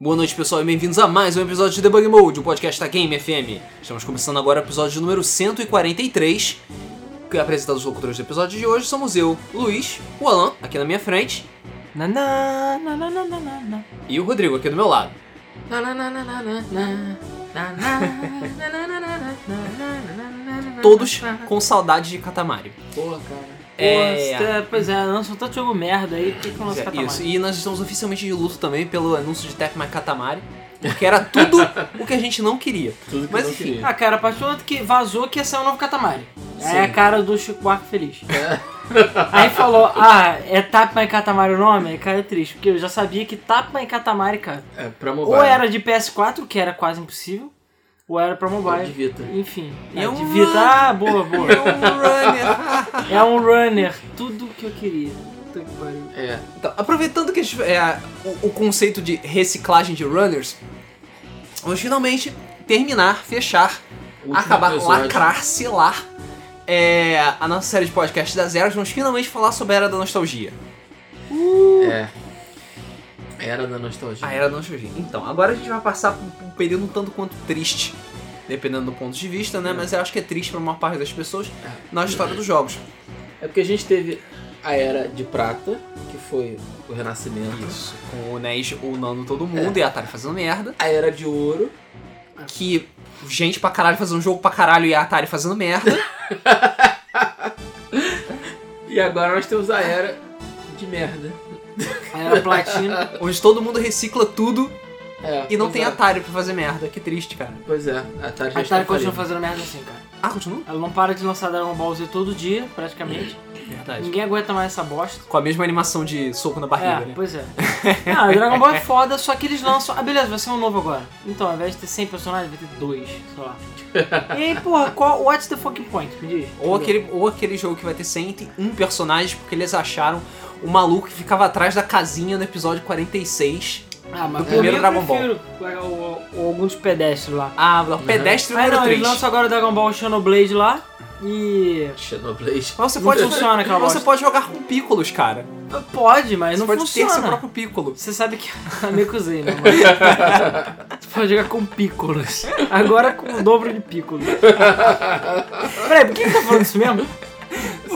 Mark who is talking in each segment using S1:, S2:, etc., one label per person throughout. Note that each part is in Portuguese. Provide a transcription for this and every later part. S1: Boa noite, pessoal, e bem-vindos a mais um episódio de Debug Mode, o podcast da Game FM. Estamos começando agora o episódio número 143. Que apresentados os locutores do episódio de hoje somos eu, Luiz, o Alan, aqui na minha frente,
S2: Naná, naná, naná, naná.
S1: e o Rodrigo, aqui do meu lado. Todos com saudade de Catamari.
S2: Porra, cara.
S1: É.
S2: Pois é, pois é, lançou tanto jogo merda aí, por que que não lança
S1: Pois é,
S2: Catamari?
S1: Isso, e nós estamos oficialmente de luto também pelo anúncio de Tap My Katamari, porque era tudo o que a gente não queria.
S3: Tudo que
S1: Mas
S3: eu não
S1: enfim,
S3: queria.
S2: Ah, cara, a partir do momento que vazou que ia sair um novo Catamari. É a
S1: Sim.
S2: cara do Chico Buarque feliz.
S3: É.
S2: Aí falou, ah, é Tap My Catamari o nome? Aí, Cara, é triste, porque eu já sabia que Tap My Catamari, cara,
S3: É, pra mobile.
S2: ou era de PS4, que era quase impossível, ou era pra
S3: Ou de
S2: mobile.
S3: Vita.
S2: Enfim,
S1: É
S2: é
S1: um
S2: de Vita. Ah, boa, boa. É um runner, tudo que eu queria. Puta que pariu.
S3: É.
S1: Então, aproveitando que a gente- é, o, o conceito de reciclagem de runners, vamos finalmente terminar, fechar,
S3: Último
S1: acabar,
S3: episódio.
S1: lacrar, selar é, a nossa série de podcasts das eras. Vamos finalmente falar sobre a Era da Nostalgia.
S3: É. Era da nostalgia.
S1: A Era da Nostalgia. Então, agora a gente vai passar por por um período um tanto quanto triste, dependendo do ponto de vista, né? Mas eu acho que é triste pra maior parte das pessoas na história dos jogos.
S3: É porque a gente teve a era de prata, que foi o renascimento.
S1: Isso. Com o NES unando todo mundo e a Atari fazendo merda.
S3: A era de ouro.
S1: que gente pra caralho fazendo um jogo pra caralho e a Atari fazendo merda.
S3: E agora nós temos a era de merda.
S2: Aí era platina.
S1: onde todo mundo recicla tudo
S3: É,
S1: e não
S3: pois
S1: tem
S3: é.
S1: Atari pra fazer merda. Que triste, cara.
S3: Pois é, a Atari já
S2: A
S3: está
S2: Atari continua
S3: falida.
S2: fazendo merda assim, cara.
S1: Ah, continua?
S2: Ela não para de lançar Dragon Ball Z todo dia, praticamente.
S3: Hum.
S1: Verdade.
S2: Ninguém aguenta mais essa bosta.
S1: Com a mesma animação de soco na barriga,
S2: É,
S1: né?
S2: pois é. Ah, Dragon Ball é foda, só que eles lançam. Ah, beleza, vai ser um novo agora. Então, ao invés de ter 100 personagens, vai ter dois, sei lá. E aí, porra, qual. What's the fucking point? Me diz.
S1: Ou aquele, ou aquele jogo que vai ter 101 personagens porque eles acharam o maluco que ficava atrás da casinha no episódio 46.
S2: Ah, mas
S1: do primeiro
S2: eu
S1: Dragon Ball.
S2: prefiro o- o- o- alguns pedestres lá.
S1: Ah, o pedestre
S2: Aí
S1: número
S2: Uhum. não, eles
S1: 3.
S2: lançam agora o Dragon Ball Xenoblade lá e.
S3: Xenoblade.
S1: Mas você
S2: Não
S1: pode,
S2: funciona aquela
S1: você
S2: bosta.
S1: pode jogar com pícolos, cara.
S2: ah, Pode, mas
S1: Você
S2: não
S1: pode ter seu
S2: funciona.
S1: próprio pícolo.
S2: Você sabe que eu me acusei, né, mano? Você pode jogar com pícolas. Agora com o dobro de pícolas. Peraí, por que ele tá falando isso mesmo?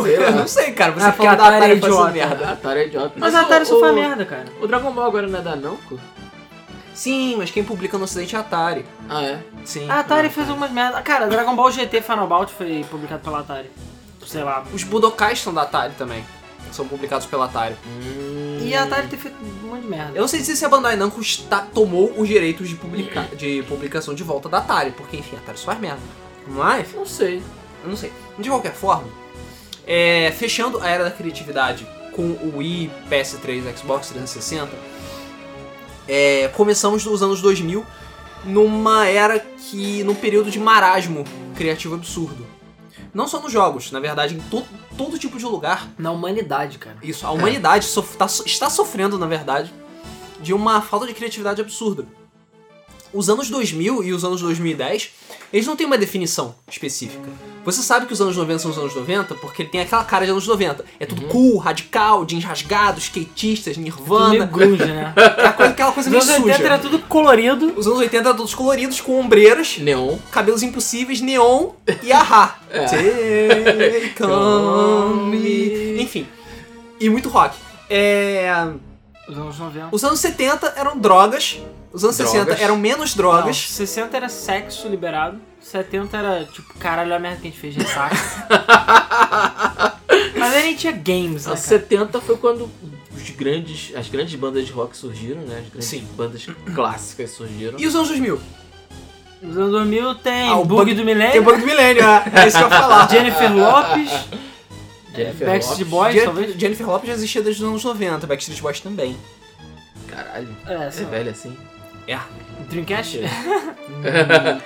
S3: Sei
S1: Eu
S3: lá.
S1: não sei, cara. Você
S2: Ah,
S1: quer
S2: falou,
S1: da
S2: Atari é
S1: Atari fazendo
S2: idiota.
S1: merda.
S3: A Atari é idiota.
S2: Mas a Atari só
S3: o-
S2: faz merda, cara.
S3: O Dragon Ball agora não é da Namco?
S1: Sim, mas quem publica no ocidente é a Atari.
S3: Ah, é?
S1: Sim.
S2: A Atari fez algumas merdas. Cara, Dragon Ball GT Final Bout foi publicado pela Atari. Sei lá.
S1: Os Budokais são da Atari também. São publicados pela Atari.
S2: E a Atari ter feito um monte de merda.
S1: Eu não sei dizer se a Bandai Namco está- tomou os direitos de, publica- de publicação de volta da Atari, porque enfim, a Atari só faz merda. Mas,
S3: Não sei.
S1: eu não sei. De qualquer forma, é, fechando a era da criatividade com o Wii, PS3, Xbox 360, é, começamos nos anos 2000 numa era que, num período de marasmo criativo absurdo. Não só nos jogos, na verdade, em to- todo tipo de lugar
S2: Na humanidade, cara.
S1: Isso, a humanidade sof- tá so- está sofrendo, na verdade, de uma falta de criatividade absurda. Os anos 2000 e os anos 2010, eles não têm uma definição específica. Você sabe que os anos 90 são os anos 90 porque ele tem aquela cara de anos 90. É tudo cool, radical, jeans rasgados, skatistas,
S2: Uhum. É Tudo meio
S1: nirvana,
S2: grunge, né?
S1: aquela coisa, aquela coisa meio
S2: Os anos 80 era
S1: suja.
S2: tudo colorido.
S1: Os anos 80 eram todos coloridos, com ombreiras,
S3: Neon.
S1: cabelos impossíveis, neon e ahá.
S3: É.
S1: Take on me. Enfim, e muito rock. É...
S2: Os anos 90.
S1: Os anos 70 eram drogas, os anos
S3: Drogas.
S1: 60 eram menos
S2: Não,
S1: drogas.
S2: 60 era sexo liberado. 70 era tipo, caralho, olha a merda que a gente fez de saco. Mas aí nem tinha games, né?
S3: Anos
S2: Cara?
S3: 70 foi quando os grandes, as grandes bandas de rock surgiram, né? As grandes
S1: Sim.
S3: bandas clássicas surgiram.
S1: E os anos 2000?
S2: Nos anos 2000 tem
S1: Ah, o
S2: o Bug
S1: Bug-
S2: do
S1: Tem o
S2: Milênio,
S1: Banco do Milênio, é, é isso que eu ia falar.
S2: Jennifer Lopes,
S3: Jennifer
S2: Backstreet
S3: Lopez.
S2: Boys,
S1: Jen-
S2: talvez.
S1: Jennifer Lopez já existia desde os anos 90, Backstreet Boys também.
S3: Caralho,
S2: É,
S3: você é
S2: sei lá.
S3: velho assim?
S1: É.
S2: Dreamcast?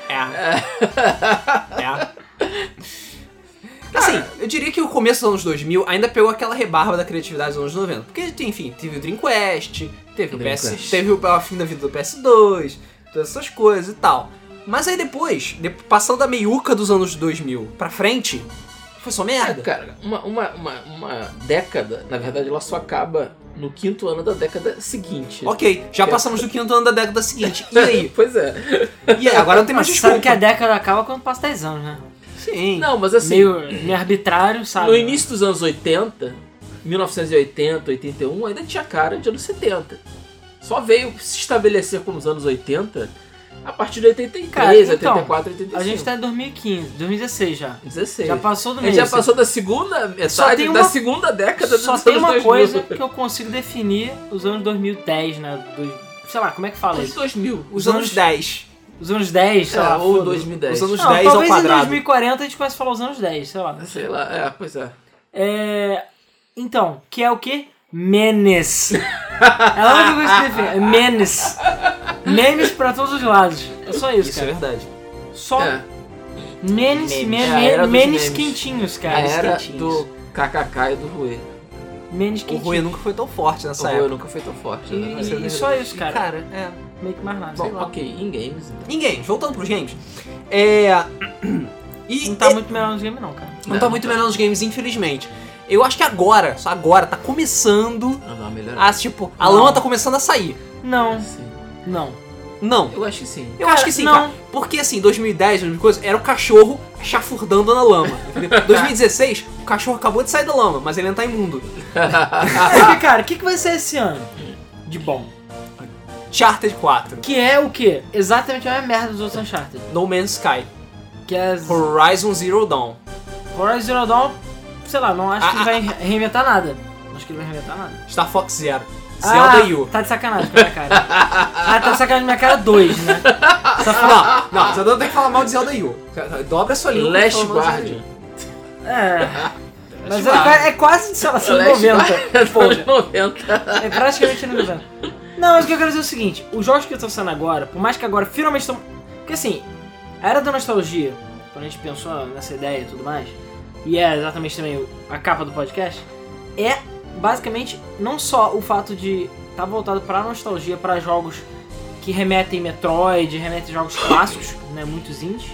S1: É. É. Assim, eu diria que o começo dos anos 2000 ainda pegou aquela rebarba da criatividade dos anos 90. Porque, enfim, teve o Dreamcast, teve o PS,
S3: Dreamcast.
S1: teve o a fim da vida do PS2, todas essas coisas e tal. Mas aí depois, de- passando da meiuca dos anos 2000 pra frente, foi só
S3: É,
S1: merda.
S3: cara, uma, uma, uma, uma década, na verdade, ela só acaba no quinto ano da década seguinte.
S1: Ok, já passamos do quinto ano da década seguinte. E aí?
S3: pois é.
S1: E aí? Agora não tem mais
S2: Mas você sabe
S1: desculpa.
S2: que a década acaba quando passa 10 anos, né?
S1: Sim.
S3: Não, mas assim,
S2: meio, meio arbitrário, sabe?
S3: no início dos anos 80, 1980, 81, ainda tinha cara de anos 70. Só veio se estabelecer como os anos 80 a partir de 83,
S2: Cara, então,
S3: 84, 85.
S2: A gente tá em 2015, 2016 já.
S3: 16.
S2: Já passou do
S3: Ele
S2: mês.
S3: já passou da segunda
S2: Só
S3: metade,
S2: tem
S3: da
S2: uma-
S3: segunda década
S2: Só
S3: dos
S2: tem
S3: anos
S2: uma
S3: 2000.
S2: coisa que eu consigo definir os anos 2010, né? Dois- sei lá, como é que fala
S3: Os
S2: isso?
S3: 2000.
S1: Os anos 10.
S2: Os anos 10, sei
S3: sei lá,
S2: lá.
S3: ou
S2: foda-se.
S3: 2010.
S1: Os anos
S2: Não,
S1: 10 ao
S2: talvez
S1: quadrado.
S2: em 2040 a gente comece a falar os anos 10, sei lá.
S3: Sei lá, é, pois é.
S2: É... Então, que é o quê? Menes. É a única coisa que define. É menes. Memes pra todos os lados. É só isso,
S1: Isso é
S2: cara.
S1: verdade.
S2: Só
S3: É,
S2: menes,
S1: Memes.
S2: men-
S3: É a era dos
S2: menes
S3: memes.
S2: quentinhos,
S3: a
S2: cara.
S3: era do
S1: esquentinhos.
S3: KKK e do Rui.
S2: Menes
S1: O é
S2: quentinhos.
S1: Rui nunca foi tão forte
S3: O
S1: nessa
S3: Rui
S1: época.
S3: nunca foi tão forte.
S2: E,
S3: Né?
S2: e
S1: verdade.
S2: só isso, um cara.
S1: Cara, é.
S2: Meio que mais nada. sei
S3: Bom,
S2: lá.
S3: ok, em games. então.
S1: Em games, voltando pros games. É. E,
S2: Não tá
S1: e-
S2: muito melhor nos games, não, cara.
S1: não tá muito melhor nos games, infelizmente. Eu acho que agora, só agora, tá começando
S3: Ah, não, melhor.
S1: a, tipo, a
S2: Não.
S1: lama tá começando a sair.
S2: Não,
S3: sim.
S2: não.
S1: Não.
S3: Eu acho que sim.
S1: Eu
S2: Cara,
S1: acho que sim,
S2: não.
S1: cara. Porque assim, 2010, 2000 coisa, era o cachorro chafurdando na lama. entendeu? 2016, o cachorro acabou de sair da lama, mas ele ainda tá imundo. Ah.
S2: Porque, cara, o que, que vai ser esse ano? De bom.
S1: Chartered 4,
S2: Que é o quê? Exatamente a mesma merda dos outros Uncharted.
S1: No Man's Sky,
S2: Que é
S1: Horizon Zero Dawn.
S2: Horizon Zero Dawn, sei lá, não acho que
S1: Ah,
S2: ele vai reinventar nada. Não acho que ele vai reinventar nada.
S1: Star Fox Zero. Zelda
S2: ah,
S1: U.
S2: Tá de sacanagem com a minha cara. ah, tá de sacanagem com a minha cara 2, né? Só falar.
S1: Não, não, você não tem que falar mal de Zelda U. Dobra a sua língua. e
S3: Last
S1: fala mal de Zelda
S3: Guardian.
S2: É. Mas é,
S1: Claro.
S2: qua- é quase, sei lá, são
S3: Last
S2: 90.
S1: É
S3: Guardian
S2: Porra.
S3: dos 90.
S2: É praticamente inovando. Não, mas o que eu quero dizer é o seguinte: os jogos que estão saindo agora, por mais que agora finalmente estão. Porque assim, a era da nostalgia, quando a gente pensou nessa ideia e tudo mais, e é exatamente também o- a capa do podcast, é basicamente não só o fato de estar voltado pra nostalgia, pra jogos que remetem Metroid, remetem jogos clássicos, né, muitos indies,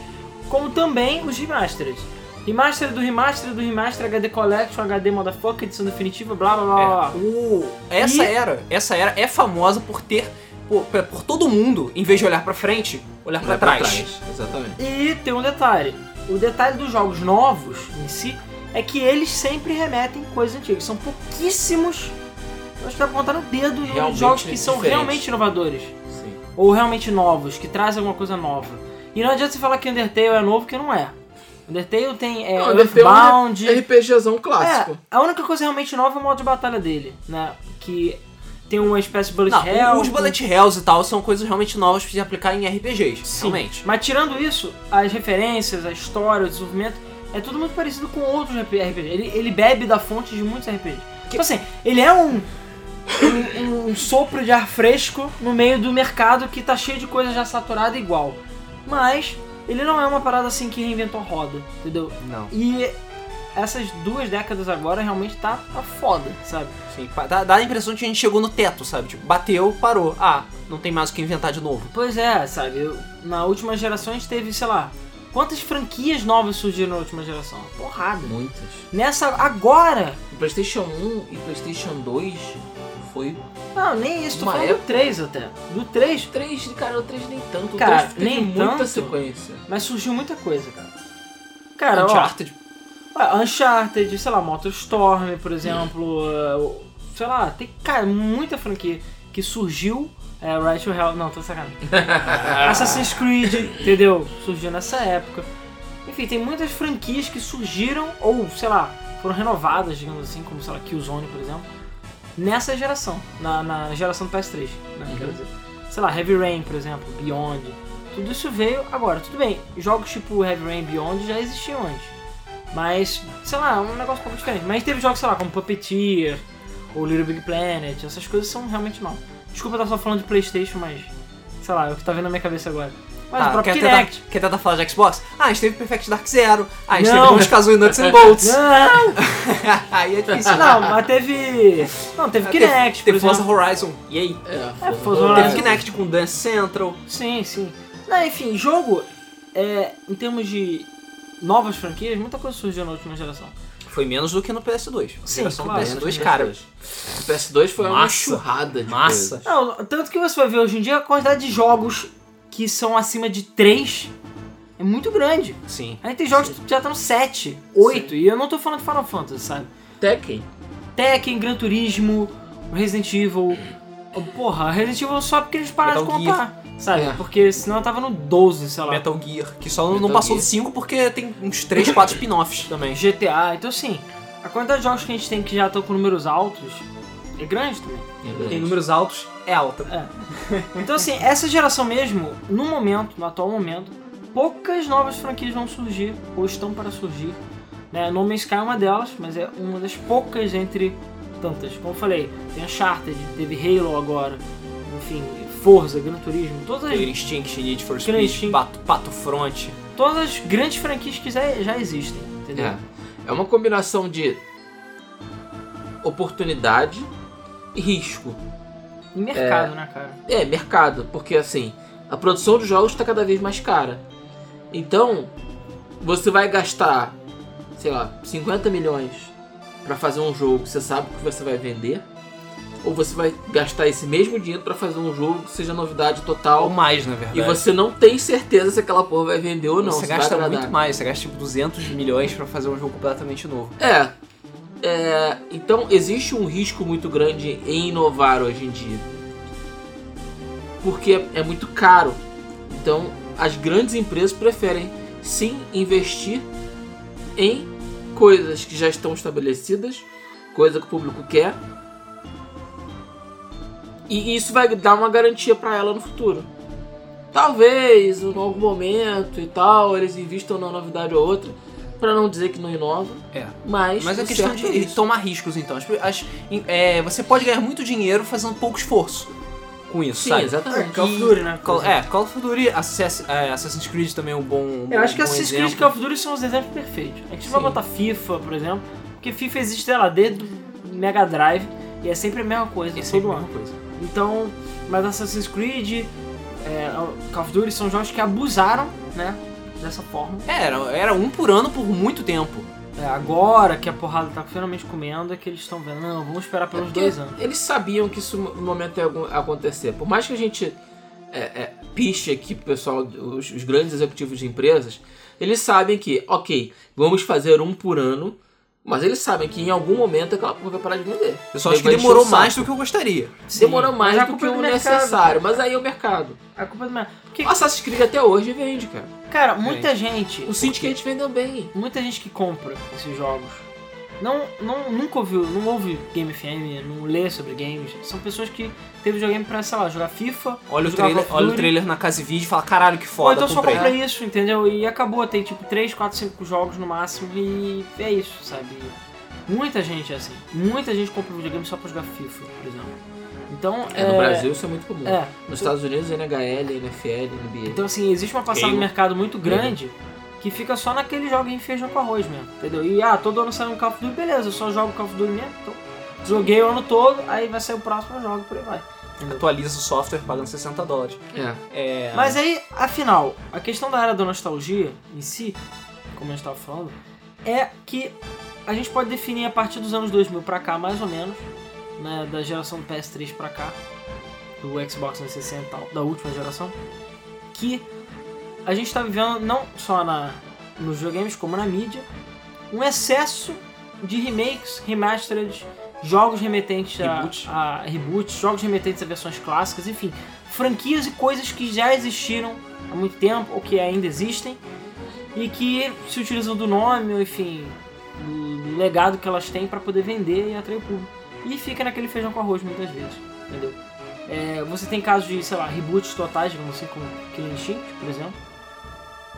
S2: como também os remastered. Remaster do remaster do remaster, HD Collection, HD Motherfucker, edição definitiva, blá blá blá blá,
S1: É,
S2: blá.
S1: o- essa
S2: E-
S1: era, essa era é famosa por ter por, por todo mundo, em vez de olhar pra frente, olhar pra
S3: Vai
S1: trás.
S3: Exatamente.
S2: E tem um detalhe. O detalhe dos jogos novos em si é que eles sempre remetem coisas antigas. São pouquíssimos. Eu acho que dá pra contar no dedo os
S3: Realmente é
S2: jogos que são
S3: diferente.
S2: realmente inovadores.
S3: Sim.
S2: Ou realmente novos, que trazem alguma coisa nova. E não adianta você falar que Undertale é novo, que não é. Undertale tem é,
S3: Não, Undertale é um
S2: Earthbound.
S3: RPGzão
S2: É,
S3: clássico.
S2: a única coisa realmente nova é o modo de batalha dele, né? Que tem uma espécie de bullet
S1: Não,
S2: hell.
S1: os bullet hells e tal são coisas realmente novas pra se aplicar em RPGs,
S2: Sim.
S1: realmente.
S2: Mas tirando isso, as referências, a história, o desenvolvimento, é tudo muito parecido com outros RP- RPG. Ele, ele bebe da fonte de muitos RPGs. Tipo assim, ele é um, um, um sopro de ar fresco no meio do mercado que tá cheio de coisa já saturada igual. Mas ele não é uma parada assim que reinventou a roda, entendeu?
S1: Não.
S2: E essas duas décadas agora realmente tá, tá foda, sabe?
S1: Sim, pa- dá, dá a impressão de que a gente chegou no teto, sabe? Tipo, bateu, parou. Ah, não tem mais o que inventar de novo.
S2: Pois é, sabe? eu- na última geração a gente teve, sei lá, quantas franquias novas surgiram na última geração? Uma Porrada.
S3: Muitas.
S2: Nessa. Agora!
S3: É, O PlayStation 1 e PlayStation 2 foi.
S2: Não, nem isso, tô
S3: Uma
S2: falando do
S3: época.
S2: 3 até. Do 3,
S3: 3, cara, o 3 nem tanto.
S2: Cara,
S3: o 3 teve
S2: nem
S3: muita
S2: tanto.
S3: sequência.
S2: mas surgiu muita coisa, cara. Cara,
S1: Uncharted.
S2: ó. ué, Uncharted, sei lá, Motor Storm, por exemplo. eh, o- Sei lá, tem, cara, muita franquia que surgiu. É, Right to Hell, não, tô sacanagem. Assassin's Creed, entendeu? Surgiu nessa época. Enfim, tem muitas franquias que surgiram, ou sei lá, foram renovadas, digamos assim, como sei lá, Killzone, por exemplo, nessa geração, na, na geração do PS3, né?
S3: Uhum.
S2: Quero dizer, sei lá, Heavy Rain, por exemplo, Beyond. Tudo isso veio agora, tudo bem. Jogos tipo Heavy Rain Beyond já existiam antes. Mas, sei lá, é um negócio um pouco diferente. Mas teve jogos, sei lá, como Puppeteer, ou Little Big Planet, essas coisas são realmente novas. Desculpa eu estar só falando de Playstation, mas. Sei lá, é o que tá vendo na minha cabeça agora. Mas
S1: Tá,
S2: o próprio
S1: quer
S2: Kinect.
S1: tentar, quer tentar falar de Xbox? Ah, a gente teve Perfect Dark Zero. Ah, a gente
S2: Não.
S1: teve Monte Kazooie Nuts and Bolts.
S2: Não,
S1: Aí é difícil.
S2: não, mas teve. Não, teve
S1: Teve-
S2: Kinect, por
S1: Ah, Teve
S2: exemplo.
S1: Forza Horizon. E aí?
S3: É,
S2: É, Forza Horizon.
S1: Teve Kinect com Dance Central.
S2: Sim, sim. Não, enfim, jogo, é, em termos de novas franquias, muita coisa surgiu na última geração.
S1: Foi menos do que no PS2. A
S2: Sim,
S1: geração
S2: claro,
S1: do
S2: menos
S1: PS2,
S2: que
S1: cara,
S3: O PS2 foi uma
S1: Massa.
S3: enxurrada de coisa.
S1: massa.
S2: Não, tanto que você vai ver hoje em dia a quantidade de jogos que são acima de 3 é muito grande.
S1: Sim.
S2: Aí tem jogos que já estão 7, 8, e eu não tô falando de Final Fantasy, sabe?
S3: Tekken.
S2: Tekken, Gran Turismo, Resident Evil. Porra, Resident Evil só porque eles pararam
S1: Metal
S2: de contar, sabe?
S3: É.
S2: Porque senão eu tava no 12, sei lá.
S1: Metal Gear, que só não
S3: Metal
S1: passou
S3: Gear.
S1: do 5 porque tem uns 3, 4 spin-offs também.
S2: GTA, então assim, a quantidade de jogos que a gente tem que já estão com números altos é grande também.
S1: Em números altos, é alta.
S2: Então assim, essa geração mesmo, no momento, no atual momento, poucas novas franquias vão surgir, ou estão para surgir. Né? No Man's Sky é uma delas, mas é uma das poucas entre tantas. Como eu falei, tem Uncharted, teve Halo agora, enfim, Forza, Gran Turismo, todas as
S1: Killer Instinct, Need for
S2: Killer
S1: Speed,
S2: Instinct.
S1: Pato, Pato Front.
S2: todas as grandes franquias que já, já existem, entendeu?
S3: É. é uma combinação de oportunidade e risco.
S2: E mercado, né, cara?
S3: É, mercado, porque assim, a produção dos jogos está cada vez mais cara. Então, você vai gastar, sei lá, 50 milhões para fazer um jogo que você sabe que você vai vender, ou você vai gastar esse mesmo dinheiro para fazer um jogo que seja novidade
S1: Ou
S3: total
S1: mais, na
S3: e
S1: verdade.
S3: você não tem certeza se aquela porra vai vender ou não.
S1: Você
S3: se vai
S1: gasta
S3: agradar.
S1: muito mais, você gasta tipo 200 milhões pra fazer um jogo completamente novo.
S3: É. É, então existe um risco muito grande em inovar hoje em dia. Porque é- é muito caro. Então as grandes empresas preferem sim investir em coisas que já estão estabelecidas, coisa que o público quer. E isso vai dar uma garantia para ela no futuro. Talvez em algum momento e tal eles investam numa novidade ou outra, para não dizer que não inova.
S1: É.
S3: Mas,
S1: Mas
S3: o
S1: é questão
S3: certo
S1: de
S3: é isso.
S1: tomar riscos, então. As- as- é, você pode ganhar muito dinheiro fazendo pouco esforço com isso,
S3: Sim,
S1: sabe?
S3: exatamente.
S2: Call of Duty, né?
S1: Call- é, Call of Duty, Assassin- é, Assassin's Creed também é um bom. um
S2: Eu acho que
S1: bom
S2: Assassin's Creed
S1: exemplo.
S2: e Call of Duty são os exemplos perfeitos. A gente não vai
S3: Sim.
S2: botar FIFA, por exemplo, porque FIFA existe, sei lá, desde o Mega Drive e é sempre a mesma coisa,
S1: é sempre
S2: todo
S1: a
S2: ano.
S1: mesma coisa.
S2: Então, mas Assassin's Creed, é, Call of Duty são jogos que abusaram, né, dessa forma.
S1: É, era, era um por ano por muito tempo.
S2: É, agora que a porrada tá finalmente comendo, é que eles estão vendo, não, vamos esperar
S3: É
S2: pelos
S3: porque
S2: dois anos.
S3: Eles sabiam que isso no momento ia algum- acontecer. Por mais que a gente é, é, piche aqui pro pessoal, os, os grandes executivos de empresas, eles sabem que, ok, vamos fazer um por ano, mas eles sabem que em algum momento aquela porra vai parar de vender.
S1: Eu só acho que
S3: Vai encher
S1: demorou
S3: o saco.
S1: mais do que eu gostaria.
S3: Demorou
S2: Sim, mas
S3: mais
S2: a
S3: do que
S2: culpa é
S3: o
S2: do mercado,
S3: necessário, mas aí é o mercado.
S2: A culpa é do mercado. Porque,
S3: Assassin's Creed até hoje vende, cara.
S2: cara,
S3: É
S2: muita gente...
S3: O Syndicate vendeu bem.
S2: muita gente que compra esses jogos não, não nunca ouviu, não ouve Game FM, não lê sobre games. São pessoas que teve videogame pra, sei lá, jogar FIFA.
S1: Olha o
S2: jogar Call
S1: trailer,
S2: of
S1: olha o
S2: Duty,
S1: trailer na casa e vídeo e fala, caralho, que
S2: Ou
S1: foda.
S2: então só
S1: comprei."
S2: compra isso, entendeu? E acabou, tem tipo 3, 4, 5 jogos no máximo e é isso, sabe? Muita gente é assim. Muita gente compra videogame só pra jogar FIFA, por exemplo. Então,
S3: É, no Brasil isso é muito comum.
S2: É.
S3: Nos Estados Unidos, NHL, NFL, NBA.
S2: Então, assim, existe uma passada
S1: Eu-
S2: no mercado muito grande que fica só naquele joguinho feijão com arroz mesmo, entendeu? E, ah, todo ano sai um Call of Duty, beleza, eu só jogo Call of Duty mesmo, então joguei o ano todo, aí vai sair o próximo eu jogo, por aí vai.
S1: Atualiza o software pagando 60 dólares.
S2: Então,
S3: é.
S1: É,
S2: Mas aí, afinal, a questão da era da nostalgia em si, como a gente tava falando, é que a gente pode definir a partir dos anos 2000 pra cá, mais ou menos, né, da geração do PS3 pra cá, do Xbox 360 e tal, da última geração, que a gente tá vivendo não só na, nos videogames como na mídia, um excesso de remakes, remasters, jogos remetentes a-
S1: Reboot.
S2: a, reboots, jogos remetentes a versões clássicas, enfim, franquias e coisas que já existiram há muito tempo ou que ainda existem e que se utilizam do nome, ou enfim, do, do legado que elas têm para poder vender e atrair o público. E fica naquele feijão com arroz muitas vezes, entendeu? É, você tem casos de, sei lá, reboots totais, digamos assim, como Killing Instinct, por exemplo.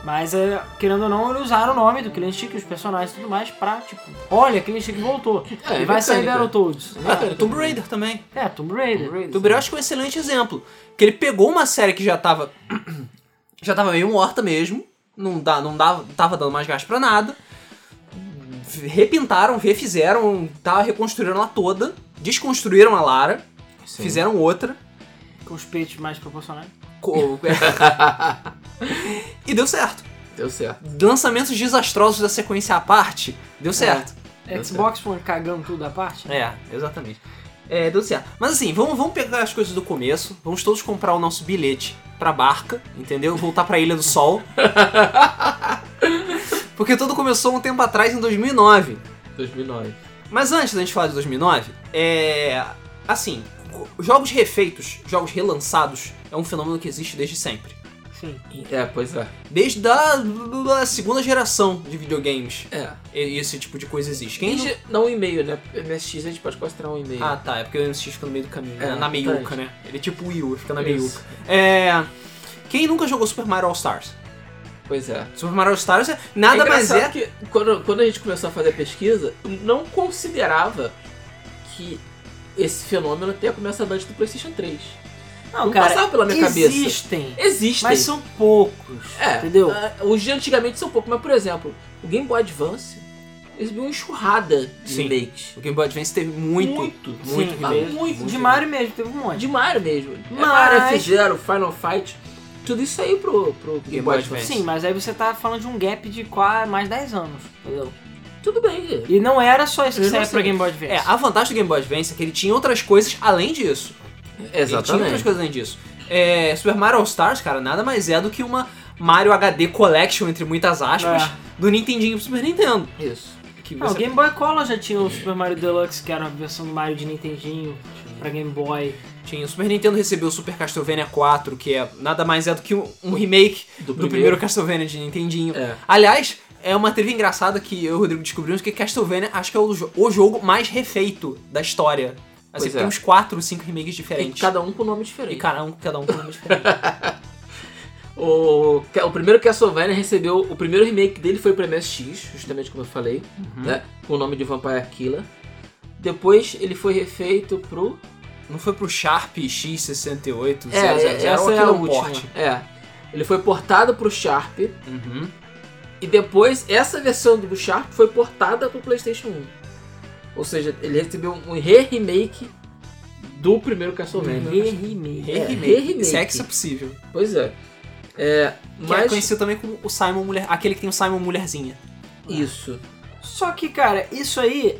S2: Mas, é, querendo ou não, eles usaram o nome do Killing Instinct, os personagens e tudo mais, pra, tipo, olha, Killing Instinct voltou.
S3: É,
S2: e vai sair
S3: mecânica.
S2: Battletoads.
S1: Ah, Tomb Raider também.
S2: É, Tomb Raider.
S1: Tomb Raider eu acho que é um excelente exemplo. Que ele pegou uma série que já tava. já tava meio morta mesmo. Não, dá, não dava, tava dando mais gás pra nada. Repintaram, refizeram, tá, reconstruíram ela toda. Desconstruíram a Lara.
S3: Sim.
S1: Fizeram outra.
S2: Com os peitos mais proporcionais.
S1: co- e deu certo.
S3: Deu certo.
S1: Lançamentos desastrosos da sequência à parte, deu certo. Deu
S2: Xbox One cagando tudo à parte.
S1: É, exatamente. É, deu certo. Mas assim, vamos, vamos pegar as coisas do começo, vamos todos comprar o nosso bilhete pra barca, entendeu? Voltar pra Ilha do Sol. Porque tudo começou um tempo atrás, em 2009.
S3: 2009.
S1: Mas antes da gente falar de 2009, é. Assim, jogos refeitos, jogos relançados, é um fenômeno que existe desde sempre.
S2: Sim.
S3: É, pois é.
S1: Desde a da segunda geração de videogames,
S3: É.
S1: e- esse tipo de coisa existe. Quem não...
S3: Quem ge- não um e-mail, né? MSX a gente pode considerar um e-mail.
S1: Ah, tá, é porque o MSX fica no meio do caminho,
S3: É,
S1: né? na meiuca,
S3: verdade.
S1: né? Ele é tipo o Wii U, fica na meiuca.
S3: Isso.
S1: É. Quem nunca jogou Super Mario All Stars?
S3: Pois é.
S1: Super Mario All Stars é nada
S3: é
S1: mais
S3: engraçado
S1: é.
S3: que quando, quando a gente começou a fazer a pesquisa, eu não considerava que esse fenômeno tenha começado antes do PlayStation 3.
S2: Não,
S3: não
S2: cara,
S3: passava pela minha cabeça.
S2: existem,
S3: Existem.
S2: mas são poucos.
S3: É,
S2: entendeu?
S3: ah, Os de antigamente são pouco, mas por exemplo, o Game Boy Advance exibiu uma enxurrada de
S1: Sim.
S3: remakes.
S1: O Game Boy Advance teve muito.
S3: Muito, tá
S1: muito
S2: Sim,
S1: remake,
S2: mas
S3: muito
S2: De
S3: remake.
S2: Mario mesmo, teve um monte.
S3: De Mario mesmo. É
S2: Mas-
S3: Mario, F-Zero, Final Fight, tudo isso aí pro, pro Game Boy Advance.
S2: Sim, mas aí você tá falando de um gap de quase mais 10 anos, entendeu?
S3: Tudo bem.
S2: E não era só isso que
S3: Eu não
S2: saía
S3: sei.
S2: pra Game Boy Advance.
S1: É, a vantagem do Game Boy Advance é que ele tinha outras coisas além disso. Ele tinha outras
S3: Exatamente.
S1: coisas além disso. É, Super Mario All Stars, cara, nada mais é do que uma Mario HD Collection, entre muitas aspas,
S3: É.
S1: do Nintendinho pro Super Nintendo.
S3: Isso.
S1: Que
S2: Ah, o
S1: você-
S2: É. Game Boy Color já tinha o Super Mario Deluxe, que era a versão do Mario de Nintendinho pra Game Boy.
S1: Tinha, o Super Nintendo recebeu o Super Castlevania 4, que é nada mais é do que um, um remake do,
S3: Do
S1: primeiro.
S3: primeiro.
S1: Castlevania de Nintendinho.
S3: É.
S1: Aliás, é uma trilha engraçada que eu e o Rodrigo descobrimos que Castlevania acho que é o, jo- o jogo mais refeito da história. Assim,
S3: Pois
S1: tem
S3: é.
S1: uns 4, 5 remakes
S3: E
S1: diferentes.
S3: cada um com nome
S1: E
S3: diferente.
S1: cada um, cada um com um nome diferente.
S3: O, o primeiro Castlevania recebeu. O primeiro remake dele foi pro MSX, justamente como eu falei, né? Com o nome de Vampire Killer. Depois ele foi refeito pro.
S1: Não foi pro Sharp X68,
S3: É, é, essa é a
S1: o
S3: última. É. Ele foi portado pro Sharp.
S1: Uhum.
S3: E depois essa versão do Sharp foi portada pro PlayStation 1. Ou seja, ele recebeu um re-remake do primeiro Castlevania.
S2: Remake.
S3: É,
S1: Remake.
S3: remake.
S1: Se é que isso é possível.
S3: Pois é. É,
S1: Que é
S3: mas
S1: conhecido também como o Simon Mulher. Aquele que tem o Simon Mulherzinha.
S3: né? isso.
S2: Só que, cara, isso aí,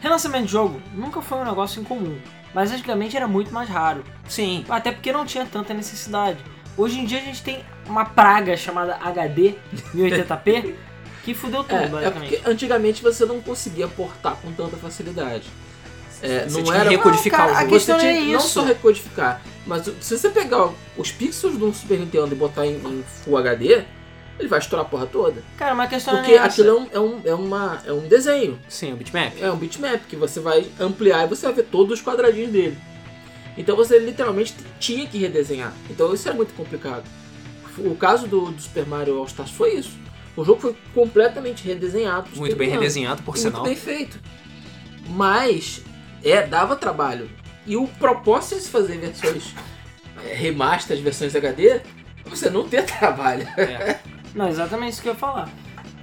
S2: relançamento de jogo nunca foi um negócio incomum. Mas antigamente era muito mais raro.
S1: Sim.
S2: Até porque não tinha tanta necessidade. Hoje em dia a gente tem uma praga chamada HD 1080p que fudeu tudo,
S3: É, é
S2: basicamente.
S3: porque antigamente você não conseguia portar com tanta facilidade. É,
S1: Você
S3: não
S1: tinha que
S3: era
S1: recodificar
S2: Não, cara,
S1: o
S2: a
S1: jogo.
S2: questão-
S3: você tinha
S2: não é
S3: que não
S2: isso.
S3: só recodificar, mas se você pegar os pixels de um Super Nintendo e botar em, em Full HD, ele vai estourar a porra toda.
S2: Cara, mas a questão
S3: Porque
S2: não é essa.
S3: aquilo é um, é, um, é uma, é um desenho,
S1: Sim, o bitmap.
S3: é um bitmap que você vai ampliar e você vai ver todos os quadradinhos dele. Então você literalmente t- tinha que redesenhar. Então isso era muito complicado. O caso do, do Super Mario All Stars foi isso. O jogo foi completamente redesenhado. pro
S1: Muito
S3: Super
S1: bem
S3: Nintendo
S1: redesenhado, por
S3: muito
S1: sinal.
S3: bem feito. Mas, é, dava trabalho. E o propósito de fazer versões é, remasters, versões HD, é você não ter trabalho.
S1: É.
S2: Não, exatamente isso que eu ia falar.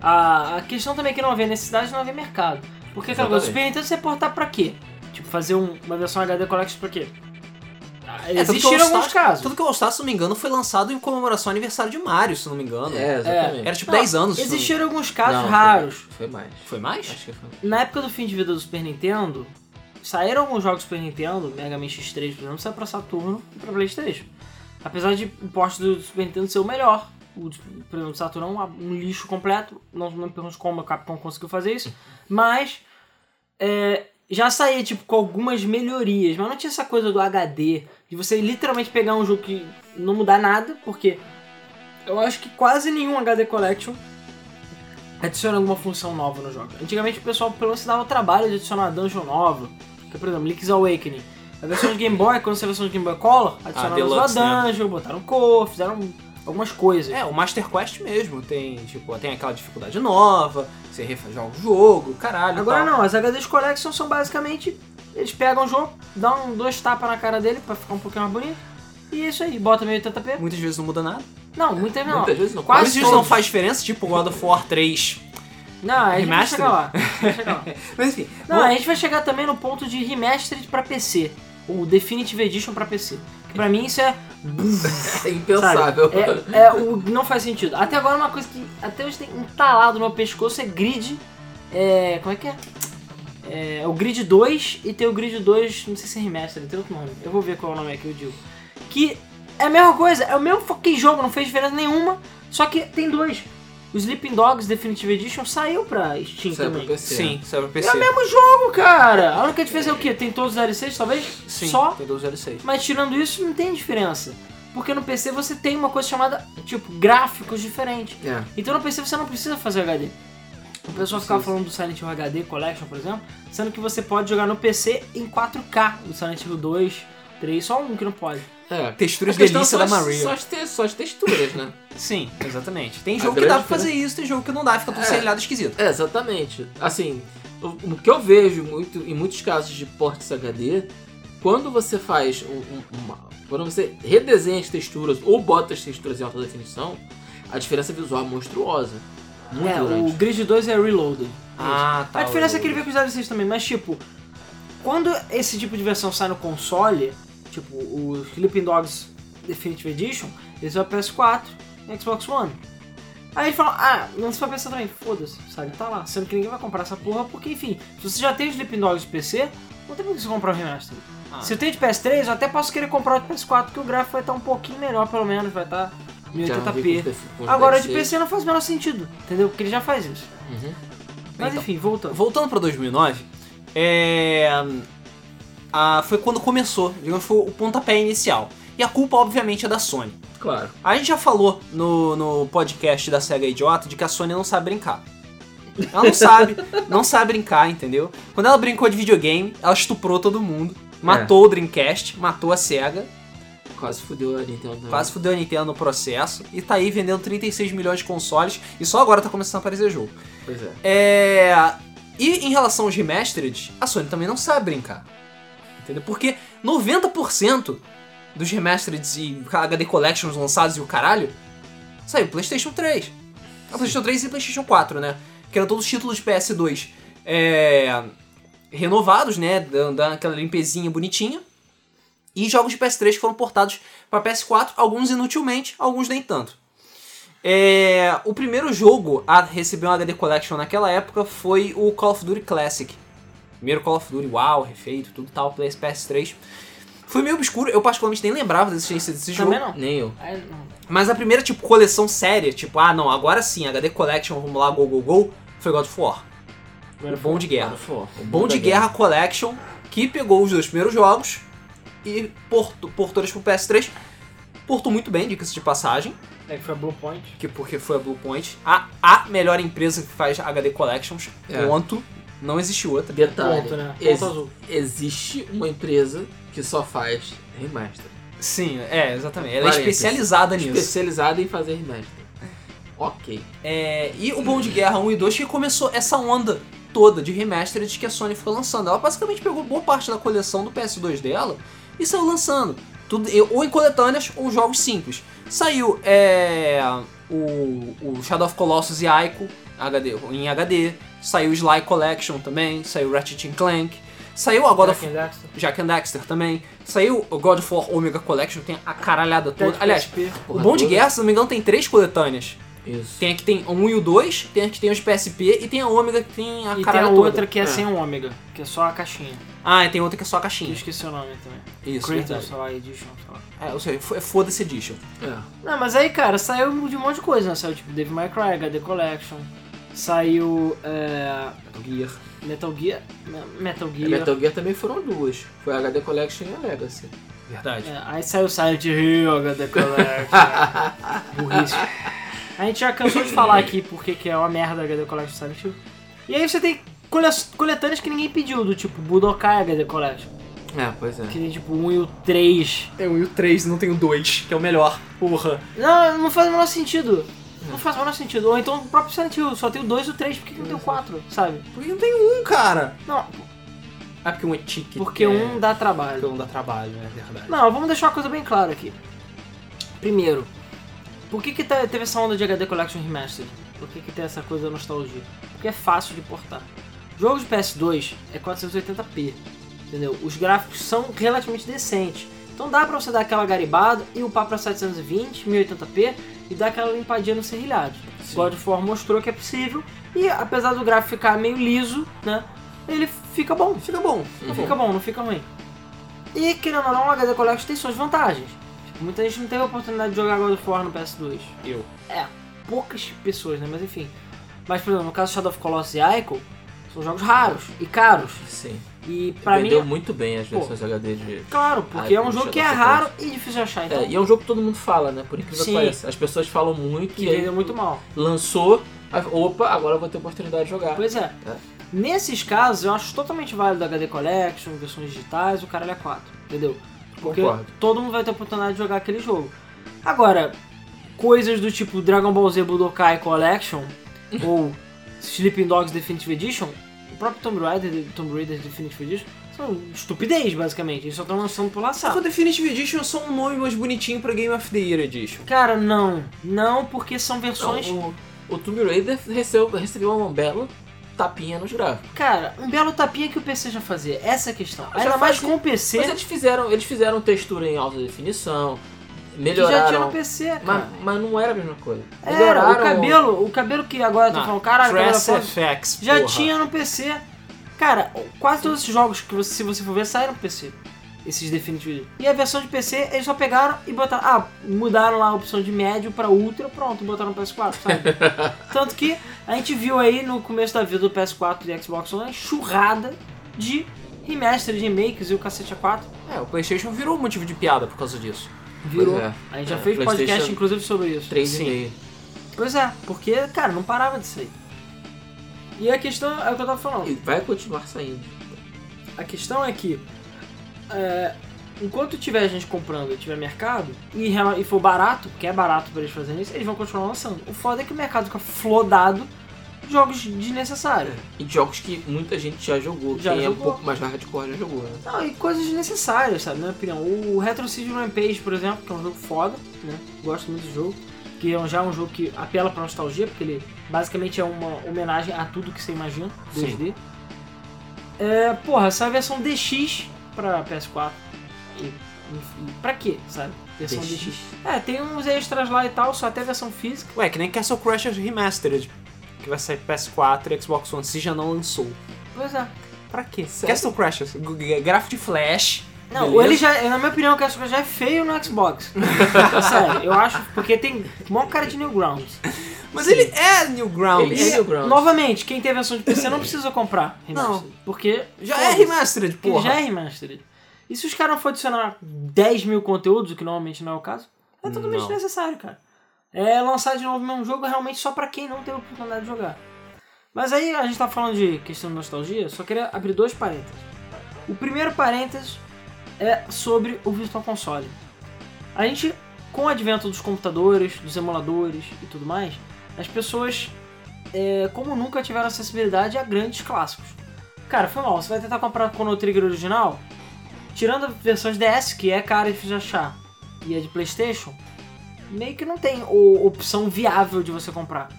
S2: A, a questão também é que não havia necessidade não havia mercado. Porque aquela coisa,
S3: Exatamente.
S2: o Super Nintendo você portar pra quê? Tipo, fazer um- uma versão HD Collection pra quê? Ah,
S1: É, tanto que o
S2: Existiram
S1: All
S2: alguns
S1: Stars-
S2: casos.
S1: Tudo que o All Stars, se não me engano, foi lançado em comemoração ao aniversário de Mario, se não me engano.
S3: É,
S2: É.
S3: exatamente.
S1: Era tipo
S2: Não,
S1: 10 anos. se não me
S2: Existiram alguns casos
S3: Não, foi-
S2: raros.
S3: Foi mais.
S1: engano. Foi mais?
S3: Acho que foi mais.
S2: Na época do fim de vida do Super Nintendo, saíram alguns jogos do Super Nintendo, Mega Man X3, por exemplo, saiu pra Saturno e pra Playstation. Apesar de o porte do Super Nintendo ser o melhor, o, do- por exemplo, do Saturno é um, um lixo completo, não me pergunto como a Capcom conseguiu fazer isso, mas é, já saía tipo, com algumas melhorias, mas não tinha essa coisa do HD, de você literalmente pegar um jogo que não mudar nada, porque eu acho que quase nenhum HD Collection adiciona alguma função nova no jogo. Antigamente o pessoal pelo menos se dava o trabalho de adicionar uma dungeon nova, que por exemplo, Link's Awakening. A versão de Game Boy, quando saiu a versão de Game Boy Color, adicionaram uma
S1: Ah, Deluxe, né?
S2: dungeon, botaram cor, fizeram algumas coisas.
S1: É, o Master Quest mesmo. Tem, tipo, tem aquela dificuldade nova, você refajar o jogo, caralho. e
S2: Agora
S1: tal.
S2: não, as HDs Collection são basicamente. Eles pegam o jogo, dão dois tapas na cara dele pra ficar um pouquinho mais bonito. E é isso aí, bota meio 80p.
S1: Muitas vezes não muda nada.
S2: Não, muita não.
S3: Muitas vezes não.
S2: Quase
S1: Muitas vezes não
S2: todos.
S1: faz diferença, tipo God of War 3.
S2: Não, a gente vai
S1: Remaster?
S2: chegar lá. a gente vai chegar lá.
S1: Mas enfim.
S2: Não,
S1: vamos-
S2: a gente vai chegar também no ponto de remastered pra PC. O Definitive Edition pra PC. Que pra mim isso é.
S3: É impensável.
S2: sabe? É, é o, não faz sentido. Até agora uma coisa que até hoje tem entalado no meu pescoço é grid. É. Como é que é? É, é o Grid 2 e tem o Grid 2, não sei se é remaster, tem outro nome. Eu vou ver qual nome é que eu digo. Que é a mesma coisa, é o mesmo fucking jogo, não fez diferença nenhuma, só que tem dois. O Sleeping Dogs Definitive Edition saiu pra Steam
S3: Saiu pra
S2: também.
S3: PC.
S1: Sim, saiu pra
S2: É
S1: PC.
S2: o mesmo jogo, cara! A única diferença é o quê? Tem todos os DLCs, talvez?
S1: Sim,
S2: Só?
S1: tem 1206.
S2: Mas tirando isso, não tem diferença. Porque no PC você tem uma coisa chamada, tipo, gráficos diferentes.
S3: É.
S2: Então no PC você não precisa fazer HD. O pessoal ficava
S3: Precisa.
S2: falando do Silent Hill HD Collection, por exemplo, sendo que você pode jogar no PC em 4K, o Silent Hill 2, 3, só um que não pode.
S3: É.
S1: Texturas
S3: A questão
S1: delícia
S3: são
S1: da
S3: as-
S1: Maria.
S3: Só as, te- só as texturas, né?
S1: Sim, exatamente. Tem
S3: A
S1: jogo que dá pra
S3: grande
S1: fazer isso, tem jogo que não dá, fica tudo
S3: É.
S1: serrilhado esquisito.
S3: É, exatamente. Assim, o, o que eu vejo muito em muitos casos de portes HD, quando você faz um, um- uma- quando você redesenha as texturas ou bota as texturas em alta definição, a diferença visual é monstruosa. Muito
S2: é,
S3: grande.
S2: o Grid 2 é Reloaded.
S1: Ah, tá.
S2: a diferença
S1: o-
S2: é que ele veio com os DLCs também, mas tipo, quando esse tipo de versão sai no console, tipo o Sleeping Dogs Definitive Edition, eles vão pra PS4 e Xbox One. Aí ele fala, ah, não se vai pensar também, foda-se, sabe, tá lá. Sendo que ninguém vai comprar essa porra, porque enfim, se você já tem o Sleeping Dogs de PC, não tem por que você comprar o remaster.
S1: Ah.
S2: Se eu tenho de PS3, eu até posso querer comprar o de PS4, que o gráfico vai estar um pouquinho melhor, pelo menos, vai tá estar
S3: Já vi com
S2: 1080p.
S3: os def- com os
S2: Agora, de
S3: DLCs.
S2: PC não faz o menor sentido, entendeu? Porque ele já faz isso.
S3: Uhum.
S2: Mas
S1: Então,
S2: enfim, voltando.
S1: Voltando pra 2009, é... ah, foi quando começou, digamos, foi o pontapé inicial. E a culpa, obviamente, é da Sony.
S3: Claro.
S1: A gente já falou no, no podcast da SEGA Idiota de que a Sony não sabe brincar. Ela não sabe, não sabe brincar, entendeu? Quando ela brincou de videogame, ela estuprou todo mundo, matou o Dreamcast, matou a SEGA,
S3: Quase fudeu a Nintendo. também.
S1: quase fudeu a Nintendo no processo, e tá aí vendendo 36 milhões de consoles, e só agora tá começando a aparecer jogo.
S3: Pois é.
S1: É. E em relação aos remastered, a Sony também não sabe brincar. Entendeu? Porque 90% dos remastered e HD Collections lançados e o caralho saiu PlayStation 3. A PlayStation 3 e PlayStation 4, né? Que eram todos os títulos PS2 é, renovados, né? Dando aquela limpezinha bonitinha. E jogos de PS3 que foram portados para PS4, alguns inutilmente, alguns nem tanto. É, o primeiro jogo a receber um HD Collection naquela época foi o Call of Duty Classic. Primeiro Call of Duty, uau, refeito, tudo tal, PS- PS3. Foi meio obscuro, eu particularmente nem lembrava da existência desse jogo.
S2: Também não.
S3: Nem eu.
S2: Aí, não.
S1: Mas a primeira, tipo, coleção séria, tipo, ah, não, agora sim, HD Collection, vamos lá, go, go, go, foi God of War. O Bom de Guerra.
S3: Fó, o
S1: Bom de
S3: da
S1: Guerra Collection, que pegou os dois primeiros jogos e portou, portou eles pro PS3. Portou muito bem, diga-se de passagem,
S2: É que foi a Blue Point.
S1: que porque foi a Bluepoint, a, a melhor empresa que faz HD Collections,
S3: É.
S1: ponto. Não existe outra.
S3: Detalhe.
S2: Ponto, né? Ponto
S3: ex-
S2: azul.
S3: Existe uma empresa que só faz remaster.
S1: Sim, é, exatamente. Ela é
S3: Parênteses.
S1: especializada nisso.
S3: Especializada em fazer remaster. Ok.
S1: É, e o Bom de Guerra 1 e 2 que começou essa onda toda de remastered que a Sony foi lançando. Ela basicamente pegou boa parte da coleção do PS2 dela e saiu lançando. Tudo, ou em coletâneas ou jogos simples. Saiu é, o, o Shadow of Colossus e Ico HD, em HD. Saiu o Sly Collection também. Saiu Ratchet and Clank. Saiu a God of
S2: Jack and Daxter.
S1: Jack and Dexter também. Saiu o God of War Omega Collection. Tem a caralhada toda.
S2: Ted
S1: Aliás,
S2: PSP.
S1: o Bom de
S3: toda.
S1: Guerra, se não me engano, tem três coletâneas.
S3: Isso.
S1: Tem a que tem o 1 e o 2, tem a que tem os PSP e tem a Ômega que tem a
S2: E tem
S1: caralho
S2: a
S1: toda.
S2: outra que é,
S3: É.
S2: sem o ômega, que é só a caixinha.
S1: Ah, e tem outra que é só a
S2: Que eu
S1: caixinha.
S2: esqueci o nome também.
S1: Isso,
S2: Kratos,
S1: verdade.
S2: sei lá, Edition, sei lá.
S1: É, ou seja, fo- é foda-se Edition.
S3: É.
S2: Não, mas aí, cara, saiu de um monte de coisa, né? Saiu tipo Devil May Cry, HD Collection. Saiu é,
S1: Gear.
S2: Metal Gear. Me- Metal
S3: A
S2: Gear.
S3: Metal Gear também foram duas. Foi a HD Collection e a Legacy.
S1: Verdade.
S2: É, aí saiu Silent Hill, HD Collection. né? Burrice. A gente já cansou de falar aqui porque que é uma merda a HD Collection Silent Hill. E aí você tem cole coletâneas que ninguém pediu, do tipo Budokai HD Collection.
S3: É, pois é.
S2: Que tem tipo 1 e o 3.
S1: É, Tem um o 3 não tem o 2, que é o melhor. Porra.
S2: Não, não faz o menor sentido.
S3: É.
S2: Não faz o menor sentido. Ou então o próprio Silent Hill, só tem o 2 e o 3, por que que não tem o 4, sabe?
S1: Por que não tem um, cara?
S2: Não,
S1: Ah, porque um é tique.
S2: porque
S1: é...
S2: um dá
S1: Porque
S2: trabalho.
S1: um dá trabalho, é verdade.
S2: Não, vamos deixar uma coisa bem clara aqui. Primeiro, por que que te- teve essa onda de HD Collection Remastered? Por que que tem essa coisa da nostalgia? Porque é fácil de portar. Jogos de PS2 é 480p, entendeu? Os gráficos são relativamente decentes. Então dá pra você dar aquela garibada e upar pra 720, 1080p e dar aquela limpadinha no serrilhado. God of War mostrou que é possível e apesar do gráfico ficar meio liso, né? ele fica bom.
S1: Fica bom.
S3: Uhum.
S2: Fica bom, não fica ruim. E querendo ou não, o HD Collection tem suas vantagens. Tipo, muita gente não teve a oportunidade de jogar God of War no PS2.
S1: Eu.
S2: É, poucas pessoas, né? Mas enfim. Mas, por exemplo, no caso Shadow of Colossus e Ico, são jogos raros e caros.
S3: Sim.
S2: E pra
S3: Vendeu
S2: mim, é-
S3: muito bem as
S2: Pô.
S3: versões HD de.
S2: claro, porque é
S3: Ico,
S2: um jogo que é
S3: Shadow of
S2: raro e difícil de achar. Então,
S3: É, e é um jogo que todo mundo fala, né? Por incrível
S2: Sim.
S3: que pareça. As pessoas falam muito
S2: que
S3: e aí
S2: vendeu é muito mal.
S3: lançou. aí, Opa, agora eu vou ter oportunidade de jogar.
S2: Pois é.
S3: É.
S2: Nesses casos, eu acho totalmente válido o HD Collection, versões digitais, o caralho é 4, entendeu? Porque
S3: Concordo.
S2: todo mundo vai ter a oportunidade de jogar aquele jogo. Agora, coisas do tipo Dragon Ball Z Budokai Collection ou Sleeping Dogs Definitive Edition, o próprio Tomb Raider, Tomb Raider Definitive Edition, são estupidez, basicamente. Eles só estão lançando
S1: Só
S2: por
S1: que
S2: laçar.
S1: o Ah, Definitive Edition é só um nome mais bonitinho pra Game of the Year Edition.
S2: Cara, não. Não, porque são
S3: Não,
S2: versões...
S3: Então, o, o Tomb Raider recebeu, recebeu uma bela tapinha nos gráficos.
S2: Cara, um belo tapinha que o PC já fazia. Essa é a questão.
S3: Já
S2: Ainda mais
S3: fazia.
S2: com o PC...
S3: Mas eles fizeram, eles fizeram textura em alta definição,
S2: Que já tinha
S3: melhoraram.
S2: no PC, cara.
S3: mas, mas não era a mesma coisa.
S2: Era,
S3: melhoraram
S2: É, o cabelo, o cabelo que agora eu tô
S1: Não,
S2: falando, caralho, cabelo
S1: Dress
S2: da
S3: é
S2: foto,
S1: FX,
S2: já
S1: porra.
S2: tinha no PC. Cara, quase todos esses jogos que você, se você for ver, saíram no PC. Esses Definitive. E a versão de PC, eles só pegaram e botaram. Ah, mudaram lá a opção de médio pra ultra, pronto, botaram no PS4, sabe? Tanto que a gente viu aí no começo da vida do PS4 e Xbox One, churrada de remasters, remakes e o cacete a 4
S1: É, o PlayStation virou motivo de piada por causa disso.
S2: virou.
S3: Pois é.
S2: A gente já
S3: É,
S2: fez podcast,
S3: PlayStation
S2: inclusive, sobre isso.
S3: 3,5.
S2: Pois é, porque, cara, não parava disso aí. E a questão é o que eu tava
S3: E
S2: falando.
S3: vai continuar saindo.
S2: A questão é que é, enquanto tiver gente comprando e tiver mercado, e, rela- e for barato, porque é barato pra eles fazerem isso, eles vão continuar lançando. O foda é que o mercado fica flodado de jogos desnecessários.
S3: E de jogos que muita gente já jogou.
S2: Já
S3: quem é um
S2: jogou.
S3: pouco mais hardcore já jogou, né?
S2: Não, e coisas desnecessárias, sabe? Na minha opinião. O Retro City Rampage, por exemplo, que é um jogo foda, né? Gosto muito do jogo. Que é um- já um jogo que apela pra nostalgia, porque ele basicamente é uma homenagem a tudo que você imagina, 2D. É, porra, essa versão DX pra PS4. E, enfim, pra quê, sabe? Versão DX. É, tem uns extras lá e tal, só até versão física.
S1: Ué, que nem Castle Crashers Remastered, que vai sair PS4 e Xbox One, se já não lançou.
S2: Pois é.
S1: Pra quê?
S3: Sério?
S1: Castle Crashers, g- g- gráfico de flash.
S2: Não,
S1: Beleza?
S2: ele já, na minha opinião, o Crash Bandicoot já é feio no Xbox. Sério, eu acho, porque tem mó cara de Newgrounds.
S1: Mas ele é Newgrounds.
S3: Ele é
S1: Ele
S3: Newgrounds.
S2: Novamente, quem tem a versão de PC não precisa comprar
S1: Não.
S2: remastered. Porque
S1: Já é
S2: foda-se,
S1: Remastered,
S2: porque
S1: porra.
S2: já é remastered. E se os caras não for adicionar 10 mil conteúdos, o que normalmente não é o caso, é totalmente
S1: Não.
S2: necessário, cara. É lançar de novo o mesmo jogo realmente só pra quem não teve a oportunidade de jogar. Mas aí a gente tá falando de questão de nostalgia, só queria abrir dois parênteses. O primeiro parênteses é sobre o Virtual Console. A gente, com o advento dos computadores, dos emuladores e tudo mais, as pessoas, é, como nunca, tiveram acessibilidade a grandes clássicos. Cara, foi mal, você vai tentar comprar com o Trigger original? Tirando versões DS, que é cara e difícil de achar, e é de Playstation, meio que não tem o- opção viável de você comprar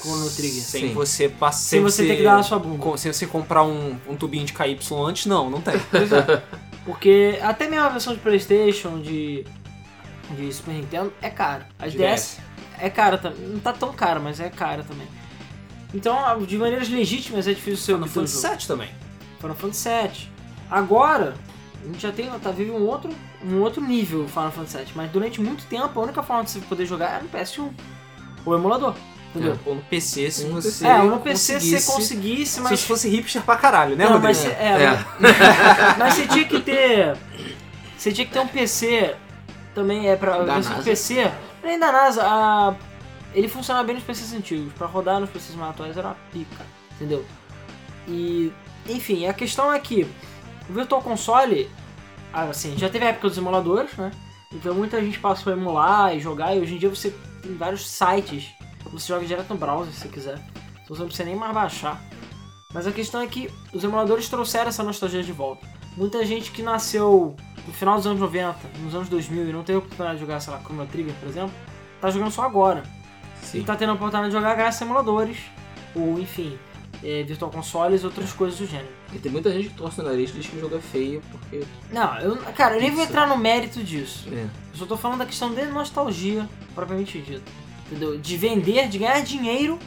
S2: Chrono Trigger.
S1: Sem
S3: Sim.
S1: você passar.
S2: Sem você ter que dar na sua bunda.
S1: com- Sem você comprar um, um tubinho de KY antes, não, não tem.
S2: Pois é. Porque até mesmo a versão de Playstation, de, de Super Nintendo, é cara. As
S1: De
S2: DS é cara também. Não tá tão cara, mas é cara também. Então, de maneiras legítimas, é difícil ser
S1: No
S2: obter o
S1: Fantasy
S2: jogo.
S1: VII também.
S2: Final Fantasy VII. Agora, a gente já tem, tá vive um outro, um outro nível o Final Fantasy VII. Mas durante muito tempo, a única forma de você poder jogar era no PS1. Ou emulador, entendeu?
S1: Ou no PC, se
S3: Um
S1: você.
S3: Se
S2: É, ou É. no PC se
S1: conseguisse-
S2: você conseguisse,
S1: Se
S2: mas...
S1: você fosse hipster pra caralho, né,
S2: não,
S1: Rodrigo?
S2: mas, cê- é,
S3: É.
S2: Mas você tinha que ter. Você tinha que ter um PC. Também é pra.
S3: Da
S2: esse
S3: NASA.
S2: PC. Nem da NASA. a- ele funcionava bem nos PCs antigos. Pra rodar nos PCs mais atuais era uma pica. Entendeu? E. Enfim, a questão é que. O Virtual Console. ah, Assim, já teve a época dos emuladores, né? Então muita gente passou a emular e jogar. E hoje em dia você tem vários sites. Você joga direto no browser se você quiser. Então você não precisa nem mais baixar. Mas a questão é que os emuladores trouxeram essa nostalgia de volta. Muita gente que nasceu no final dos anos 90, nos anos 2000 e não teve a oportunidade de jogar, sei lá, Chrono Trigger, por exemplo, tá jogando só agora. E
S3: Sim.
S2: tá tendo a oportunidade de jogar graças a emuladores, ou enfim, eh, Virtual Consoles e outras coisas do gênero.
S3: E tem muita gente que torce o nariz e diz que o jogo é feio, porque.
S2: Não, eu, cara, eu nem vou
S3: Isso.
S2: entrar no mérito disso.
S3: É.
S2: Eu só tô falando da questão de nostalgia, propriamente dita. Entendeu? De vender, de ganhar dinheiro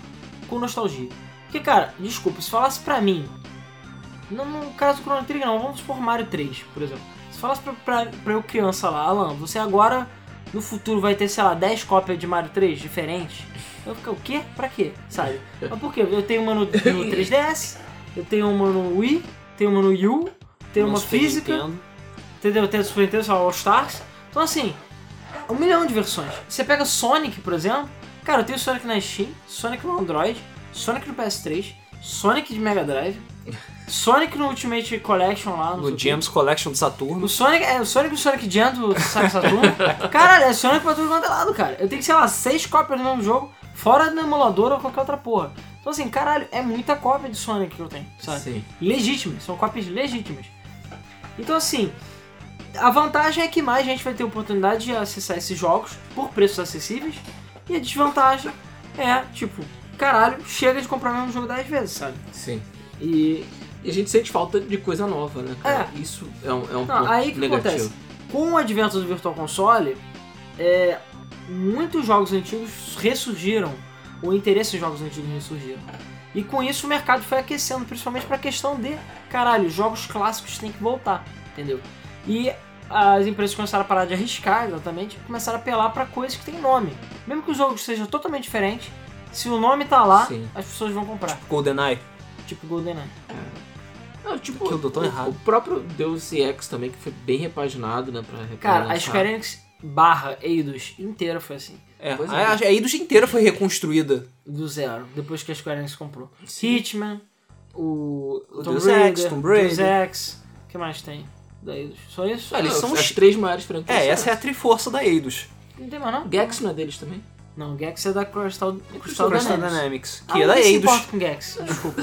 S2: com nostalgia. Porque, cara, desculpa, se falasse pra mim Não, no caso do Chrono Trigger, não. Vamos supor Mario 3, por exemplo. Se falasse pra, pra, pra eu criança lá, Alan, você agora, no futuro, vai ter, sei lá, 10 cópias de Mario 3 diferentes. Eu fico, o quê? Pra quê? Sabe? Mas por quê? Eu tenho uma no, no 3DS, eu tenho uma no Wii, tenho uma no U, tenho
S1: No
S2: uma
S1: Super
S2: física,
S1: Nintendo.
S2: entendeu? Tenho a Super Nintendo, sei lá, All Stars. Então, assim, um milhão de versões. Você pega Sonic, por exemplo. Cara, eu tenho Sonic na Steam, Sonic no Android, Sonic no PS3, Sonic de Mega Drive, Sonic no Ultimate Collection lá. não sei o
S1: No
S2: quê.
S1: Gems Collection do Saturno.
S2: O Sonic, é, o Sonic e o Sonic Jam do Sega Saturn. Caralho, é Sonic pra tudo quanto é lado, cara. Eu tenho, sei lá, seis cópias do mesmo jogo, fora do emulador ou qualquer outra porra. Então assim, caralho, é muita cópia de Sonic que eu tenho, sabe?
S3: Sim.
S2: Legítimas, são cópias legítimas. Então assim, a vantagem é que mais gente vai ter oportunidade de acessar esses jogos por preços acessíveis. E a desvantagem é, tipo, caralho, chega de comprar o mesmo jogo 10 vezes, sabe?
S3: Sim.
S2: E
S3: E a gente sente falta de coisa nova, né, cara? Isso é um, é um
S2: Não,
S3: ponto
S2: aí que
S3: negativo.
S2: acontece. Com o advento do Virtual Console, é, muitos jogos antigos ressurgiram. O interesse em jogos antigos ressurgiram. E com isso o mercado foi aquecendo, principalmente para a questão de, caralho, jogos clássicos têm que voltar, entendeu? E as empresas começaram a parar de arriscar, exatamente, e começaram a apelar para coisas que têm nome. Mesmo que os jogos sejam totalmente diferentes, se o nome tá lá,
S3: Sim.
S2: as pessoas vão comprar.
S1: GoldenEye.
S2: Tipo GoldenEye.
S3: Não, tipo,
S1: Que eu tô tão
S3: o,
S1: errado.
S3: o próprio Deus Ex também, que foi bem repaginado, né, pra
S2: Cara, a
S3: relançar.
S2: Square Enix barra Eidos inteira foi assim.
S1: É,
S3: Pois é.
S1: a, a Eidos inteira foi reconstruída.
S2: do zero, depois que a Square Enix comprou.
S3: Sim.
S2: Hitman, o,
S1: O
S2: Tomb
S1: Deus
S2: Raider,
S1: Ex, Tomb Raider.
S2: Deus Ex, o que mais tem? Daí, só isso?
S1: Ah, eles
S3: Não,
S1: são
S3: as
S1: os-
S3: três maiores franquias.
S1: É, essa é a triforça da Eidos.
S2: Não tem mais não?
S3: Gex não é deles também?
S2: Não, Gex é da Crystal, Crystal
S1: Crystal
S2: Dynamics.
S1: Dynamics.
S2: Ah,
S1: Que é
S2: eu
S1: da
S2: nem se
S1: Eidos.
S2: importo com Gex, desculpa.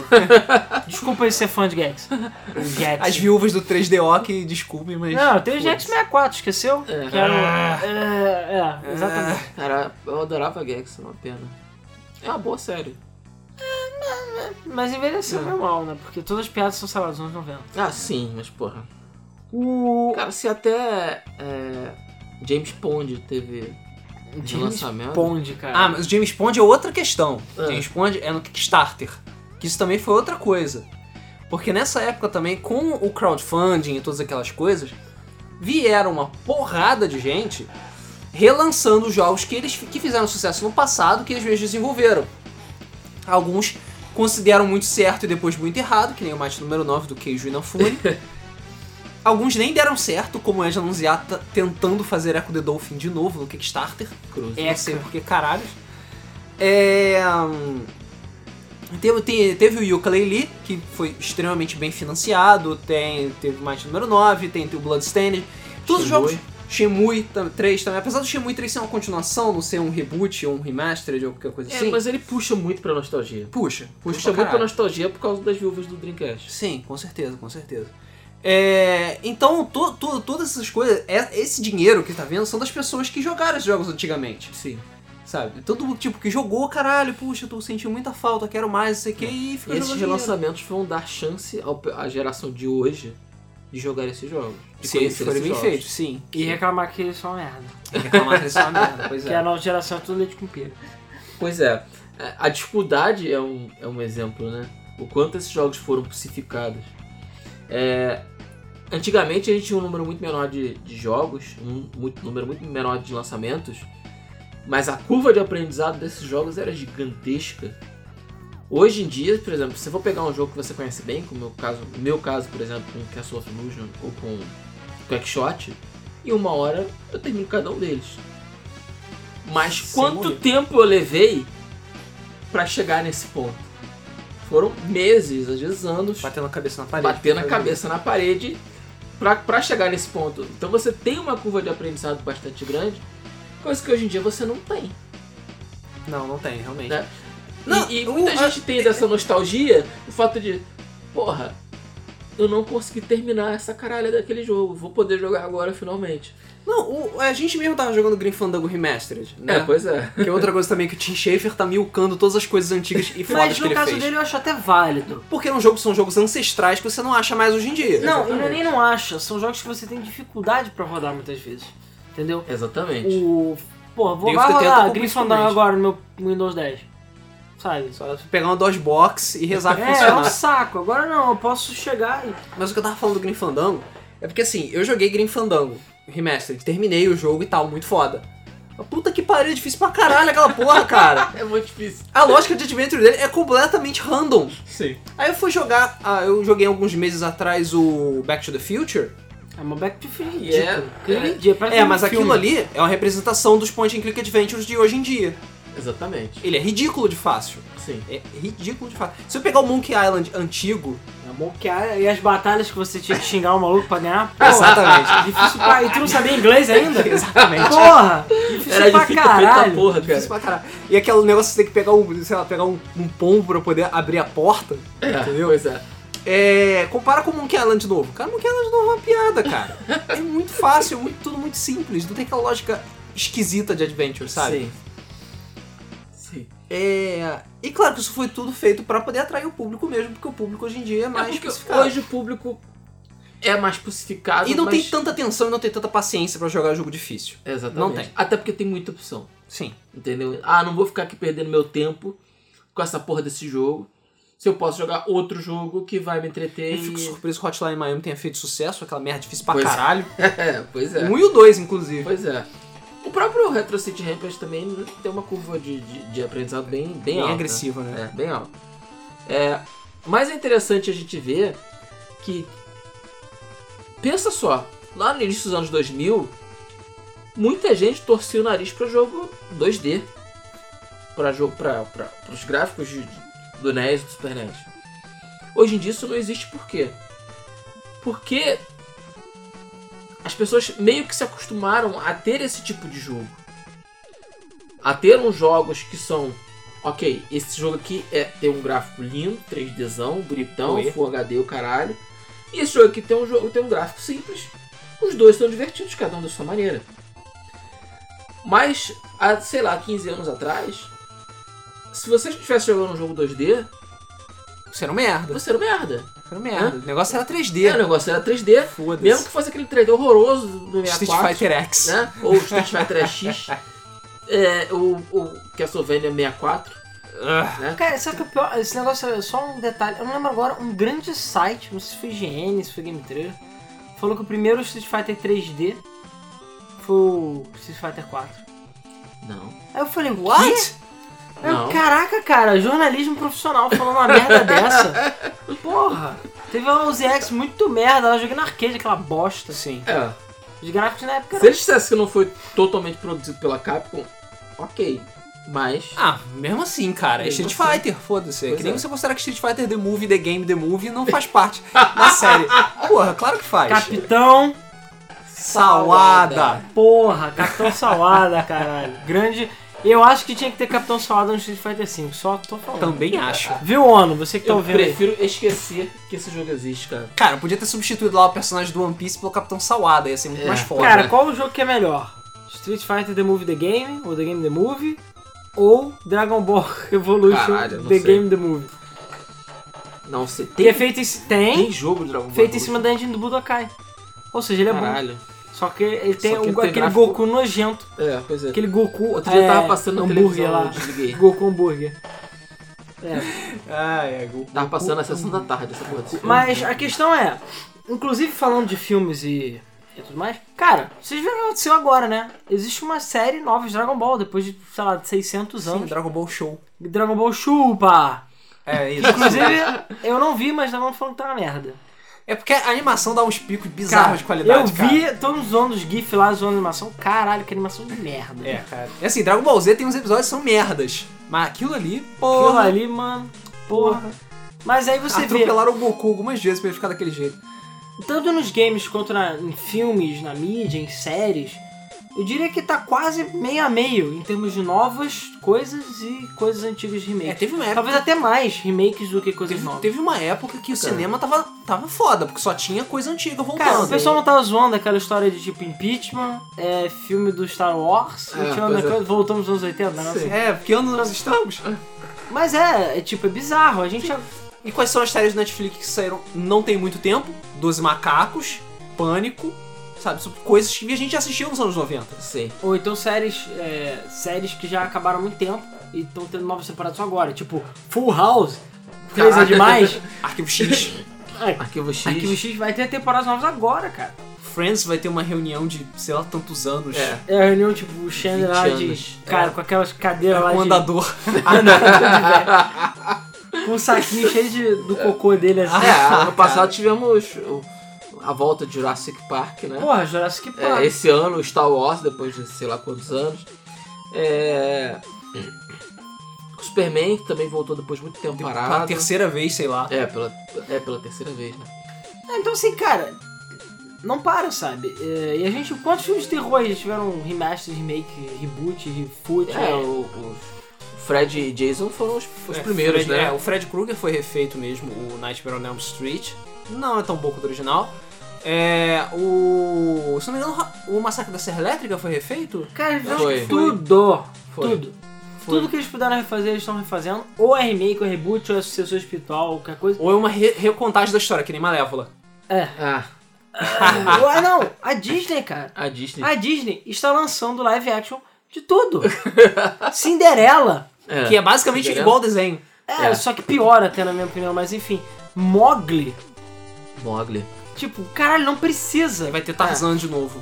S2: desculpa aí ser fã de Gex. O Gex.
S1: As viúvas do 3DO que desculpem, mas.
S2: Não, tem o
S1: Putz.
S2: Gex 64, esqueceu?
S3: É.
S2: Que era o-
S1: Ah.
S2: é, é, exatamente.
S3: Cara, eu adorava Gex, é uma pena. É uma boa série.
S1: Ah.
S2: Mas envelheceu
S3: É.
S2: meio mal, né? Porque todas as piadas são, sei lá, dos anos 90.
S3: Ah, sim, mas porra.
S2: O
S3: Cara, se até é, James Pond teve um
S2: James
S3: lançamento.
S2: Bond, cara.
S1: Ah, mas o James Bond é outra questão.
S3: Ah.
S1: James Bond é no Kickstarter. Que isso também foi outra coisa. Porque nessa época também, com o crowdfunding e todas aquelas coisas, vieram uma porrada de gente relançando os jogos que eles que fizeram sucesso no passado, que eles mesmos desenvolveram. Alguns consideram muito certo e depois muito errado, que nem o match número 9 do Keiju Inafune. Alguns nem deram certo, como é de Annunziata tentando fazer Echo the Dolphin de novo no Kickstarter.
S3: Cruz.
S1: É,
S2: Eca.
S1: não sei porque caralho. É, hum, teve, te- teve o Yuka Leili, que foi extremamente bem financiado. Tem, teve o Might número 9, tem, tem o Bloodstained. Todos
S3: Shenmue.
S1: os jogos. Shenmue tam- 3 também. Apesar do Shenmue 3 ser uma continuação, não ser um reboot ou um remastered ou qualquer coisa
S3: É,
S1: assim.
S3: mas ele puxa muito pra nostalgia.
S1: Puxa, puxa,
S3: Puxa,
S1: puxa
S3: muito pra nostalgia por causa das viúvas do Dreamcast.
S1: Sim, com certeza, com certeza. É, então, to- to- todas essas coisas, é- esse dinheiro que tá vendo são das pessoas que jogaram esses jogos antigamente.
S3: Sim.
S1: Sabe? Todo mundo, tipo, que jogou, caralho, puxa, eu tô sentindo muita falta, quero mais, não sei o que, e
S3: E
S1: fica
S3: esses
S1: jogando dinheiro.
S3: relançamentos vão dar chance ao pe- à geração de hoje de jogar esses jogos. de
S1: Se eles
S3: conhecer
S1: forem
S3: esses
S1: bem
S3: jogos.
S1: feitos, sim.
S2: E reclamar que eles são uma merda.
S1: Reclamar que isso é uma merda, pois
S2: Que a
S1: é.
S2: nova geração é tudo leite com pera.
S3: Pois é. É, A dificuldade é um, é um exemplo, né? O quanto esses jogos foram pulsificados. É, antigamente a gente tinha um número muito menor de, de jogos, um muito- número muito menor de lançamentos, mas a curva de aprendizado desses jogos era gigantesca. Hoje em dia, por exemplo, se eu for pegar um jogo que você conhece bem, como meu caso, meu caso, por exemplo, com Castle of Illusion ou com Quackshot, em uma hora eu termino cada um deles. Mas
S1: Sem
S3: quanto
S1: morrer.
S3: tempo eu levei pra chegar nesse ponto? Foram meses, às vezes anos
S1: Batendo a cabeça na parede.
S3: batendo a cabeça na parede pra, pra chegar nesse ponto. Então você tem uma curva de aprendizado bastante grande, coisa que hoje em dia você não tem.
S1: Não, não tem, realmente.
S3: Né?
S1: Não,
S3: e e
S1: o-
S3: muita
S1: a-
S3: gente tem dessa nostalgia, o fato de, porra, eu não consegui terminar essa caralha daquele jogo, vou poder jogar agora finalmente.
S1: Não, o- a gente mesmo tava jogando Green Fandango Remastered, né?
S3: É, pois é.
S1: Que é outra coisa também que o Tim Schafer tá milcando todas as coisas antigas e fodas
S2: Mas
S1: que
S2: no
S1: ele
S2: caso
S1: fez.
S2: dele eu acho até válido.
S1: Porque é um jogo, são jogos ancestrais que você não acha mais hoje em dia.
S2: Não,
S3: Exatamente.
S2: eu nem não acha. São jogos que você tem dificuldade pra rodar muitas vezes. Entendeu?
S3: Exatamente.
S2: O. Porra, vou
S1: Deus
S2: lá
S1: te tenta
S2: rodar
S1: com
S2: Grim Fandango
S1: principalmente.
S2: agora no meu Windows 10. sabe?
S1: Só pegar uma DOS Box e rezar pra
S2: É, é um
S1: funcionar.
S2: saco. Agora não, eu posso chegar e...
S1: Mas o que eu tava falando do Grim Fandango é porque assim, eu joguei Grim Fandango Remastered, terminei o jogo e tal, muito foda. Mas Puta que pariu, é difícil pra caralho aquela porra, cara.
S3: É muito difícil.
S1: A lógica de adventure dele é completamente random.
S3: Sim.
S1: Aí eu fui jogar, ah, eu joguei alguns meses atrás o Back to the Future.
S2: É uma back to free. tipo,
S3: E é- é.
S1: É,
S2: um
S1: mas aquilo ali é uma representação dos point and click adventures de hoje em dia.
S3: Exatamente.
S1: Ele é ridículo de fácil.
S3: Sim.
S1: É ridículo de fácil. Se eu pegar o Monkey Island antigo,
S2: É bom que a- e as batalhas que você tinha que xingar o maluco pra ganhar, porra.
S1: Exatamente.
S2: Difícil pra... E tu não sabia inglês ainda?
S1: Exatamente.
S2: Porra! Difícil
S3: Era
S2: pra
S3: difícil pra
S2: caralho.
S3: porra,
S1: é difícil
S3: cara.
S1: pra caralho. E aquele negócio que você tem que pegar um, sei lá, pegar um, um pombo pra poder abrir a porta.
S3: É,
S1: Entendeu?
S3: Pois é.
S1: É, compara com o Monkey Island novo. Cara, Monkey Island novo é uma piada, cara. É muito fácil, muito, tudo muito simples. Não tem aquela lógica esquisita de adventure, sabe?
S3: Sim. Sim.
S1: É, e claro que isso foi tudo feito pra poder atrair o público mesmo, porque o público hoje em dia é
S3: É
S1: mais
S3: porque
S1: especificado.
S3: hoje o público é mais especificado.
S1: E não
S3: mas...
S1: tem tanta atenção e não tem tanta paciência pra jogar jogo difícil.
S3: Exatamente.
S1: Não tem.
S3: Até porque tem muita opção.
S1: Sim.
S3: Entendeu? Ah, não vou ficar aqui perdendo meu tempo com essa porra desse jogo. Se eu posso jogar outro jogo que vai me entreter
S1: Eu fico
S3: e...
S1: surpreso que Hotline Miami tenha feito sucesso, aquela merda difícil pra
S3: Pois é.
S1: caralho.
S3: É, pois é.
S1: Um e o dois, inclusive.
S3: Pois é. O próprio Retro City Rampage também tem uma curva de, de, de aprendizado bem, bem,
S1: Bem,
S3: alta.
S1: agressivo, né?
S3: É, bem alta. É, mas é interessante a gente ver que... Pensa só, lá no início dos anos 2000, muita gente torcia o nariz para jogo 2D. Para jogo, os gráficos de- de- do NES e do Super NES. Hoje em dia isso não existe por quê? Porque as pessoas meio que se acostumaram a ter esse tipo de jogo. A ter uns jogos que são, ok, esse jogo aqui é tem um gráfico lindo, 3Dzão, bonitão,
S1: Ué.
S3: Full HD o caralho. E esse jogo aqui tem um jogo, tem um gráfico simples. Os dois são divertidos, cada um da sua maneira. Mas há, sei lá, 15 anos atrás, se você estivesse jogando um jogo 2D,
S1: Isso era um merda.
S3: você era um merda.
S1: Isso era um merda. O negócio era
S3: É, o
S1: 3D.
S3: negócio era 3D, mesmo
S1: Foda-se.
S3: que fosse aquele 3D horroroso do
S1: Street
S3: 64,
S1: Fighter X.
S3: né? Ou Street Fighter X, é, o, o Castlevania 64.
S1: Ah,
S2: Cara, sabe que o pior? Esse negócio é só um detalhe. Eu não lembro agora, um grande site, não sei se foi IGN, se foi Game Trailer, falou que o primeiro Street Fighter 3D foi o Street Fighter 4.
S3: Não.
S2: Aí eu falei, what? Aí eu,
S3: Não.
S2: Caraca, cara, jornalismo profissional falando uma merda dessa. Porra! Teve uma UZX muito merda, ela jogando arcade, aquela bosta.
S1: Sim.
S3: É,
S2: Os gráficos na época
S3: se eles dissessem que não foi totalmente produzido pela Capcom, ok. Mas,
S1: Ah, mesmo assim, cara, é
S3: Mesmo
S1: Street
S3: assim.
S1: Fighter, foda-se. É
S3: Pois
S1: que nem
S3: é.
S1: você considerar que Street Fighter The Movie, The Game, The Movie não faz parte da série. Porra, claro que faz.
S2: Capitão,
S1: Salada.
S2: porra, Capitão Salada, caralho. Grande. Eu acho que tinha que ter Capitão Salada no Street Fighter V, só tô falando.
S1: Também acho.
S2: Viu, Ono? Você que tá
S3: eu
S2: ouvindo aí.
S3: prefiro esquecer que esse jogo existe, cara.
S1: Cara, podia ter substituído lá o personagem do One Piece pelo Capitão Salada, ia ser muito
S3: É.
S1: mais foda.
S2: Cara, qual o jogo que é melhor? Street Fighter The Movie The Game, ou The Game The Movie, ou Dragon Ball Evolution
S3: Caralho, eu não
S2: The
S3: sei.
S2: Game The Movie.
S3: Não, você tem,
S2: Que é feito em, ci- tem,
S3: tem jogo de Dragon Ball.
S2: feito em cima da engine do Budokai. Ou seja, ele é bom.
S3: Caralho.
S2: Só que ele tem,
S3: Só que
S2: um-
S3: ele tem
S2: aquele
S3: gráfico-
S2: Goku nojento.
S3: É, pois é.
S2: Aquele Goku.
S3: Outro dia eu
S2: é,
S3: tava passando na
S2: hambúrguer
S3: televisão,
S2: lá.
S3: eu desliguei.
S2: Goku hambúrguer. É.
S1: Ah, é, Goku.
S3: Tava passando na sessão da tarde, essa porra desse filme.
S2: Mas a questão é, inclusive falando de filmes e, e tudo mais, cara, vocês viram o que aconteceu agora, né? Existe uma série nova de Dragon Ball, depois de, sei lá, de 600
S1: Sim,
S2: anos.
S1: Dragon Ball Show.
S2: Dragon Ball Chupa!
S1: É isso.
S2: Inclusive, eu não vi, mas estavam falando que tá uma merda.
S1: É porque a animação dá uns picos bizarros de qualidade,
S2: eu
S1: cara.
S2: vi todos zoando os GIF lá, zoando a animação. Caralho, que animação de merda.
S1: É, cara. É assim, Dragon Ball Z tem uns episódios que são merdas. Mas aquilo ali, porra.
S2: Aquilo ali, mano, porra. Mas aí você vê...
S1: atropelaram o Goku algumas vezes pra ele ficar daquele jeito.
S2: tanto nos games quanto na- em filmes, na mídia, em séries, eu diria que tá quase meio a meio em termos de novas coisas e coisas antigas de
S1: É,
S2: remake.
S1: teve uma época.
S2: Talvez até mais remakes do que coisas
S1: Teve,
S2: novas.
S1: teve uma época que o
S3: Cara.
S1: cinema tava, tava foda, porque só tinha coisa antiga voltando.
S2: Cara, o pessoal não tava zoando aquela história de tipo impeachment, é, filme do Star Wars,
S3: É,
S2: e tinha
S3: pois
S2: uma
S3: é.
S2: coisa- voltamos aos anos 80, né?
S3: Sim.
S1: É, porque ano nós estamos?
S2: Mas é, é tipo, é bizarro. A gente.
S1: E quais são as séries do Netflix que saíram não tem muito tempo? Doze Macacos, Pânico, sabe? Sobre coisas que a gente já assistiu nos anos 90.
S3: Sim.
S2: Ou então séries, é, séries que já acabaram há muito tempo e estão tendo novas temporadas só agora. Tipo, Full House, coisa
S3: Caraca.
S2: demais.
S1: Arquivo X.
S2: É,
S3: Arquivo X.
S2: Arquivo X vai ter temporadas novas agora, cara.
S1: Friends vai ter uma reunião de, sei lá, tantos anos.
S3: É.
S2: É a reunião, tipo, o Chandler lá
S3: 20
S2: de.
S3: anos. É,
S2: Cara, com aquelas cadeiras lá
S1: Um
S2: de.
S1: andador.
S2: Com um saquinho cheio de, do cocô dele assim.
S3: É, ano passado tivemos o- a volta de Jurassic Park, né?
S2: Porra, Jurassic
S3: É,
S2: Park.
S3: esse ano o Star Wars, depois de sei lá quantos anos. É... O Superman que também voltou depois de muito tempo
S1: Pela
S3: parado.
S1: terceira vez, sei lá.
S3: É, pela, é, pela terceira vez, né?
S2: Ah, Então, assim, cara, não para, sabe? É, E a gente, quantos filmes de terror aí já tiveram remaster, remake, reboot, refoot?
S3: É, o, o Fred e Jason foram os, os
S1: É,
S3: primeiros,
S1: Fred-
S3: né?
S1: é, o Fred Krueger foi refeito mesmo, o Nightmare on Elm Street. Não é tão bom quanto o original. É, o. Se não me engano, o Massacre da Serra Elétrica foi refeito?
S2: Cara, eles
S3: Foi.
S2: fizeram tudo.
S3: Foi.
S2: Tudo.
S3: Foi.
S2: Tudo que eles puderam refazer, eles estão refazendo. Ou é remake, ou é reboot, ou é sucessor espiritual, qualquer coisa.
S1: Ou é uma re- recontagem da história, que nem Malévola.
S2: É.
S3: Ah,
S2: ah, não, a Disney, cara.
S3: a Disney.
S2: A Disney está lançando live action de tudo. Cinderela.
S3: É.
S1: Que é basicamente
S3: Entendeu?
S1: igual ao desenho.
S2: É,
S3: É.
S2: só que pior até, na minha opinião, mas enfim. Mogli.
S3: Mogli.
S2: Tipo, caralho, não precisa.
S1: Vai
S3: É.
S1: ter Tarzan de novo.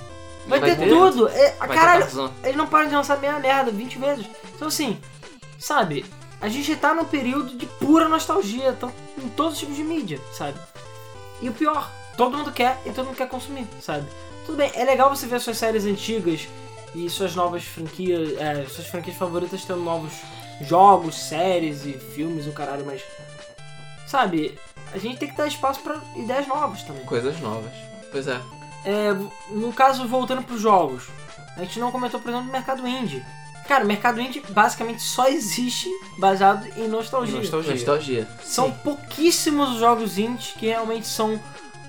S2: Vai,
S3: Vai
S2: ter,
S3: ter.
S2: tudo. É,
S1: Vai
S2: caralho,
S1: ter Tarzan.
S2: eles não param de lançar meia merda 20 vezes. Então assim, sabe, a gente tá num período de pura nostalgia, tão, em todos os tipos de mídia, sabe? E o pior, todo mundo quer e todo mundo quer consumir, sabe? Tudo bem, é legal você ver suas séries antigas e suas novas franquias, é, suas franquias favoritas tendo novos jogos, séries e filmes, o caralho, mas sabe, a gente tem que dar espaço pra ideias novas também.
S3: Coisas novas. Pois é.
S2: É, no caso, voltando pros jogos, a gente não comentou, por exemplo, do mercado indie. Cara, o mercado indie basicamente só existe baseado em nostalgia.
S1: Nostalgia.
S3: Nostalgia.
S2: São pouquíssimos os jogos indies que realmente são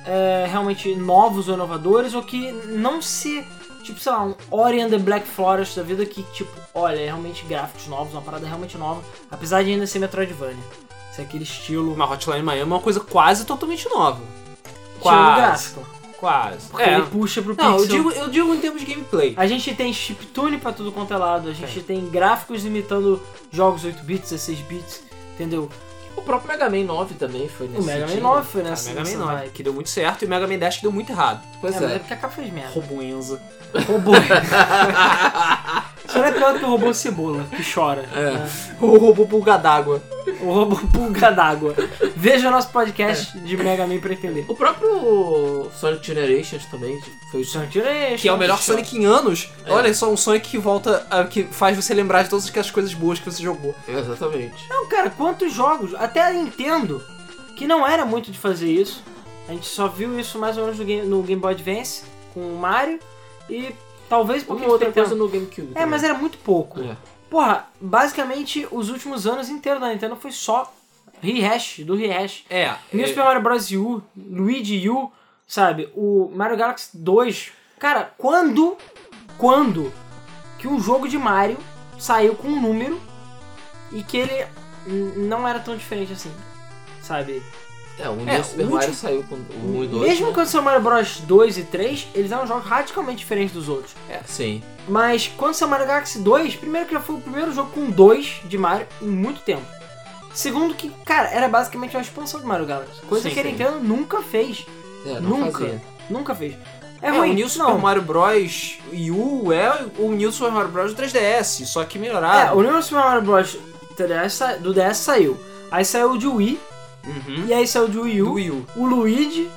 S2: é, realmente novos ou inovadores, ou que não se. Tipo, sei lá, um Ori and the Black Forest da vida que, tipo, olha, é realmente gráficos novos, uma parada realmente nova, apesar de ainda ser Metroidvania. Ser aquele estilo.
S1: Uma Hotline Miami é uma coisa quase totalmente nova.
S2: estilo
S1: Quase.
S2: gráfico.
S1: Quase. É.
S2: Porque ele puxa pro
S1: Não, eu
S2: pixel.
S1: digo, eu digo em termos de gameplay.
S2: A gente tem chiptune pra tudo quanto é lado, a gente tem gráficos imitando jogos 8 bits, 16 bits, entendeu?
S3: O próprio Mega Man 9 também foi nesse
S2: o Mega Man né?
S3: sentido.
S2: 9 foi
S1: Ah,
S2: nessa.
S1: Mega Man
S2: nessa
S1: 9,
S2: vibe.
S1: que deu muito certo, e o Mega Man 10 que deu muito errado.
S3: Pois
S2: é, mas é
S3: é.
S2: porque a capa fez merda.
S1: Roboenza.
S2: Robô. Isso não é pior do que o robô cebola, que chora. né?
S1: O robô pulga d'água.
S2: O robô pulga d'água. Veja o nosso
S1: É.
S2: podcast de Mega Man pra entender.
S3: O próprio Sonic Generations também foi
S2: Sonic Generation,
S1: Que é o melhor
S2: que
S1: Sonic em anos.
S3: É.
S1: Olha só, um Sonic que volta, a- que faz você lembrar de todas aquelas coisas boas que você jogou.
S3: Exatamente.
S2: Não, cara, quantos jogos? Até a Nintendo, que não era muito de fazer isso. A gente só viu isso mais ou menos no Game, no Game Boy Advance, com o Mario, e talvez um
S3: Uma
S2: pouquinho de
S3: outra
S2: Nintendo.
S3: coisa no GameCube.
S2: É, mas era muito pouco.
S3: É.
S2: Porra, basicamente os últimos anos inteiros da Nintendo foi só rehash, do rehash.
S1: É.
S2: New Super Mario Bros. U, Luigi U, sabe? O Mario Galaxy 2. Cara, quando, quando que um jogo de Mario saiu com um número e que ele n- não era tão diferente assim, sabe?
S3: É, o
S1: É,
S3: New Super
S1: o
S3: Mario
S1: último-
S3: saiu com o 1 e 2.
S2: Mesmo
S3: né?
S2: quando saiu Mario Bros. 2 e 3, eles eram jogos radicalmente diferentes dos outros.
S3: É, sim.
S2: Mas quando saiu Mario Galaxy 2, primeiro que já foi o primeiro jogo com 2 de Mario em muito tempo. Segundo que, cara, era basicamente uma expansão de Mario Galaxy. Coisa
S3: Sim,
S2: que a
S3: sim.
S2: Nintendo nunca fez.
S3: É, não
S2: Nunca.
S3: fazia.
S2: Nunca fez. É,
S1: É,
S2: ruim,
S1: o New Super
S2: não.
S1: Mario Bros. U é o New Super Mario Bros. 3DS, só que
S2: É,
S1: melhorado.
S2: o New Super Mario Bros. 3DS sa- do DS saiu. Aí saiu o de Wii,
S1: Uhum.
S2: e aí saiu o de Wii
S1: Do
S2: U,
S1: Wii U.
S2: o Luigi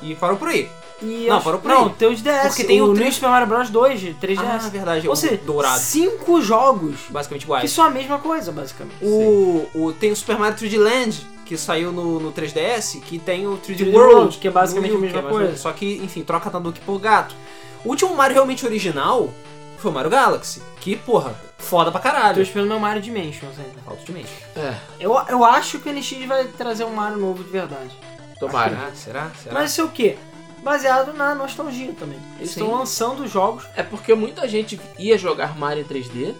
S1: E parou por aí.
S2: e...
S1: Não,
S2: acho-
S1: parou por
S2: Não,
S1: aí.
S2: tem os DS.
S1: Porque tem o
S2: o New
S1: três-
S2: Super Mario Bros. 2 de
S1: Ah, na
S2: 3DS.
S1: verdade, é
S2: Ou
S1: o
S2: seja,
S1: dourado.
S2: cinco jogos
S1: Basicamente
S2: que
S1: iguais.
S2: são a mesma coisa, basicamente.
S1: Um O, o- tem o Super Mario 3D Land, que saiu no, no 3DS, que tem o 3D,
S2: 3D
S1: World,
S2: World, que é basicamente
S1: no Wii U,
S2: a
S1: que
S2: mesma
S1: é mais ou menos.
S2: coisa.
S1: Só que, enfim, troca Tanuki por gato. O último Mario realmente original foi o Mario Galaxy, que, porra, foda pra
S2: Tô
S1: caralho.
S2: esperando meu Mario Dimensions ainda.
S1: Falta de mente.
S3: É,
S2: Eu, eu acho que o NX vai trazer um Mario novo de verdade.
S3: tomara.
S1: Será? Será? Será?
S2: Mas isso é o quê? Baseado na nostalgia também. Eles
S3: Sim.
S2: estão lançando jogos.
S3: É porque muita gente ia jogar Mario em 3D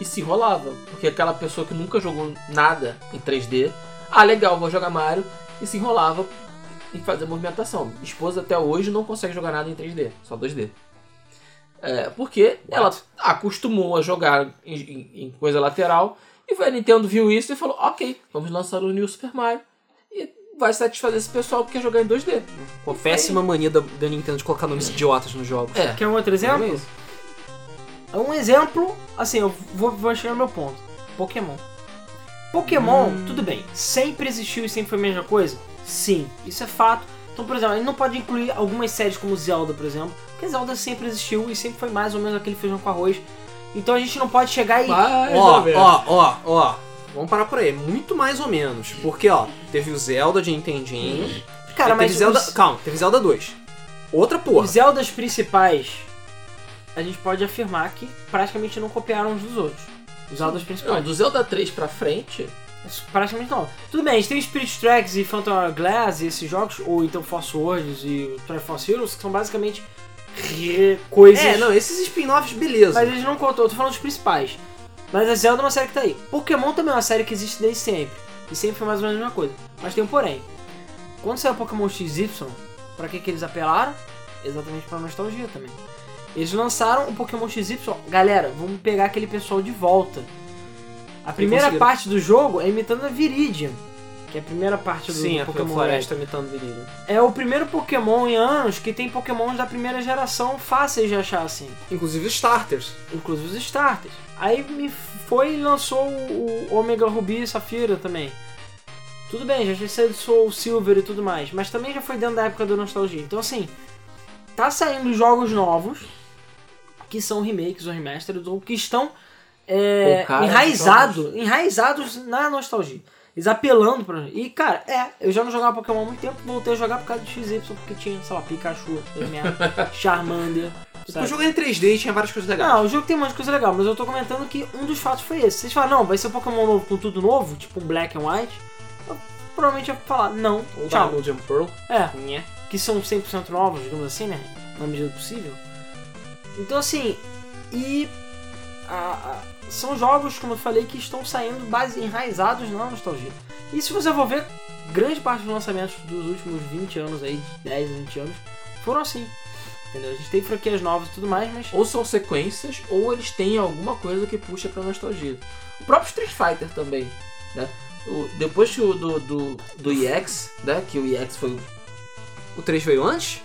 S3: e se enrolava. Porque aquela pessoa que nunca jogou nada em 3D, ah, legal, vou jogar Mario, e se enrolava e fazer movimentação. Minha esposa até hoje não consegue jogar nada em 3D, só 2D. É, porque ela acostumou a jogar em, em- em coisa lateral e foi- a Nintendo viu isso e falou: ok, vamos lançar o New Super Mario. E vai satisfazer esse pessoal que quer jogar em 2D.
S1: Com a péssima mania da, da Nintendo de colocar nomes idiotas nos jogos.
S3: É.
S2: Quer um outro exemplo?
S1: Não é isso?
S2: É um exemplo, assim, eu vou, vou chegar no meu ponto. Pokémon. Pokémon,
S1: Hum.
S2: tudo bem, sempre existiu e sempre foi a mesma coisa? Sim, isso é fato. Então, por exemplo, a gente não pode incluir algumas séries como Zelda, por exemplo, porque Zelda sempre existiu e sempre foi mais ou menos aquele feijão com arroz. Então a gente não pode chegar e.
S3: Mas,
S1: Ó, ó, ó, ó. Vamos parar por aí. Muito mais ou menos. Porque, ó, teve o Zelda de Nintendinho.
S2: Cara,
S1: aí teve
S2: mas
S1: Zelda.
S2: os,
S1: Calma, teve Zelda 2. Outra
S2: os
S1: porra.
S2: Zeldas principais, a gente pode afirmar que praticamente não copiaram uns dos outros. Os Zeldas principais.
S3: Não, do Zelda 3 pra frente,
S2: Isso, Praticamente não. Tudo bem, a gente tem Spirit Tracks e Phantom Hourglass e esses jogos, ou então Force Words e Triforce Heroes, que são basicamente re- coisas.
S1: É, não, esses spin-offs, beleza.
S2: Mas eles não contam, eu tô falando dos principais. Mas a Zelda é uma série que tá aí. Pokémon também é uma série que existe desde sempre. E sempre foi mais ou menos a mesma coisa. Mas tem um porém. Quando saiu Pokémon XY, pra que, que eles apelaram? Exatamente pra nostalgia também. Eles lançaram o Pokémon XY. Galera, vamos pegar aquele pessoal de volta. A primeira
S1: conseguiram.
S2: parte do jogo é imitando a Viridian. Que é a primeira parte do
S1: Sim, a
S2: Pokémon Red
S1: floresta imitando delírio.
S2: é o primeiro Pokémon em anos que tem Pokémon da primeira geração fáceis de achar assim,
S1: Inclusive os starters.
S2: inclusive os starters. Aí me foi e lançou o o Omega Ruby e Safira também. Tudo bem, já tinha saído Soul Silver e tudo mais, mas também já foi dentro da época da nostalgia. Então assim, tá saindo jogos novos que são remakes ou remasters ou que estão é,
S3: Com cara de
S2: enraizados, enraizados na nostalgia. Eles apelando pra. E, cara, é, eu já não jogava Pokémon há muito tempo, voltei a jogar por causa do XY, porque tinha, sei lá, Pikachu, merda, Charmander.
S1: O
S2: sabe?
S1: jogo era em 3D e tinha várias coisas legais.
S2: Não, o jogo tem um monte de coisa legal, mas eu tô comentando que um dos fatos foi esse. Vocês falam, não, vai ser um Pokémon novo com tudo novo, tipo um Black and White. Eu provavelmente ia falar, não,
S1: Ou
S2: tchau.
S1: Diamond and Pearl.
S2: É,
S1: Nhé.
S2: que são 100% novos, digamos assim, né? Na medida do possível. Então, assim, e. a- a- são jogos, como eu falei, que estão saindo base, enraizados na nostalgia. E se você for ver, grande parte dos lançamentos dos últimos 20 anos aí, 10, 20 anos, foram assim. Entendeu? A gente tem franquias novas e tudo mais, mas.
S3: ou são sequências, ou eles têm alguma coisa que puxa pra nostalgia. O próprio Street Fighter também, né? O- depois que o do, do, do EX, né? Que o EX foi.
S1: O 3 veio antes?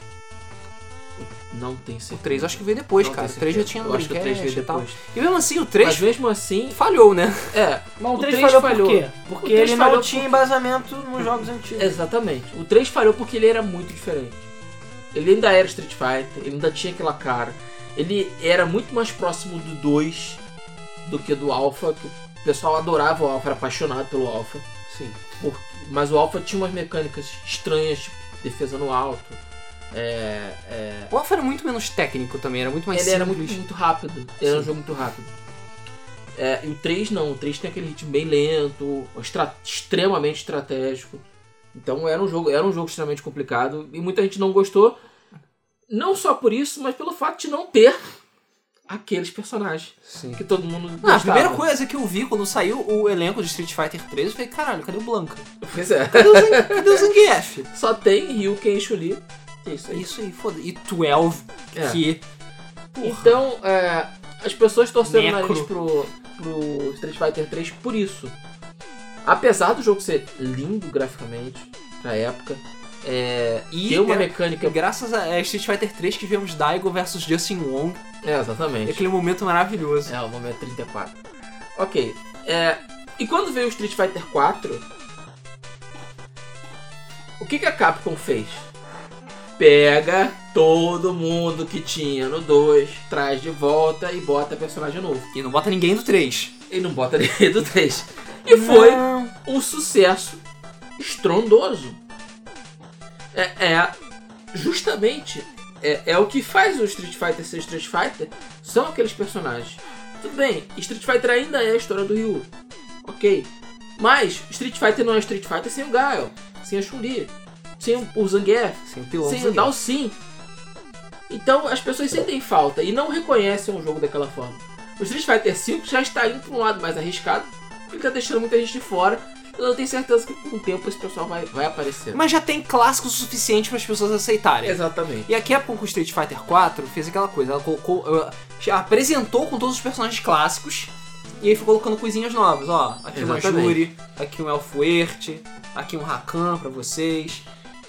S3: Não tem
S1: O
S3: certeza.
S1: 3 acho que veio depois,
S3: Não
S1: cara. O
S3: tenho
S1: 3 já
S3: certeza.
S1: tinha no
S3: Eu acho que o 3
S1: Dreamcast
S3: veio
S1: e tal.
S3: depois.
S1: E mesmo assim, o
S3: Mas
S1: 3
S3: mesmo assim,
S1: falhou, né?
S3: é.
S2: Mas o
S3: o
S2: 3,
S3: três
S2: falhou,
S3: falhou.
S2: por quê?
S3: O
S2: Porque
S3: três
S2: ele não
S3: falhou
S2: tinha
S3: por-
S2: embasamento nos jogos antigos.
S1: É,
S3: Exatamente. O 3 falhou porque ele era muito diferente. Ele ainda era Street Fighter, ele ainda tinha aquela cara. Ele era muito mais próximo do 2 do que do Alpha, que o pessoal adorava o Alpha, era apaixonado pelo Alpha.
S1: Sim.
S3: Por- Mas o Alpha tinha umas mecânicas estranhas, tipo defesa no alto. É, é,
S1: O Alpha era muito menos técnico também, era muito mais
S3: ele era
S1: simples.
S3: muito, muito rápido. Ele era um
S1: Sim.
S3: jogo muito rápido. É, e o 3 não, o 3 tem aquele ritmo bem lento, estra- extremamente estratégico. Então era um jogo, era um jogo extremamente complicado e muita gente não gostou. Não só por isso, mas pelo fato de não ter aqueles personagens
S1: Sim.
S3: que todo mundo
S1: Ah, a
S3: gostava.
S1: primeira coisa que eu vi quando saiu o elenco de Street Fighter 3, eu falei, caralho, cadê o Blanca?
S3: Pois é.
S1: Cadê o, Zang cadê o Zangief?
S3: Só tem Ryuken e Chun-Li. É isso aí.
S1: Isso aí, foda E 12,
S3: É.
S1: que...
S3: Então, é, as pessoas torceram o
S1: Necro.
S3: nariz pro, pro Street Fighter 3 por isso. Apesar do jogo ser lindo graficamente, pra época, é,
S1: E
S3: ter uma
S1: era-
S3: mecânica.
S1: Graças a é, Street Fighter 3 que vemos Daigo versus Justin Wong,
S3: É, exatamente.
S1: aquele momento maravilhoso.
S3: É, o momento 34. Ok. é, e quando veio o Street Fighter 4, o que, que a Capcom fez? Pega todo mundo que tinha no 2, traz de volta e bota personagem novo.
S1: E não bota ninguém do 3.
S3: E não bota ninguém do 3. E foi
S2: Não.
S3: um sucesso estrondoso. É, é justamente é, é o que faz o Street Fighter ser Street Fighter são aqueles personagens. Tudo bem, Street Fighter ainda é a história do Ryu, ok? Mas Street Fighter não é Street Fighter sem o Gaio, sem a Chun-Li, sem o- o Zangief,
S1: Sem o pilão do
S3: sem
S1: Zangief.
S3: andar o sim. Então as pessoas sentem falta e não reconhecem um jogo daquela forma. O Street Fighter 5 já está indo para um lado mais arriscado, porque está deixando tá muita gente de fora Eu tenho certeza que com o tempo esse pessoal vai, vai aparecer.
S1: Mas já tem clássicos o suficiente para as pessoas aceitarem.
S3: Exatamente.
S1: E a Capcom com Street Fighter 4 fez aquela coisa, ela colocou, ela já apresentou com todos os personagens clássicos e aí ficou colocando coisinhas novas, ó, aqui um
S3: Exatamente.
S1: Ajuri, aqui um El Fuerte, aqui um Rakan pra vocês.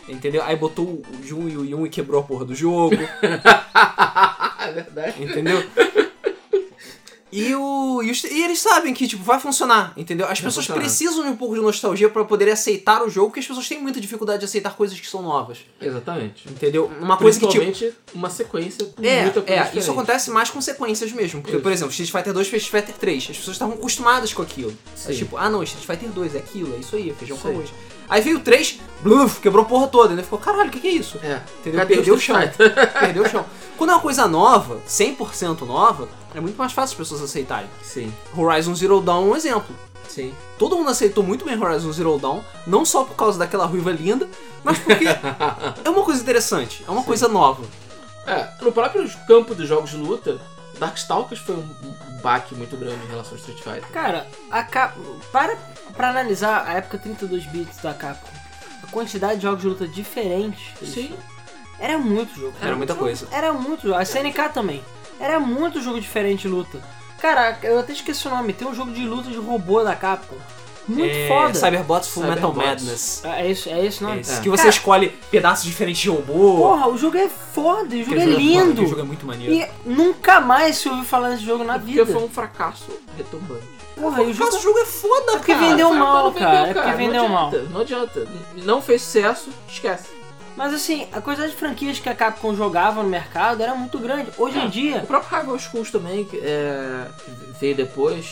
S1: Entendeu? Aí botou o Jun e o Yun e quebrou a porra do jogo,
S3: é verdade.
S1: entendeu? E, o, e, os- e eles sabem que, tipo, vai funcionar, entendeu? As
S3: Vai
S1: pessoas
S3: funcionar.
S1: precisam de um pouco de nostalgia pra poderem aceitar o jogo, porque as pessoas têm muita dificuldade de aceitar coisas que são novas,
S3: Exatamente.
S1: entendeu? Uma coisa que, tipo,
S3: Principalmente uma sequência com
S1: É,
S3: muita coisa
S1: é
S3: diferente.
S1: isso acontece mais com sequências mesmo. Porque,
S3: Isso.
S1: por exemplo, Street Fighter 2 fez Street Fighter 3. As pessoas estavam acostumadas com aquilo.
S3: Sim.
S1: Mas, tipo, ah não, Street Fighter 2 é aquilo, é isso aí, é feijão
S3: Isso
S1: com
S3: aí.
S1: arroz. Aí veio o 3, bluf, quebrou a porra toda. Ele ficou, caralho, o que, que é isso?
S3: É.
S1: Entendeu?
S3: Cadê
S1: Perdeu o chão.
S3: Street
S1: Perdeu o chão. Quando é uma coisa nova, 100% nova, é muito mais fácil as pessoas aceitarem.
S3: Sim,
S1: Horizon Zero Dawn é um exemplo.
S3: sim.
S1: Todo mundo aceitou muito bem Horizon Zero Dawn, não só por causa daquela ruiva linda, mas porque é uma coisa interessante, é uma coisa nova.
S3: É, no próprio campo dos jogos de luta, Darkstalkers foi um baque muito grande em relação ao Street Fighter.
S2: Cara, a Cap... para pra analisar a época 32 bits da Capcom, a quantidade de jogos de luta diferentes. que eles
S3: Sim.
S2: tinham. Era muito jogo.
S1: Era muita coisa.
S2: Era muito jogo. A SNK também. Era muito jogo diferente de luta. Cara, eu até esqueci o nome. Tem um jogo de luta de robô da Capcom. Muito
S1: É,
S2: foda.
S1: Cyberbots Full Metal
S3: Cyberbots.
S1: Madness.
S2: É é isso, é esse o nome?
S1: É esse,
S3: É.
S1: Que você
S2: Cara,
S1: escolhe pedaços diferentes de robô.
S2: Porra, o jogo é foda, o jogo
S1: Aquele
S2: é
S1: jogo foda, aquele
S2: lindo.
S1: jogo é muito maneiro.
S2: E nunca mais se ouviu falar desse jogo na vida.
S3: Porque foi um fracasso retumbante.
S2: Porra, e o jogo
S1: Mas o jogo é foda,
S2: porque
S1: cara.
S2: vendeu
S3: Foi
S2: mal,
S3: quando
S2: cara, é porque vendeu
S3: não adianta, Não adianta. N- Não fez sucesso, esquece.
S2: Mas assim, a quantidade de franquias que a Capcom jogava no mercado era muito grande. Hoje em
S3: O
S2: dia,
S3: próprio Rival Schools também, que, é, que veio depois.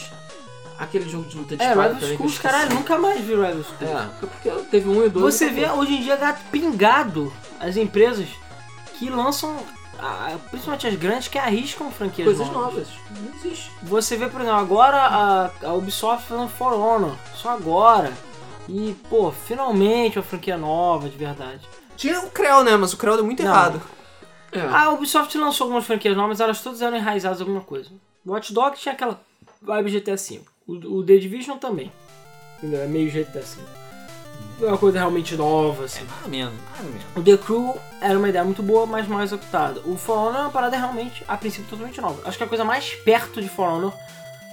S3: Aquele jogo de luta de
S2: é,
S3: espada
S2: Rival
S3: também que eu
S2: Schools,
S3: esqueci.
S2: caralho, nunca mais vi Rival Schools.
S3: É, porque teve um e dois.
S2: Você vê hoje em dia gato pingado as empresas que lançam, a- principalmente as grandes, que arriscam franquias
S3: coisas
S2: novas.
S3: novas. Não existe.
S2: Você vê, por exemplo, agora a, a Ubisoft fazendo For Honor, só agora. E, pô, finalmente uma franquia nova, de verdade.
S1: Tinha o Creu, né? Mas o Creu deu muito
S2: Não.
S1: errado.
S3: É.
S2: Ah, A Ubisoft lançou algumas franquias novas, mas elas todas eram enraizadas em alguma coisa. Watch Dogs tinha aquela vibe GTA V. O, o The Division também. Entendeu? É meio GTA V. Não É uma coisa realmente nova,
S1: É,
S2: assim.
S1: mais ou menos, mais ou menos.
S2: O The Crew era uma ideia muito boa, mas mal executada. O For Honor é uma parada realmente, a princípio, totalmente nova. Acho que a coisa mais perto de For Honor,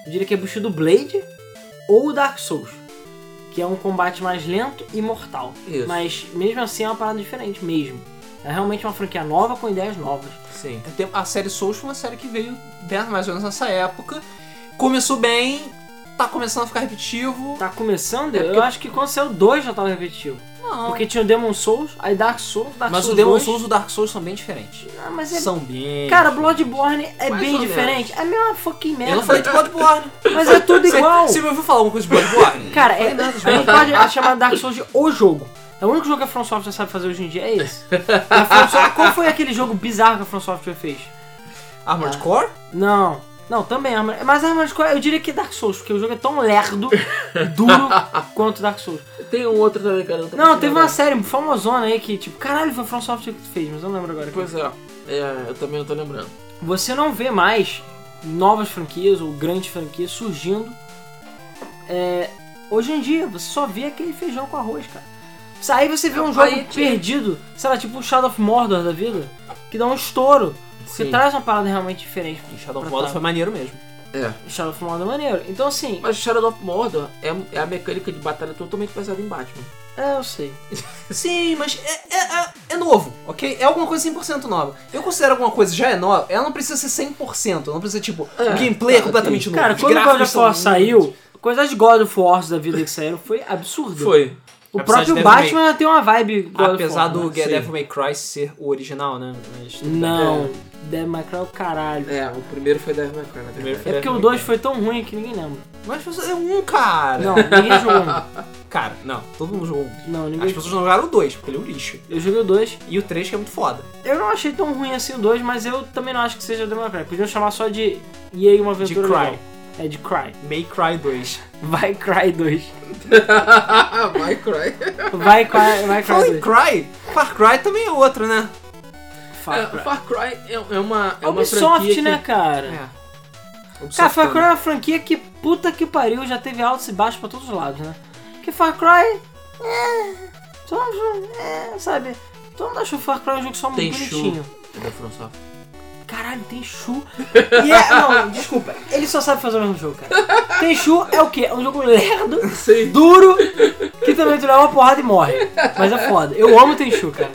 S2: eu diria que é Bushido Blade ou Dark Souls. Que é um combate mais lento e mortal.
S3: Isso.
S2: Mas mesmo assim é uma parada diferente mesmo. É realmente uma franquia nova com ideias novas.
S3: Sim.
S1: É Tem- A série Souls foi uma série que veio dentro mais ou menos nessa época. Começou bem, tá começando a ficar repetitivo.
S2: Tá começando?
S3: É porque-
S2: Eu acho que quando saiu o 2 já tava repetitivo.
S1: Não.
S2: Porque tinha o Demon Souls, aí Dark Souls, Dark
S1: mas
S2: Souls
S1: o Demon
S2: 2.
S1: Souls e o Dark Souls são bem diferentes.
S2: Ah, mas é...
S1: São bem.
S2: Cara, Bloodborne é
S3: Mais
S2: bem
S3: ou
S2: diferente. É a mesma fucking merda.
S1: Eu não falei de Bloodborne.
S2: Mas é tudo
S1: Você-
S2: igual.
S1: Você me ouviu falar alguma coisa de Bloodborne?
S2: Cara, é... a gente pode chamar Dark Souls de o jogo. É o único jogo que a From Software sabe fazer hoje em dia, é esse. A From Software- Qual foi aquele jogo bizarro que a From Software fez?
S1: Armored Core?
S2: Não. Não, também Armored... Mas Armored Core, eu diria que é Dark Souls, porque o jogo é tão lerdo, duro, quanto Dark Souls.
S3: Tem um outro também, cara. tô
S2: Não,
S3: conseguindo
S2: teve uma
S3: lembrar.
S2: série famosona aí que, tipo, caralho, foi a From Software que tu fez, mas eu não lembro agora.
S3: Pois é. é. Eu também não tô lembrando.
S2: Você não vê mais novas franquias ou grandes franquias surgindo. É, hoje em dia, você só vê aquele feijão com arroz, cara. Aí você vê um jogo
S3: Aí, tipo-
S2: perdido, sei lá, tipo o Shadow of Mordor da vida, que dá um estouro. Você
S3: Sim.
S2: traz uma parada realmente diferente.
S1: E Shadow of
S2: Pra
S1: Mordor
S2: tá.
S1: foi maneiro mesmo.
S3: É.
S2: Shadow of Mordor é maneiro. Então, assim,
S3: Mas Shadow of Mordor é, é a mecânica de batalha totalmente baseada em Batman.
S2: é, eu sei.
S1: Sim, mas é, é- é- é novo, ok? É alguma coisa 100% nova. Eu considero alguma coisa já é nova, ela não precisa ser 100%, ela não precisa, tipo,
S3: É,
S1: o gameplay é
S3: tá,
S1: completamente
S3: ok.
S1: novo.
S2: Cara,
S1: os
S2: quando o God
S1: gráficos
S2: of
S1: são
S2: War
S1: muito-
S2: saiu, a quantidade de God of War da vida que saíram foi absurda.
S3: Foi.
S2: O
S1: Apesar de
S2: próprio
S1: Devil
S2: Batman tem uma vibe God of
S1: Apesar
S2: War,
S1: do
S2: né?
S1: Get
S3: Sim.
S1: Devil May Cry ser o original, né? Mas tudo bem.
S2: Não, Devil May Cry é o caralho.
S3: É, o primeiro foi Devil May Cry, na
S1: Primeiro
S3: verdade.
S1: foi
S2: É porque
S1: Devil
S2: o
S1: May
S2: 2
S1: Cry.
S2: foi tão ruim que ninguém lembra.
S1: Mas você é um, cara.
S2: Não, ninguém jogou. um.
S1: Cara, não, todo mundo jogou um.
S2: Não,
S1: As
S2: ninguém
S1: pessoas não jogaram o 2, porque ele é um lixo.
S2: Eu joguei o 2.
S1: E o 3 que é muito foda.
S2: Eu não achei tão ruim assim o 2, mas eu também não acho que seja Devil May Cry. Podiam chamar só de EA Uma
S1: De
S2: Aventura Legal.
S1: Cry.
S2: É, de Cry.
S1: May Cry 2.
S2: Vai Cry 2.
S3: Vai Cry.
S2: Vai Cry, vai
S1: Fala
S2: Cry
S1: em
S2: 2.
S1: Cry, Far Cry também é outro, né?
S2: Far Cry.
S3: É, Far Cry é, é uma. É
S2: A
S3: uma
S2: Ubisoft,
S3: franquia
S2: né, cara?
S1: É.
S2: Cara,
S1: Ubisoft
S2: Far Cry é
S3: tá
S1: também.
S2: uma franquia que puta que pariu, já teve altos e baixos pra todos os lados, né? Que Far Cry. É. Todo mundo- é, sabe? Todo mundo achou Far Cry um jogo só muito
S3: Tem
S2: bonitinho.
S3: É da From Software.
S2: Caralho, tem Shu. E é, não, desculpa. Ele só sabe fazer o mesmo jogo, cara. Tem Shu é o quê? É um jogo lerdo,
S3: Sei.
S2: duro, que também tu leva uma porrada e morre. Mas é foda. Eu amo Tenchu, cara.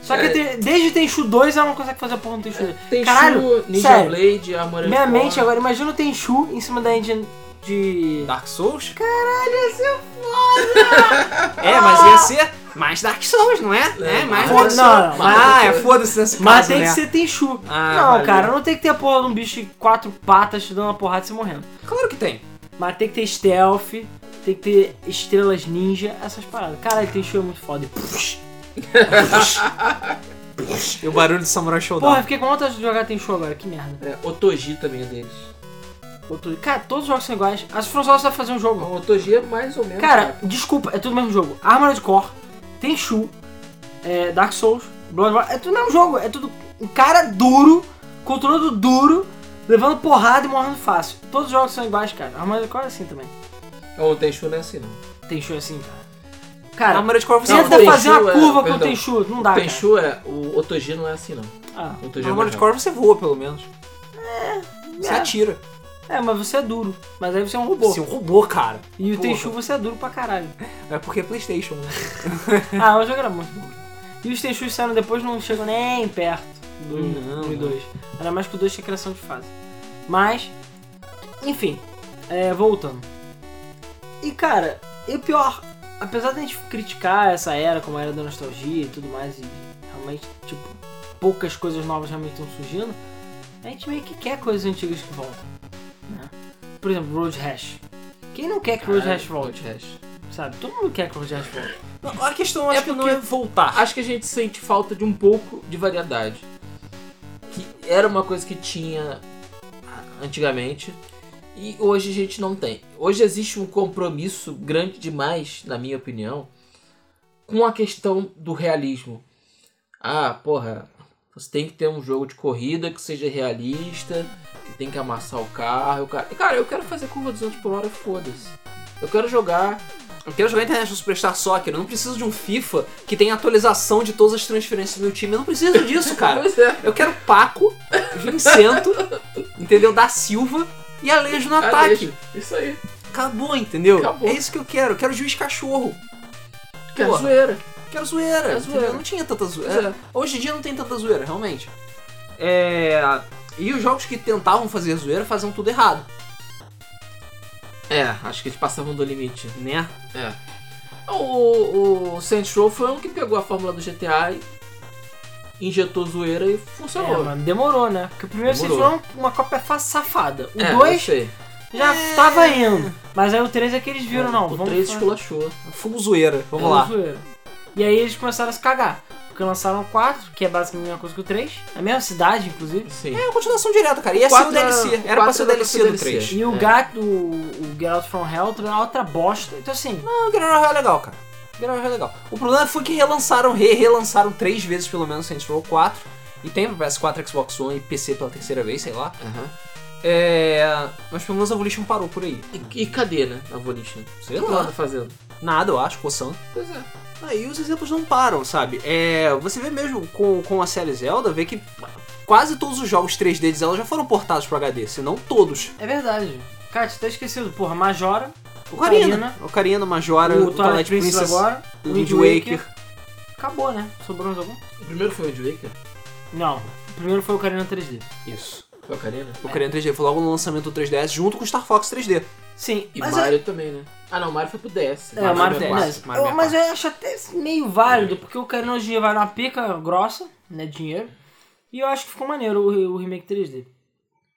S2: Só que tem, é desde Tenchu 2 ela não consegue fazer a porra no Tenchu 2.
S3: É. Tem
S2: Caralho,
S3: Shu, Ninja
S2: sério.
S3: Blade, Armored
S2: Minha
S3: Core.
S2: mente agora, imagina o Tenchu em cima da engine de...
S1: Dark Souls?
S2: Caralho, esse é
S1: É, mas ia ser mais Dark Souls, não é? É, mais
S2: Não,
S1: Dark Souls.
S2: não,
S3: mas-
S1: Ah, é foda-se nesse caso,
S2: Mas tem
S1: né?
S2: que ser Tenchu.
S1: Ah,
S2: não,
S1: valeu.
S2: cara, não tem que ter a porra de um bicho de quatro patas te dando uma porrada e se morrendo.
S1: Claro que tem.
S2: Mas tem que ter stealth, tem que ter estrelas ninja, essas paradas. Caralho, Tenchu é muito foda.
S1: E o barulho do Samurai Showdown.
S2: Porra, eu fiquei com vontade de jogar Tenchu agora, que merda.
S3: É, Otoji também é deles.
S2: Outro- Cara, todos os jogos são iguais. As Fronsolas vai fazer um jogo.
S3: O Otoji é mais ou menos.
S2: Cara, desculpa, é tudo o mesmo jogo. Armored Core, Tenchu, é, Dark Souls, Bloodborne, é tudo o mesmo jogo. É tudo um cara duro, controlando duro, levando porrada e morrendo fácil. Todos os jogos são iguais, cara. Armored Core é assim também.
S3: O Tenchu não é assim, não.
S2: Tenchu é assim, cara.
S1: A
S2: Cara,
S1: maioria de Corvo
S3: Não,
S2: tenta
S3: Tenchu
S2: fazer uma
S3: é-
S2: curva com o
S3: perdão.
S2: Tenchu, não dá, Ah,
S3: O Tenchu é. O Otoji não é assim, não.
S2: cara.
S3: O Otoji
S1: Na
S3: é
S1: armadura de
S3: mais
S1: Corvo você voa, pelo menos. Você
S2: é.
S1: atira.
S2: Ah, é, mas você é duro. Mas aí você é um robô.
S1: Você é um robô, cara.
S2: E o
S1: Porra.
S2: Tenchu você é duro pra caralho.
S1: É porque é Playstation, né?
S2: Ah, o jogo era muito bom. E os Tenchus saíram depois não chegam nem perto do
S1: Hum, Não,
S2: 1 e
S1: não.
S2: 2. Ainda mais que o 2 tinha criação de fase. Mas, enfim, é, voltando. E cara, e o pior, apesar da gente criticar essa era como a era da nostalgia e tudo mais, e realmente, tipo, poucas coisas novas realmente estão surgindo, a gente meio que quer coisas antigas que voltam. né? Por exemplo, Road Rash. Quem não quer que o Road Rash volte?
S3: É, Hash.
S2: Sabe? Todo mundo quer que o Road Rash volte.
S1: Não, A questão
S3: É
S1: acho que não é voltar.
S3: Acho que a gente sente falta de um pouco de variedade. Que era uma coisa que tinha antigamente e hoje a gente não tem. Hoje existe um compromisso grande demais, na minha opinião, com a questão do realismo. Ah, porra, você tem que ter um jogo de corrida que seja realista, que tem que amassar o carro. Cara, cara eu quero fazer curva 200 por hora, foda-se. Eu quero jogar
S1: Eu quero jogar International Superstar Soccer. Eu não preciso de um FIFA que tenha atualização de todas as transferências do meu time. Eu não preciso disso, cara.
S3: Pois é.
S1: Eu quero Paco, Vincento, entendeu? Da Silva e Alejo
S3: um
S1: no ataque.
S3: Alejo, Isso aí.
S1: Acabou, entendeu?
S3: Acabou.
S1: É isso que eu quero. Eu quero juiz cachorro.
S3: Que é
S1: Porra.
S3: zoeira.
S1: Quero zoeira.
S3: Quero
S1: entendeu?
S3: zoeira.
S1: Não tinha tanta
S3: Pois
S1: zoeira.
S3: é.
S1: Hoje em dia não tem tanta zoeira, realmente. É. E os jogos que tentavam fazer zoeira faziam tudo errado,
S3: É, acho que eles passavam do limite.
S1: né?
S3: É. O, o Saints Row foi um que pegou a fórmula do GTA e injetou zoeira e
S2: É,
S3: funcionou.
S2: mano, demorou, né? Porque o primeiro vocês
S3: Demorou.
S2: foram uma cópia fa- safada. O
S3: É,
S2: 2
S3: eu sei.
S2: já tava indo. Mas aí o 3 é que eles viram, não.
S3: O
S2: vamos
S3: 3
S2: fazer-
S3: esculachou.
S1: Full zoeira. Vamos
S2: é
S1: lá.
S2: zoeira. E aí eles começaram a se cagar. Porque lançaram o 4, que é basicamente a mesma coisa que o 3. A mesma cidade, inclusive.
S3: Sim.
S1: É uma continuação direta, cara. Ia ser
S3: Quatro
S1: o DLC.
S3: era-
S1: Era pra ser o
S3: quatro era
S1: DLC do
S3: pra ser
S1: 3.
S2: E o
S3: É.
S2: gato, o, o Get Out From Hell, era outra bosta. Então assim,
S1: Não, o Guerrero Hell é legal, cara. O Guerrero Hell é legal. O problema foi que relançaram, re relançaram três vezes pelo menos Saints Row 4. E tem pra PS4, Xbox One e PC pela terceira vez, sei lá.
S3: Aham.
S1: É. Mas pelo menos a Volition parou por aí.
S3: E, e cadê, né, a Volition?
S1: Sei
S3: O que ela
S1: lá.
S3: tá fazendo?
S1: Nada, eu acho, coçando.
S3: Pois é.
S1: Aí Ah, os exemplos não param, sabe? É, você vê mesmo com, com a série Zelda, vê que quase todos os jogos 3D de Zelda já foram portados pro HD, se não todos.
S2: é verdade. Cara, tu tá esquecido. Porra, Majora,
S1: O Ocarina, o Ocarina Majora,
S2: o Twilight Princess, agora, o Wind Waker. Acabou, né? Sobrou mais algum?
S3: O primeiro foi o Wind Waker?
S2: Não. O primeiro foi o Carina 3D.
S1: Isso.
S3: Foi a Karina?
S1: O Ocarina 3D foi logo no lançamento do 3DS junto com o Star Fox 3D.
S2: Sim,
S3: E
S2: mas é-
S3: Mario também, né? Ah, não, Mario foi pro DS.
S2: É, o Mario
S1: Mario
S2: 10.
S1: 10, Mario
S2: Eu- mas eu acho até meio válido, porque o Karina hoje em dia vai numa pica grossa, né, de dinheiro. E eu acho que ficou maneiro o, re- o remake 3D.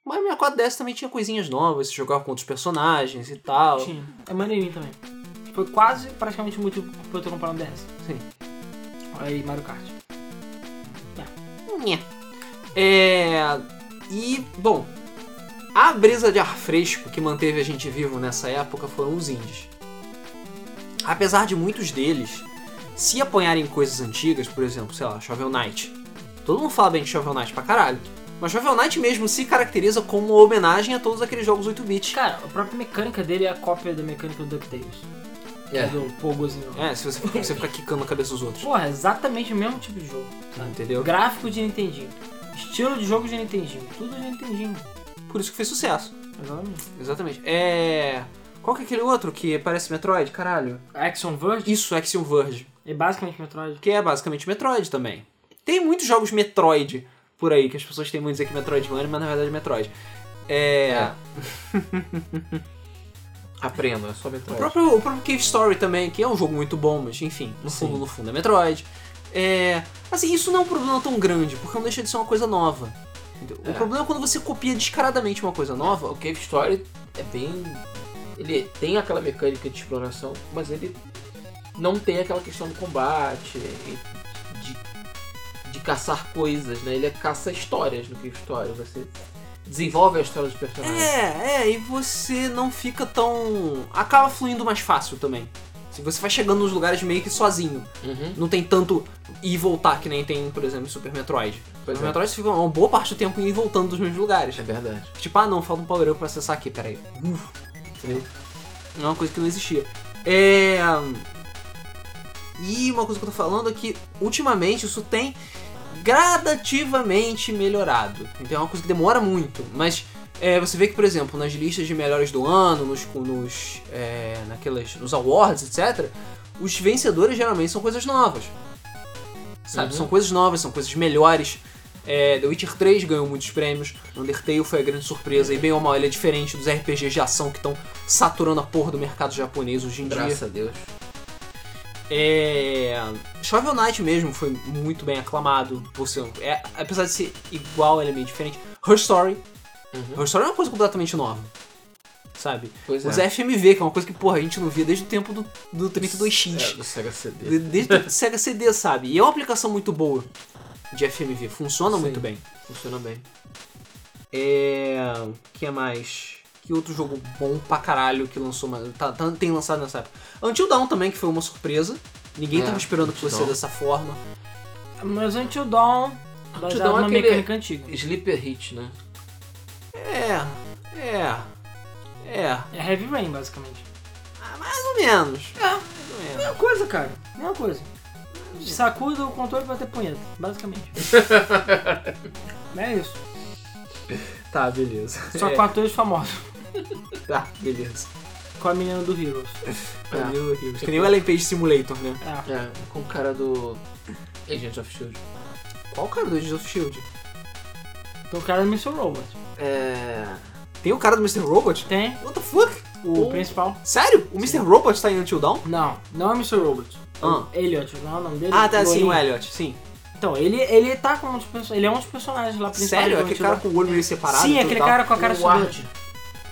S1: Mas o 64 DS também tinha coisinhas novas, você jogava com outros personagens e tal.
S2: Tinha. É maneirinho também. Foi quase praticamente o motivo pra eu ter comprado um DS.
S1: Sim.
S2: Aí Mario Kart.
S1: Nhé. É. E, bom, a brisa de ar fresco que manteve a gente vivo nessa época foram os indies. Apesar de muitos deles se apanharem coisas antigas, por exemplo, sei lá, Shovel Knight. Todo mundo fala bem de Shovel Knight pra caralho. Mas Shovel Knight mesmo se caracteriza como uma homenagem a todos aqueles jogos 8-bit.
S2: Cara, a própria mecânica dele é a cópia da mecânica do DuckTales.
S1: É.
S2: do Pogozinho.
S1: É, se você, você ficar quicando a cabeça dos outros.
S2: Porra, é exatamente o mesmo tipo de jogo. sabe?
S1: Entendeu?
S2: Gráfico de Nintendinho. Estilo de jogo de Nintendinho. Tudo de Nintendinho.
S1: Por isso que fez sucesso.
S2: Exatamente.
S1: Exatamente. É. Qual que é aquele outro que parece Metroid? Caralho.
S2: Action Verge
S1: Isso, Axiom Verge.
S2: é basicamente Metroid.
S1: Que é basicamente Metroid também. Tem muitos jogos Metroid por aí, que as pessoas têm muitos aqui Metroidvania, mas na verdade é Metroid. É.
S3: É. Aprenda, é só metrô.
S1: O próprio, o próprio Cave Story também, que é um jogo muito bom, mas enfim, no
S3: Sim.
S1: fundo, no fundo é Metroid. É, assim, isso não é um problema tão grande, porque não deixa de ser uma coisa nova. entendeu?
S3: É.
S1: O problema é quando você copia descaradamente uma coisa nova.
S3: O Cave Story é bem. Ele tem aquela mecânica de exploração, mas ele não tem aquela questão do combate, de, de caçar coisas, né? Ele é caça histórias no Cave Story. Você desenvolve a história dos personagens.
S1: É, é, e você não fica tão. acaba fluindo mais fácil também. Se você vai chegando nos lugares meio que sozinho.
S2: É.
S3: Uhum.
S1: Não tem tanto ir e voltar, que nem tem, por exemplo, em Super Metroid.
S3: Pois
S1: Super
S3: é.
S1: Metroid você fica uma boa parte do tempo indo e voltando dos mesmos lugares.
S3: É verdade.
S1: Tipo, ah não, falta um power up pra acessar aqui, peraí. Uf, entendeu? Não é uma coisa que não existia. É. E uma coisa que eu tô falando é que ultimamente isso tem gradativamente melhorado. Então é uma coisa que demora muito, mas é, você vê que, por exemplo, nas listas de melhores do ano, nos, nos, é, naquelas, nos awards, etc., os vencedores geralmente são coisas novas. Sabe?
S3: Uhum.
S1: São coisas novas, são coisas melhores. É, The Witcher 3 ganhou muitos prêmios, Undertale foi a grande surpresa, e bem ou mal, ele é diferente dos RPGs de ação que estão saturando a porra do mercado japonês hoje em dia.
S3: Graças a Deus.
S1: É... Shovel Knight mesmo foi muito bem aclamado por ser, é, apesar de ser igual, ele é meio diferente. Her Story,
S3: Uhum.
S1: Her Story é uma coisa completamente nova, sabe?
S3: Pois
S1: Os
S3: é.
S1: FMV, que é uma coisa que porra a gente não via desde o tempo do, do 32X,
S3: É, do Sega CD.
S1: de- desde o tempo do Sega CD, sabe? E é uma aplicação muito boa de FMV, funciona
S3: Sim.
S1: muito bem.
S3: Funciona bem.
S1: É. que é mais? Que outro jogo bom pra caralho que lançou, mas tá- tá- tem lançado nessa época? Until Dawn também, que foi uma surpresa. Ninguém
S3: É,
S1: tava esperando que
S3: Until
S1: fosse
S3: Dawn.
S1: dessa forma.
S2: Mas Until Dawn, baseado
S3: Dawn é
S2: numa
S3: aquele-
S2: mecânica antiga.
S3: Sleeper Hit, né?
S1: É. É. É. Mais
S2: É Heavy Rain, basicamente.
S1: ou menos. É. Mais ou menos.
S2: Mesma coisa, cara. Mesma coisa. Sacuda o controle pra ter punheta, basicamente. é isso.
S1: Tá, beleza.
S2: Só
S1: é.
S2: com atores famosos.
S1: Tá, beleza.
S2: Com a menina do Heroes.
S3: É.
S1: Tá, meu Deus. Que nem o Ellen Page Simulator, né?
S2: É.
S3: É, com o cara do Agent of Shield.
S1: Qual o cara do Agents of Shield?
S2: Então o cara do Mr. Robot.
S3: É.
S1: Tem o cara do Mr. Robot?
S2: Tem
S1: What the fuck?
S2: o
S1: O-
S2: principal.
S1: Sério? O Mr. Robot tá em Until Dawn?
S2: Oh. Não, não é o Mr. Robot.
S1: Ah.
S2: É o Elliot, não é o nome dele?
S1: Ah, tá, sim,
S2: Loirinho.
S1: o Elliot, sim.
S2: Então, ele, ele tá com um dos personagens. Ele é um dos personagens lá principal.
S1: Sério?
S2: do
S1: Aquele
S2: Until
S1: cara
S2: Dawn.
S1: com o olho meio separado?
S2: Sim,
S1: e
S2: aquele
S1: tal?
S2: cara com a cara
S3: o Ward.
S2: subida.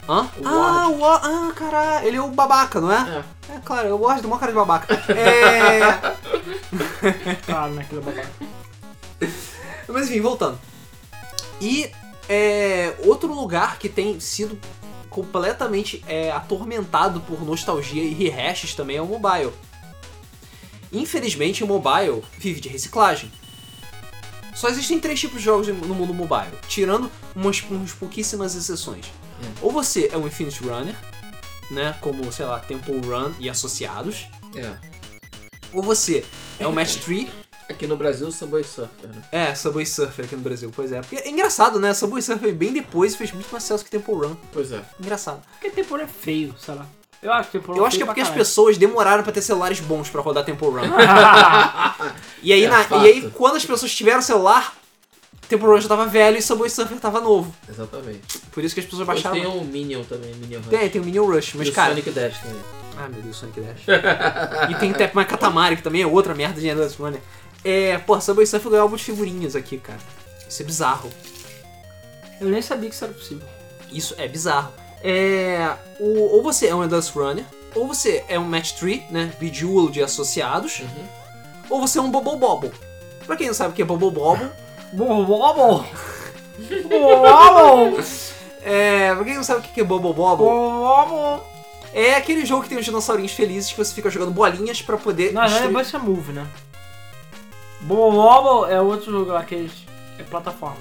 S1: Hã?
S3: O
S1: ah, o Wa- ah, caralho, ele é o babaca, não é?
S3: É.
S1: É, claro, eu gosto de uma cara de babaca. É...
S2: Claro, naquele babaca.
S1: Mas enfim, voltando. E é, outro lugar que tem sido completamente é, atormentado por nostalgia e rehashes também é o mobile. Infelizmente, o mobile vive de reciclagem. Só existem três tipos de jogos no mundo mobile, tirando umas, umas pouquíssimas exceções.
S3: Hum.
S1: Ou você é um Infinite Runner, né, como, sei lá, Temple Run e associados,
S3: É.
S1: ou você é um Match 3,
S3: Aqui no Brasil, Subway Surfer, né?
S1: é, Subway Surfer aqui no Brasil, pois é. Porque é engraçado, né? Subway Surfer veio bem depois e fez muito mais sucesso que Temple Run.
S3: Pois é.
S1: Engraçado.
S2: Porque temporada é feio, sei lá. Eu acho que temporada
S1: Eu acho que é porque as pessoas demoraram pra ter celulares bons pra rodar Temple Run. E aí,
S3: É
S1: na-
S3: fato.
S1: e aí quando as pessoas tiveram celular, Temple Run já tava velho e Subway Surfer tava novo.
S3: Exatamente.
S1: Por isso que as pessoas
S3: Mas
S1: baixaram.
S3: tem o um Minion também, Minion Hunt.
S1: Tem, tem o Minion Rush, mas
S3: E o
S1: cara.
S3: Sonic Dash também.
S1: Ah, meu Deus, Sonic Dash. e tem Tecma Katamari, que também é outra merda de Endless Runner. É, pô, Subway Surfer ganhou álbum de figurinhas aqui, cara. Isso é bizarro.
S2: Eu nem sabia que isso era possível.
S1: Isso é bizarro. É, o- ou você é um Endless Runner, ou você é um Match 3, né? Bejeweled de associados,
S3: Uhum.
S1: ou você é um Bobo Bobble. Pra quem não sabe o que é Bobo Bobble,
S2: Bom, bom, bom.
S1: é, pra quem não sabe o que é Bobo Bobble,
S2: Como?
S1: é aquele jogo que tem os dinossaurinhos felizes que você fica jogando bolinhas pra poder.
S2: Na verdade é
S1: destruir-
S2: Buster Move, né? Bobobo é outro jogo lá que eles- é plataforma.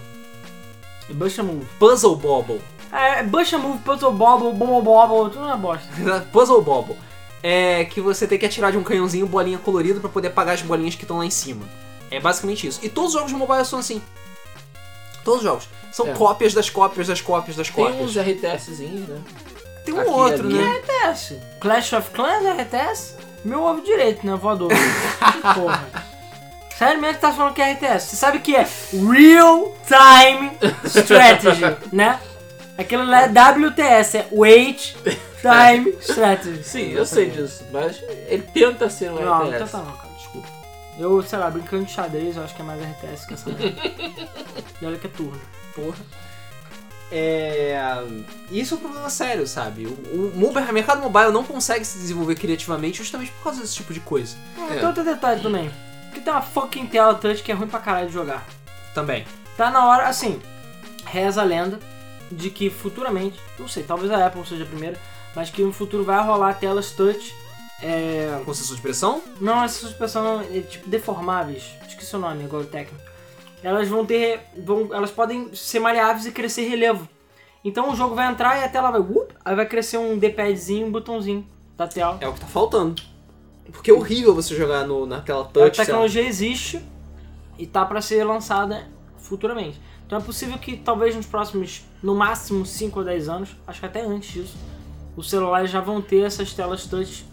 S2: É Buster Move.
S1: Puzzle Bobble.
S2: É, é Buster Move, Puzzle Bobble, Bobo Bobble, tudo na bosta.
S1: Puzzle Bobble. é que você tem que atirar de um canhãozinho bolinha colorida pra poder apagar as bolinhas que estão lá em cima. É basicamente isso. E todos os jogos de mobile são assim. Todos os jogos. São
S3: É.
S1: cópias das cópias das cópias das
S3: Tem
S1: cópias.
S3: uns RTSzinhos, né?
S1: Tem um
S3: aqui e
S1: outro,
S3: ali.
S1: né?
S2: RTS. Clash of Clans, RTS? Meu ovo direito, né? Voador. Porra. Sério mesmo que tá falando que é RTS? Você sabe que é Real Time Strategy, né? Aquilo lá é WTS, é Wait Time Strategy.
S3: Sim, eu sei disso, mas ele tenta ser um
S2: Não, não
S3: RTS.
S2: tá não, cara. Desculpa. Eu, sei lá, brincando de xadrez, eu acho que é mais RTS que essa merda. E olha que é turno.
S1: Porra. É... Isso é um problema sério, sabe? O, o mobile- o mercado mobile não consegue se desenvolver criativamente justamente por causa desse tipo de coisa.
S2: É. Tem outro detalhe também. Que tem uma fucking tela touch que é ruim pra caralho de jogar.
S1: Também.
S2: Tá na hora, assim, reza a lenda de que futuramente, não sei, talvez a Apple seja a primeira, mas que no futuro vai rolar telas touch, é,
S1: Com sensor de pressão?
S2: não essa suspensão, não, é, tipo, deformáveis, esqueci o nome, igual o técnico. Elas vão ter, vão, elas podem ser maleáveis e crescer relevo. Então o jogo vai entrar e a tela vai, up, aí vai crescer um D-padzinho, um botãozinho da tela.
S1: É o que tá faltando. Porque é horrível você jogar no, na tela
S3: Então,
S2: a
S1: touch. sei lá.
S2: tecnologia existe e tá pra ser lançada futuramente. Então é possível que talvez nos próximos, no máximo 5 ou 10 anos, acho que até antes disso, os celulares já vão ter essas telas touch,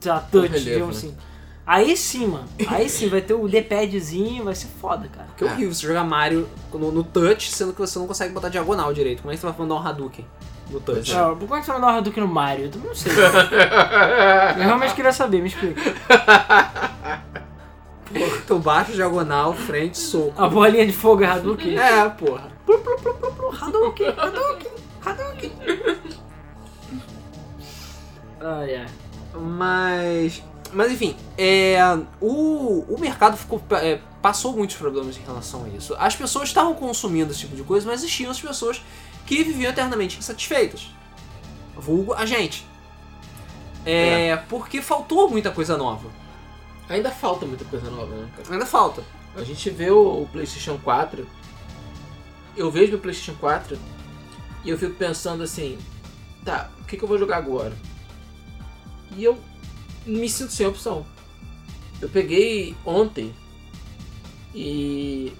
S2: sei lá, touch,
S3: relevo,
S2: digamos
S3: né?
S2: assim. Aí sim, mano. Aí sim, vai ter o D-padzinho, vai ser foda, cara.
S1: Porque é horrível você jogar Mario no, no touch, sendo que você não consegue botar diagonal direito. Como é que você vai mandar um Hadouken no touch?
S2: É, como é que você vai dar o Hadouken no Mario? Eu também não sei. Eu realmente queria saber, me explica.
S1: Porra, Então baixo, diagonal, frente, soco.
S2: A bolinha de fogo é Hadouken?
S1: É, porra.
S2: Hadouken, Hadouken, Hadouken. Ai, ai.
S1: Mas. Mas enfim, é, o, o mercado ficou, é, passou muitos problemas em relação a isso. As pessoas estavam consumindo esse tipo de coisa, mas existiam as pessoas que viviam eternamente insatisfeitas. Vulgo a gente. É, Porque faltou muita coisa nova.
S3: Ainda falta muita coisa nova, né, cara?
S1: Ainda falta.
S3: A gente vê o, o PlayStation 4. Eu vejo meu PlayStation 4 e eu fico pensando assim: tá, o que, que eu vou jogar agora? E eu me sinto sem opção. Eu peguei ontem e.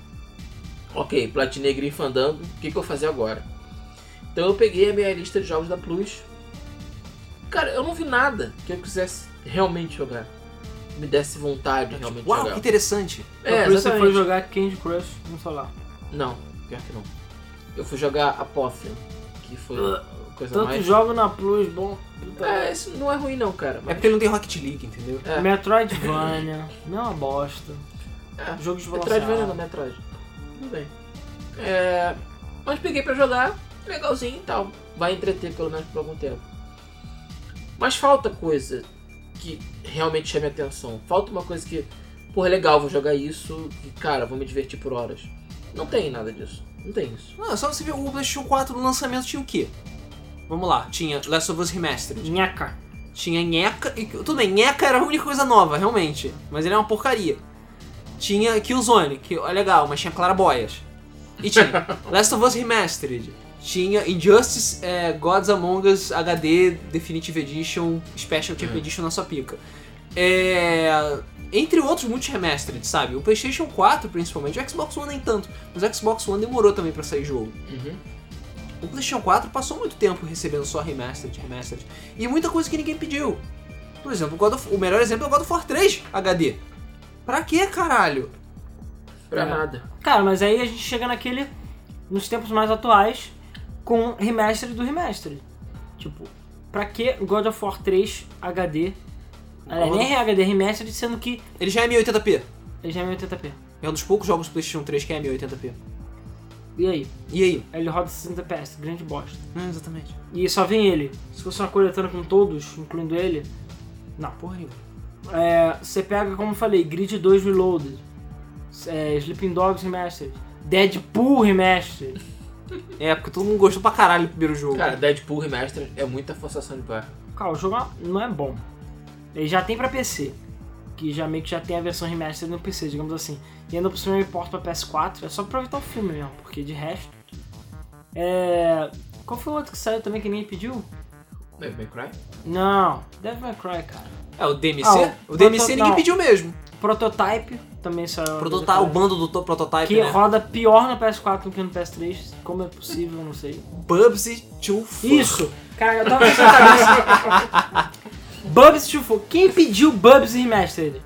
S3: Ok, platinei Grim Fandango, o que, que eu vou fazer agora? Então eu peguei a minha lista de jogos da Plus. Cara, eu não vi nada que eu quisesse realmente jogar. Me desse vontade realmente de
S1: Uau,
S3: jogar.
S1: que interessante.
S2: É, por isso você foi
S3: exatamente.
S2: jogar Candy Crush no celular.
S3: Não, pior que não. Eu fui jogar Apophia, que foi a coisa
S2: Tanto
S3: mais...
S2: jogo na Plus, bom. puta
S3: É, isso não é ruim não, cara.
S1: É
S3: Mas...
S1: porque ele não tem Rocket League, entendeu?
S3: é.
S2: Metroidvania, não é uma bosta.
S3: É.
S2: Jogo de velocidade.
S3: Metroidvania não, Metroid. Tudo bem. É... Mas peguei pra jogar, legalzinho e tal. Vai entreter pelo menos por algum tempo. Mas falta coisa que realmente chame a atenção. Falta uma coisa que, porra, é legal, vou jogar isso e, cara, vou me divertir por horas. Não tem nada disso. Não tem isso.
S1: Não, é só você ver o PlayStation 4 no lançamento tinha o quê? Vamos lá, tinha Last of Us Remastered,
S2: Nhaca.
S1: tinha Nheca, e tudo bem, Nheca era a única coisa nova, realmente, mas ele é uma porcaria. Tinha Killzone, que é legal, mas tinha Claraboias. E tinha Last of Us Remastered, tinha Injustice é, Gods Among Us HD Definitive Edition, Special Champ Edition na sua pica. É, entre outros muitos remastered, sabe? O PlayStation 4, principalmente, o Xbox One nem tanto, mas o Xbox One demorou também pra sair jogo.
S3: Uhum.
S1: O PlayStation 4 passou muito tempo recebendo só remastered, remastered. E muita coisa que ninguém pediu. Por exemplo, o, God of- o melhor exemplo é o God of War 3 HD. Pra que, caralho?
S3: Pra
S2: É.
S3: nada.
S2: Cara, mas aí a gente chega naquele. nos tempos mais atuais, com remaster do remaster. Tipo, pra que God of War 3 HD? Aliás, nem é HD, é remastered, sendo que
S1: Ele já é 1080p.
S2: ele já é 1080p.
S1: É um dos poucos jogos do PlayStation 3 que é 1080p.
S2: E aí?
S1: E aí?
S2: Ele roda 60 PS, grande bosta.
S1: Não, É, exatamente.
S2: E só vem ele. Se fosse uma coletânea com todos, incluindo ele,
S1: Não, porra nenhuma.
S2: é, você pega, como eu falei, Grid 2 Reloaded, é, Sleeping Dogs Remastered, Deadpool Remastered.
S1: É, porque todo mundo gostou pra caralho do primeiro jogo.
S3: Cara, Deadpool Remaster é muita forçação de barra.
S2: Cara, o jogo não é bom. Ele já tem pra PC, que já meio que já tem a versão remastered no PC, digamos assim. E ainda por cima ele porta pra PS4, é só aproveitar o filme mesmo, porque de resto... É... Qual foi o outro que saiu também que ninguém pediu?
S3: Devil May Cry?
S2: Não, Devil May Cry, cara.
S1: É, o DMC?
S2: Ah, o
S1: o DMC
S2: proto-
S1: ninguém
S2: não.
S1: pediu mesmo.
S2: Prototype também saiu.
S1: Prototype, o bando do to- prototype,
S2: Que
S1: né?
S2: roda pior no PS4 do que no PS3. Como é possível, eu não sei.
S1: Bubsy to Fuck.
S2: Isso! Cara, eu tava pensando na cabeça. Bubs Chufu. Quem pediu Bubs Remastered?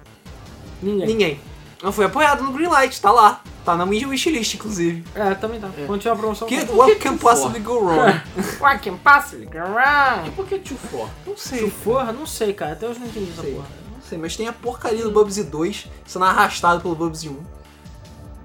S2: Ninguém.
S1: Ninguém. Não foi apoiado no Greenlight, tá lá. Tá na minha wishlist, inclusive.
S2: É, também tá.
S3: É.
S2: Quando tiver a promoção.
S1: Que,
S2: compra.
S1: what
S3: que
S1: can
S3: tu for?
S1: possibly go wrong?
S2: Ué, quem passa, ele around.
S3: E por que Too For?
S1: Não sei.
S2: Chuforra? Não sei, cara. Até hoje não entendi essa
S1: Sei.
S2: porra.
S1: Não sei, mas tem a porcaria do Bubsy 2 sendo arrastado pelo um. Bubsy 1.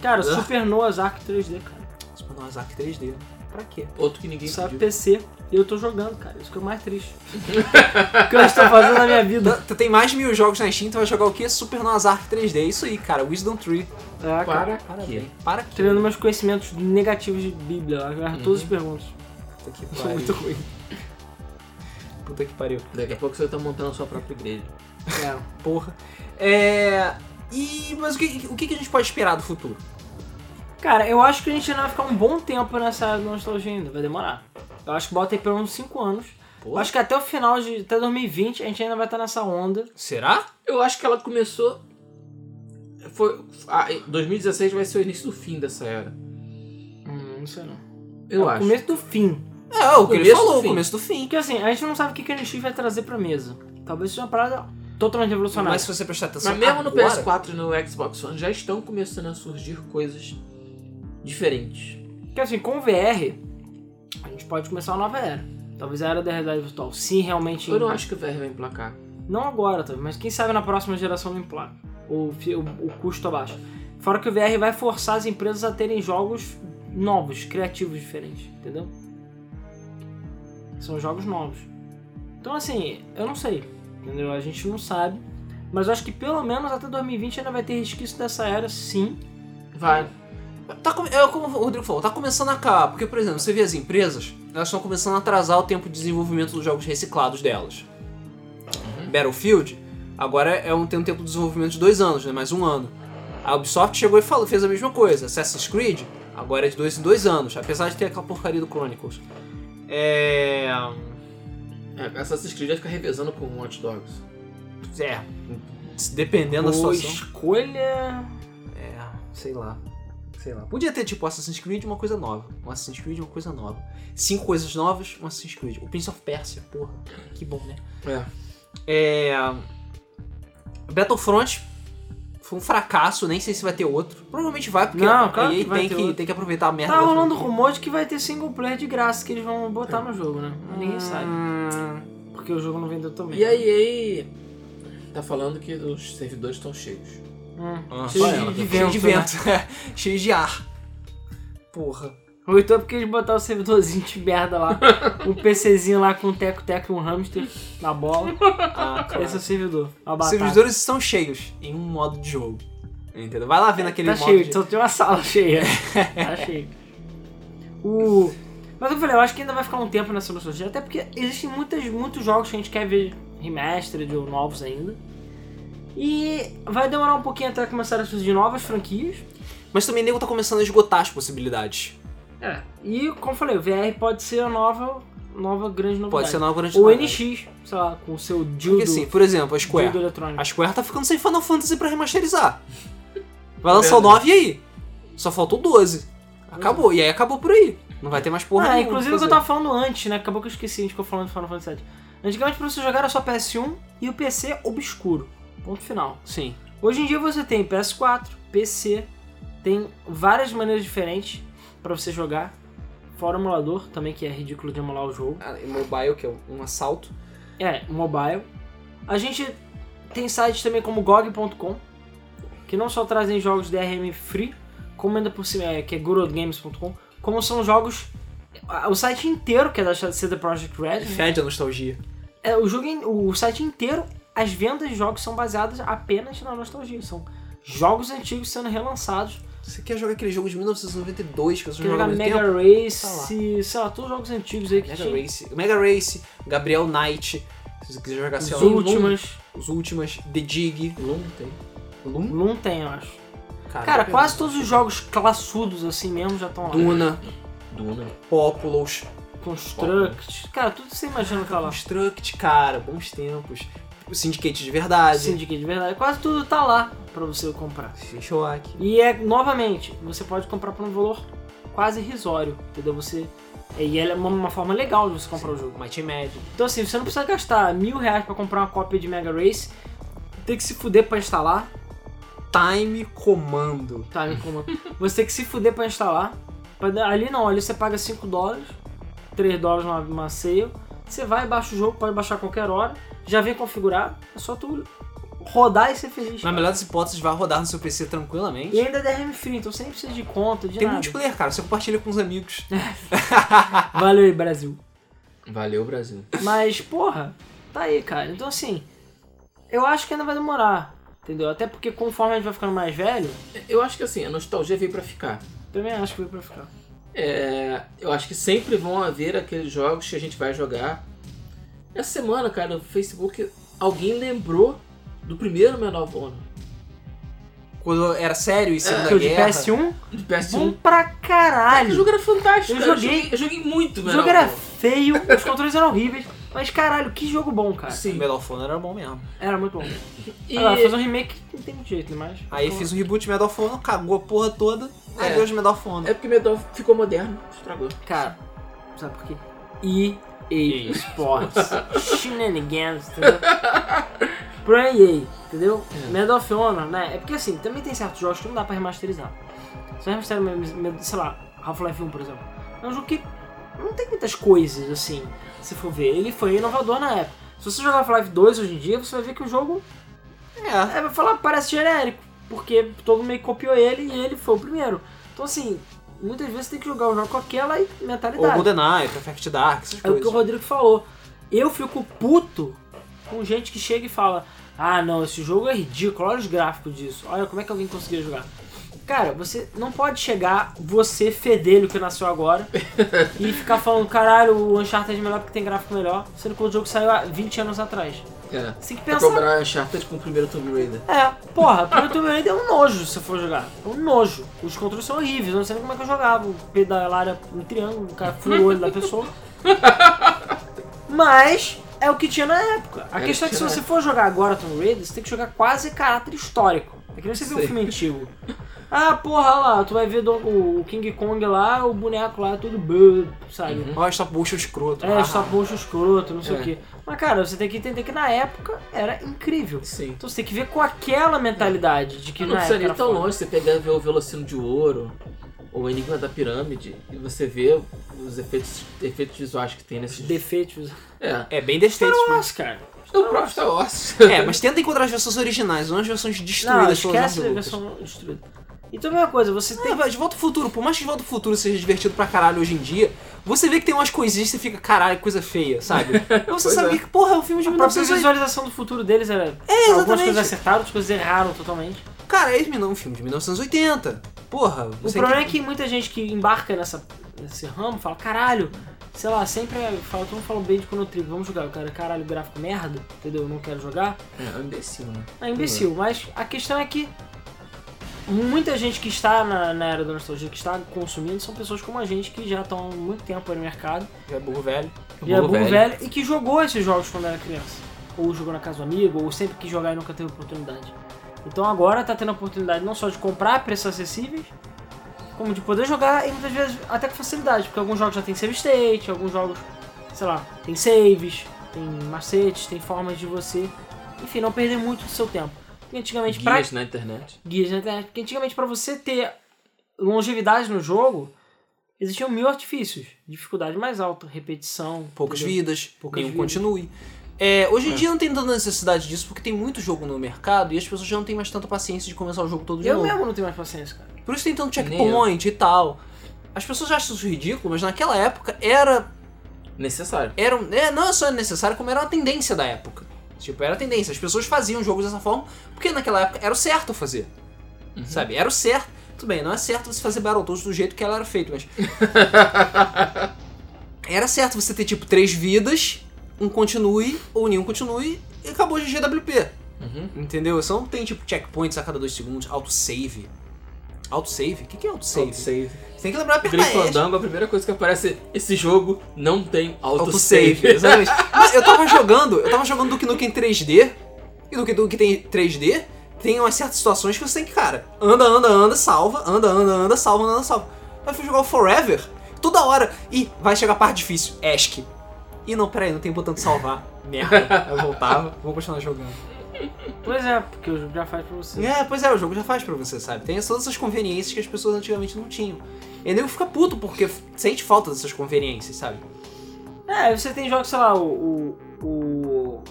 S2: Cara,
S1: Ah.
S2: Super Noah's Ark 3D, cara.
S1: Super Mario Arc 3D. Pra quê?
S3: Outro que ninguém
S2: Isso é
S3: pediu.
S2: PC. E eu tô jogando, cara. Isso que é o mais triste. o que eu estou fazendo na minha vida.
S1: Tu tem mais de mil jogos na Steam, tu vai jogar o quê? Super Mario Arc 3D. É isso aí, cara. Wisdom Tree.
S2: É, cara.
S3: Para
S1: Parabéns.
S3: quê?
S1: Para quê?
S2: Treinando meus conhecimentos negativos de Bíblia. Eu agarro todas as perguntas.
S1: Puta que
S2: Sou muito
S1: pariu.
S2: ruim.
S1: Puta que pariu.
S3: Daqui a pouco você tá montando a sua própria igreja.
S2: É.
S1: Porra. É. E. Mas o que, o que que a gente pode esperar do futuro?
S2: Cara, eu acho que a gente ainda vai ficar um bom tempo nessa nostalgia ainda, vai demorar. Eu acho que bota aí pelo uns 5 anos. Eu
S3: Pô,
S2: acho que até o final de até 2020 a gente ainda vai estar nessa onda.
S1: Será?
S3: eu acho que ela começou. Foi. ah, em 2016 vai ser o início do fim dessa era.
S2: Hum, não sei não.
S3: Eu
S2: é o
S3: acho.
S2: começo do fim.
S1: É, o que ele
S3: Começo do
S1: falou, o
S3: fim.
S1: começo do fim.
S2: Porque assim, a gente não sabe o que que a NX vai trazer pra mesa. Talvez seja uma parada totalmente revolucionária.
S1: Mas se você prestar atenção.
S3: Mas mesmo no
S1: agora-
S3: PS4 e no Xbox One já estão começando a surgir coisas diferentes.
S2: Porque assim, com o VR, a gente pode começar uma nova era. Talvez a era da realidade virtual. Sim, realmente.
S3: Eu não acho que o VR vai emplacar.
S2: Não agora, talvez, mas quem sabe na próxima geração não implaca. O, fi- o, o custo abaixo. Fora que o VR vai forçar as empresas a terem jogos novos, criativos diferentes, entendeu? São jogos novos. Então assim, eu não sei, entendeu? A gente não sabe. Mas eu acho que pelo menos até 2020 ainda vai ter resquício dessa era, sim.
S3: Vai.
S1: Tá, come- é como o Rodrigo falou, tá começando a acabar. Porque, por exemplo, você vê as empresas, elas estão começando a atrasar o tempo de desenvolvimento dos jogos reciclados delas. Battlefield, agora é um, tem um tempo de desenvolvimento de dois anos, né? Mais um ano. A Ubisoft chegou e falou, fez a mesma coisa. Assassin's Creed, agora é de dois em dois anos, apesar de ter aquela porcaria do Chronicles. É.
S3: É, Assassin's Creed vai ficar revezando com Watch Dogs.
S1: É. Dependendo da
S2: Boa
S1: situação.
S2: escolha.
S1: É, sei lá. Sei lá. Podia ter, tipo, Assassin's Creed uma coisa nova. Um Assassin's Creed uma coisa nova. Cinco coisas novas, um Assassin's Creed. O Prince of Persia, porra. Que bom, né?
S3: É.
S1: É. Battlefront foi um fracasso, nem sei se vai ter outro. Provavelmente vai, porque
S2: Não,
S1: a
S2: claro
S1: EA
S2: que vai
S1: tem,
S2: ter
S1: que,
S2: outro.
S1: tem que aproveitar a merda.
S2: Tá
S1: da
S2: rolando
S1: franquia.
S2: rumor de que vai ter single player de graça que eles vão botar no jogo, né? Ninguém sabe.
S1: Hum,
S2: Porque o jogo não vendeu também.
S3: E a EA tá falando que os servidores estão cheios.
S2: Hum.
S1: ah,
S2: Cheio
S1: só
S2: de-
S1: ela.
S2: de
S1: Cheio de
S2: vento, né?
S1: vento. é. Cheio de ar. Porra.
S2: Ou então porque eles botaram o servidorzinho de merda lá, um PCzinho lá com um teco-teco e um hamster na bola.
S1: Ah, claro.
S2: Esse é o servidor. Uma
S1: Os
S2: batata.
S1: servidores estão cheios em um modo de jogo. Entendeu? Vai lá ver naquele
S2: tá
S1: modo
S2: cheio,
S1: de...
S2: só tem uma sala cheia. tá cheio. O... Mas eu falei, eu acho que ainda vai ficar um tempo nessa nostalgia, até porque existem muitas, muitos jogos que a gente quer ver remastered ou novos ainda. E vai demorar um pouquinho até começar a surgir novas franquias.
S1: Mas também nego tá começando a esgotar as possibilidades.
S2: É. E, como eu falei, o VR pode ser a nova, nova grande novidade.
S1: Pode ser nova grande
S2: Ou
S1: novidade.
S2: NX, sei lá, com o seu dildo,
S1: Porque assim, por exemplo, a
S2: dildo
S1: Square.
S2: eletrônico.
S1: A Square tá ficando sem Final Fantasy pra remasterizar. Vai lançar o
S3: Verdade.
S1: 9 e aí? Só faltou o 12. Acabou. E aí acabou por aí. Não vai ter mais porra
S2: Ah,
S1: nenhuma
S2: inclusive o
S1: pra
S2: que eu
S1: fazer.
S2: tava falando antes, né? Acabou que eu esqueci, a gente ficou falando de Final Fantasy VII. Antigamente pra você jogar era só PS1 e o PC obscuro. Ponto final.
S1: Sim.
S2: Hoje em dia você tem PS4, PC, tem várias maneiras diferentes pra você jogar. Fora o emulador, também que é ridículo de emular o jogo.
S1: Ah, e mobile, que é um assalto.
S2: É, mobile. A gente tem sites também como GOG.com, que não só trazem jogos DRM free, como ainda por cima, é, que é goodoldgames.com, como são jogos. O site inteiro, que é da CD Projekt Red, né?
S1: Fede a nostalgia.
S2: É, o, jogo, in- o site inteiro, as vendas de jogos são baseadas apenas na nostalgia. São jogos antigos sendo relançados.
S1: Você quer jogar aquele jogo de 1992 que você
S2: Quer
S1: jogava
S2: jogar
S1: há muito
S2: Mega
S1: tempo?
S2: Race,
S1: tá lá.
S2: sei lá, todos os jogos antigos aí que
S1: Mega
S2: tinha.
S1: Race, Mega Race, Gabriel Knight, se você quiser jogar, sei
S2: As
S1: lá, Loom,
S2: últimas.
S1: os últimas, The Dig,
S3: Loom tem.
S1: Loom,
S2: Não tem, eu acho. Cara, quase todos os jogos classudos assim mesmo já estão lá.
S1: Duna,
S3: Duna.
S1: Populous,
S2: Construct. Cara, tudo você imagina que tá lá.
S1: Construct, cara, bons tempos. O Syndicate de verdade.
S2: Syndicate de verdade. Quase tudo tá lá pra você comprar.
S1: Fechou aqui.
S2: E é, novamente, você pode comprar por um valor quase irrisório, entendeu? Você. E ela é uma, uma forma legal de você comprar o jogo.
S1: Might Magic.
S2: Então assim, você não precisa gastar mil reais pra comprar uma cópia de Mega Race, ter que se fuder pra instalar,
S1: Time Comando.
S2: tá? me como- Você tem que se fuder pra instalar. Pra dar- Ali não, ali você paga 5 dólares, 3 dólares numa, numa sale, você vai, baixa o jogo, pode baixar a qualquer hora, já vem configurado, é só tu rodar e ser feliz.
S1: Na melhor das hipóteses, vai rodar no seu PC tranquilamente.
S2: E ainda é DRM Free, então você nem precisa de conta, de
S1: Tem
S2: nada. É.
S1: multiplayer, cara. Você compartilha com os amigos.
S2: Valeu aí, Brasil.
S3: Valeu, Brasil.
S2: Mas, porra, tá aí, cara. Então, assim, eu acho que ainda vai demorar, entendeu? Até porque conforme a gente vai ficando mais velho,
S3: Eu acho que assim, a nostalgia veio pra ficar.
S2: também acho que veio pra ficar.
S3: É, eu acho que sempre vão haver aqueles jogos que a gente vai jogar. Essa semana, cara, no Facebook, alguém lembrou do primeiro Menor of Honor.
S1: Quando era sério e Segunda
S2: Porque o É, de
S1: Guerra.
S2: PS1,
S3: De
S2: bom
S3: PS1.
S2: pra
S3: O
S2: caralho.
S3: jogo era
S2: Eu
S3: fantástico. cara.
S2: joguei-
S3: Eu joguei muito,
S2: O
S3: Menor
S2: jogo
S3: of
S2: era
S3: Honor.
S2: feio, os controles eram horríveis, mas caralho, que jogo bom, cara.
S1: O
S3: Sim.
S1: Medal of Honor era bom mesmo.
S2: Era um. muito bom.
S3: E...
S2: Agora, assim. fazer um remake não tem muito jeito, né? Mas.
S1: Aí
S2: Então,
S1: fiz um reboot de Medal of Honor, cagou a porra toda.
S3: É.
S1: Aí Adeus Medal of Honor.
S3: É porque Menor ficou moderno, estragou.
S2: Cara, sabe por quê? EA Sports. Shenanigans, entendeu? Pro EA, entendeu?
S3: É.
S2: Medal of Honor, né? É porque assim, também tem certos jogos que não dá pra remasterizar. Só remasterizar, sei lá, Half-Life 1, por exemplo. É um jogo que não tem muitas coisas, assim, se for ver. Ele foi inovador na época. Se você jogar Half-Life 2 hoje em dia, você vai ver que o jogo
S1: É.
S2: é, vai falar, parece genérico, porque todo mundo meio que copiou ele e ele foi o primeiro. Então, assim, muitas vezes você tem que jogar o jogo com aquela
S1: Ou
S2: mentalidade.
S1: GoldenEye, Perfect Dark, essas
S2: É o que o
S1: coisas.
S2: Rodrigo falou. Eu fico puto com gente que chega e fala: Ah, não, esse jogo é ridículo, olha os gráficos disso, olha como é que alguém conseguia jogar. Cara, você não pode chegar, você fedelho que nasceu agora, e ficar falando: Caralho, o Uncharted é melhor porque tem gráfico melhor, sendo que o jogo saiu há 20 anos atrás.
S3: É.
S2: Você tem que
S3: Pra
S2: pensar
S3: cobrar Uncharted com o primeiro Tomb Raider.
S2: é, porra, pro Tomb Raider é um nojo se for jogar. É um nojo. Os controles são horríveis, eu não sei nem como é que eu jogava. O pedalar era um triângulo, o cara fura o olho da pessoa. Mas é o que tinha na época. A
S3: Era
S2: questão é
S3: o
S2: que se
S3: que tinha na
S2: você for jogar agora Tomb Raider, você tem que jogar quase caráter histórico. É que nem você vê um
S3: Sei.
S2: filme antigo. Ah, porra, olha lá, tu vai ver do- o King Kong lá, o boneco lá, tudo bludo, sabe?
S1: Olha essa bucha escroto.
S2: É,
S1: Ah,
S2: está puxa escroto, não sei
S3: Uhum. É.
S2: o quê. Mas, cara, você tem que entender que na época era incrível.
S3: Sim.
S2: Então você tem que ver com aquela mentalidade de que é
S3: Que não
S1: é
S2: na
S3: precisa
S2: época
S3: nem
S2: era
S3: ir tão
S2: foda.
S3: longe, você pega ver o Velocino de Ouro, ou o Enigma da Pirâmide, e você vê os efeitos, efeitos visuais que tem
S2: Os
S3: nesses...
S2: defeitos.
S3: É,
S1: É bem defeitos. mas-
S2: Nossa, cara.
S3: é o próprio Star Wars.
S1: É, mas tenta encontrar as versões originais, não as versões destruídas
S2: Não,
S1: pelas
S2: esquece
S1: Lucas.
S2: a versão destruída. Então, a mesma coisa, você
S1: É,
S2: tem
S1: velho, de volta ao futuro, por mais que de volta ao futuro seja divertido pra caralho hoje em dia, você vê que tem umas coisinhas que você fica, caralho, coisa feia, sabe? Então você
S3: Pois
S1: sabe
S3: é.
S1: que, porra, é um filme de
S2: A própria
S1: 1980.
S2: visualização do futuro deles era. algumas
S1: exatamente.
S2: coisas acertaram, outras coisas erraram totalmente.
S1: Cara, é um filme de 1980. Porra,
S2: O
S1: você
S2: problema é que muita gente que embarca nessa, nesse ramo fala, caralho, sei lá, sempre é, fala, todo mundo fala bem de Conotrigo, vamos jogar. O cara, caralho, gráfico é merda, entendeu? Eu não quero jogar.
S3: É, é um imbecil, né?
S2: É imbecil, mas a questão é que muita gente que está na, na era da nostalgia, que está consumindo, são pessoas como a gente que já estão há muito tempo aí no mercado,
S1: que é burro velho.
S2: já é bom velho. e que jogou esses jogos quando era criança. Ou jogou na casa do amigo, ou sempre quis jogar e nunca teve oportunidade. Então agora tá tendo a oportunidade não só de comprar a preços acessíveis, como de poder jogar e muitas vezes até com facilidade, porque alguns jogos já tem save state, alguns jogos, sei lá, tem saves, tem macetes, tem formas de você, enfim, não perder muito do seu tempo. Porque antigamente, pra
S3: Guias na internet.
S2: guias na internet. Porque antigamente, pra você ter longevidade no jogo, existiam mil artifícios. Dificuldade mais alta, repetição.
S1: Poucas
S2: entendeu?
S1: vidas,
S2: Poucas
S1: nenhum
S2: vidas.
S1: continue. É, hoje em dia não tem tanta necessidade disso, porque tem muito jogo no mercado e as pessoas já não têm mais tanta paciência de começar o jogo todo de
S2: Eu
S1: novo.
S2: mesmo não tenho mais paciência, cara.
S1: Por isso tem tanto
S3: Nem
S1: checkpoint e tal. As pessoas acham isso ridículo, mas naquela época era
S3: Necessário.
S1: era um- é, não só necessário, como era uma tendência da época. Tipo, era a tendência. As pessoas faziam jogos dessa forma, porque naquela época era o certo fazer. Sabe? Era o certo. Tudo bem, não é certo você fazer Battletoads do jeito que ela era feita, mas. era certo você ter, tipo, três vidas, um continue, ou nenhum continue, e acabou de GWP.
S3: Uhum.
S1: Entendeu? Você não tem, tipo, checkpoints a cada dois segundos, autosave. Autosave? O que que é autosave?
S3: Autosave.
S1: Você tem que lembrar de
S3: Green
S1: apertar F.
S3: Fandango, a primeira coisa que aparece, esse jogo não tem autosave.
S1: Autosave, exatamente. Mas eu tava jogando, eu tava jogando Duke Nukem 3D, e Duke Nukem tem 3D, tem umas certas situações que você tem que, cara, anda, anda, anda, salva, anda, anda, anda, salva, anda, salva. Aí eu fui jogar o Forever, toda hora, e vai chegar a parte difícil, ESC. Ih, não, peraí, não tem botão de salvar. Merda, eu voltava, vou continuar jogando.
S2: Pois é, porque o jogo já faz pra você.
S1: É, pois é, o jogo já faz pra você, sabe? Tem todas essas conveniências que as pessoas antigamente não tinham. E nego fica puto porque sente falta dessas conveniências, sabe?
S2: É, você tem jogos, sei lá, o. o, o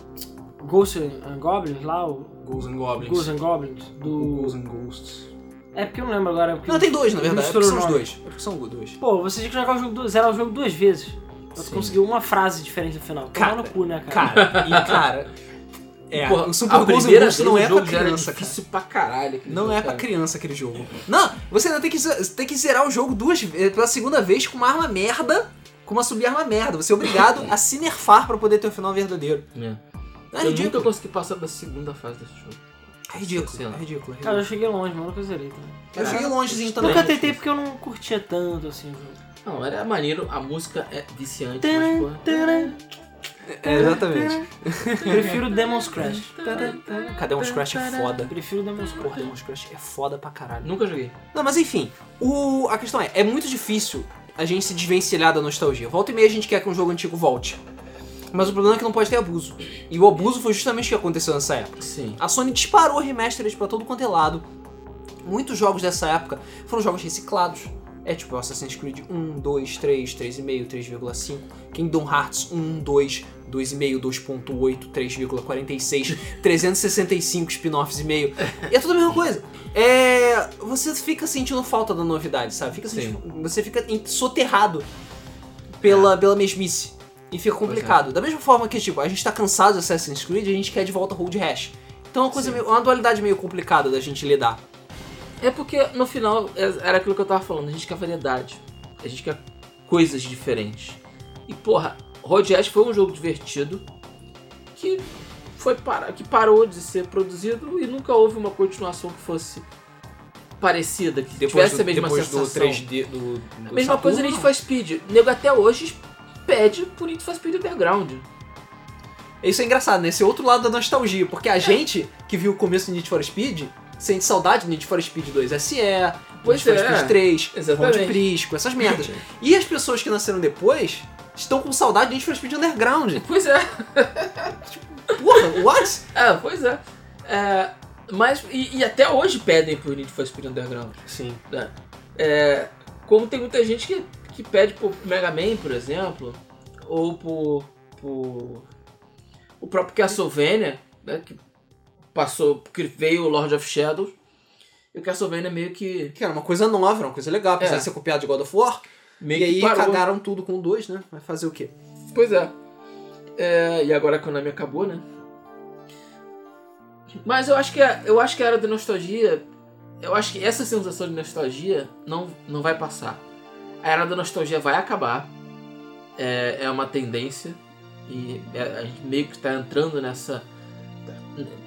S2: Ghost and Goblins lá, o
S1: Ghouls and Goblins.
S2: Ghost and Goblins, do.
S1: Ghouls and Ghosts.
S2: É porque eu não lembro agora. Porque
S1: Não, tem dois, na verdade. É porque
S2: Misturou
S1: são os
S2: o nome.
S1: dois. É porque são dois.
S2: Pô, você tinha que jogar o jogo do zero o jogo duas vezes. Pra tu
S1: Sim.
S2: conseguir uma frase diferente no final. Tomar
S1: Cara,
S2: no cu, né, cara?
S1: Cara, e cara. É,
S3: Porra,
S1: o
S3: a
S1: Super Ghouls and
S3: primeira
S1: Ghosts
S3: vez
S1: não
S3: o
S1: é pra
S3: jogo já era
S1: criança, cara.
S3: difícil pra caralho. aquele
S1: Não
S3: jogo,
S1: é pra
S3: cara.
S1: criança aquele jogo. Não, você ainda tem que, ze- tem que zerar o jogo duas vezes, pela segunda vez com uma arma merda, com uma subarma merda. Você é obrigado a se nerfar pra poder ter o final verdadeiro.
S3: É.
S1: Não, é
S3: eu nunca
S1: ridículo.
S3: consegui passar da segunda fase desse jogo.
S1: É ridículo,
S3: Sei
S1: é
S3: lá.
S1: ridículo. é
S2: Cara, eu
S1: ridículo.
S2: cheguei longe, mano. Nunca zerei também.
S1: Eu cheguei longezinho também.
S2: Nunca tentei porque eu não curtia tanto assim o jogo.
S3: Não, era maneiro, a música é viciante, mas porra.
S2: Tcharam,
S1: É, exatamente.
S2: Prefiro Demon's Crash.
S1: Cara, Demon's Crash é foda.
S2: Prefiro Demon's
S1: Porra,
S2: Crash.
S1: Demon's Crash é foda pra caralho.
S3: Nunca joguei.
S1: Não, mas enfim, o- a questão é, é muito difícil a gente se desvencilhar da nostalgia. Volta e meia a gente quer que um jogo antigo volte. Mas o problema é que não pode ter abuso. E o abuso foi justamente o que aconteceu nessa época.
S3: Sim.
S1: A Sony disparou remasters pra todo quanto é lado. Muitos jogos dessa época foram jogos reciclados. É tipo Assassin's Creed 1, 2, 3, 3,5, 3,5. Kingdom Hearts 1, 2, 2,5, 2,8, 3,46, 365 spin-offs e meio. E é tudo a mesma coisa. É, você fica sentindo falta da novidade, sabe? Fica sentindo- você fica em- soterrado pela,
S3: É.
S1: pela mesmice. E fica complicado. Da mesma forma que, tipo, a gente tá cansado de Assassin's Creed, a gente quer de volta Road Rash. Então é uma coisa
S3: Sim.
S1: meio, uma dualidade meio complicada da gente lidar.
S3: É porque no final é- era aquilo que eu tava falando, a gente quer variedade. A gente quer coisas diferentes. E porra, Road Rash foi um jogo divertido que foi para, que parou de ser produzido e nunca houve uma continuação que fosse parecida, que tivesse a mesma sensação.
S1: do,
S3: A mesma coisa Need for Speed. O nego até hoje pede por Need for Speed Underground.
S1: Isso é engraçado, né? Esse é outro lado da nostalgia, porque
S3: É.
S1: a gente que viu o começo do Need for Speed sente saudade do Need for Speed 2 SE,
S3: Pois
S1: Need for
S3: é.
S1: Speed 3,
S3: Exatamente.
S1: Ponte Prisco, essas merdas. E as pessoas que nasceram depois estão com saudade do Need for Speed Underground.
S3: Pois é.
S1: Porra, what?
S3: É, pois é. É, mas, e, e até hoje pedem por Need for Speed Underground.
S1: Sim.
S3: né? É, como tem muita gente que, que pede por Mega Man, por exemplo, ou por, por o próprio Castlevania, né, que passou, que veio o Lord of Shadows, e o Castlevania meio que
S1: Que era uma coisa nova, era uma coisa legal, apesar
S3: É.
S1: de ser copiado de God of War.
S3: meio
S1: e
S3: que
S1: aí
S3: parou.
S1: cagaram tudo com dois, né? Vai fazer o quê?
S3: Pois é. É, E agora a Konami acabou, né? Mas eu acho que a, eu acho que a era da nostalgia. Eu acho que essa sensação de nostalgia não, não vai passar. A era da nostalgia vai acabar. É, é uma tendência. E é- a gente meio que tá entrando nessa.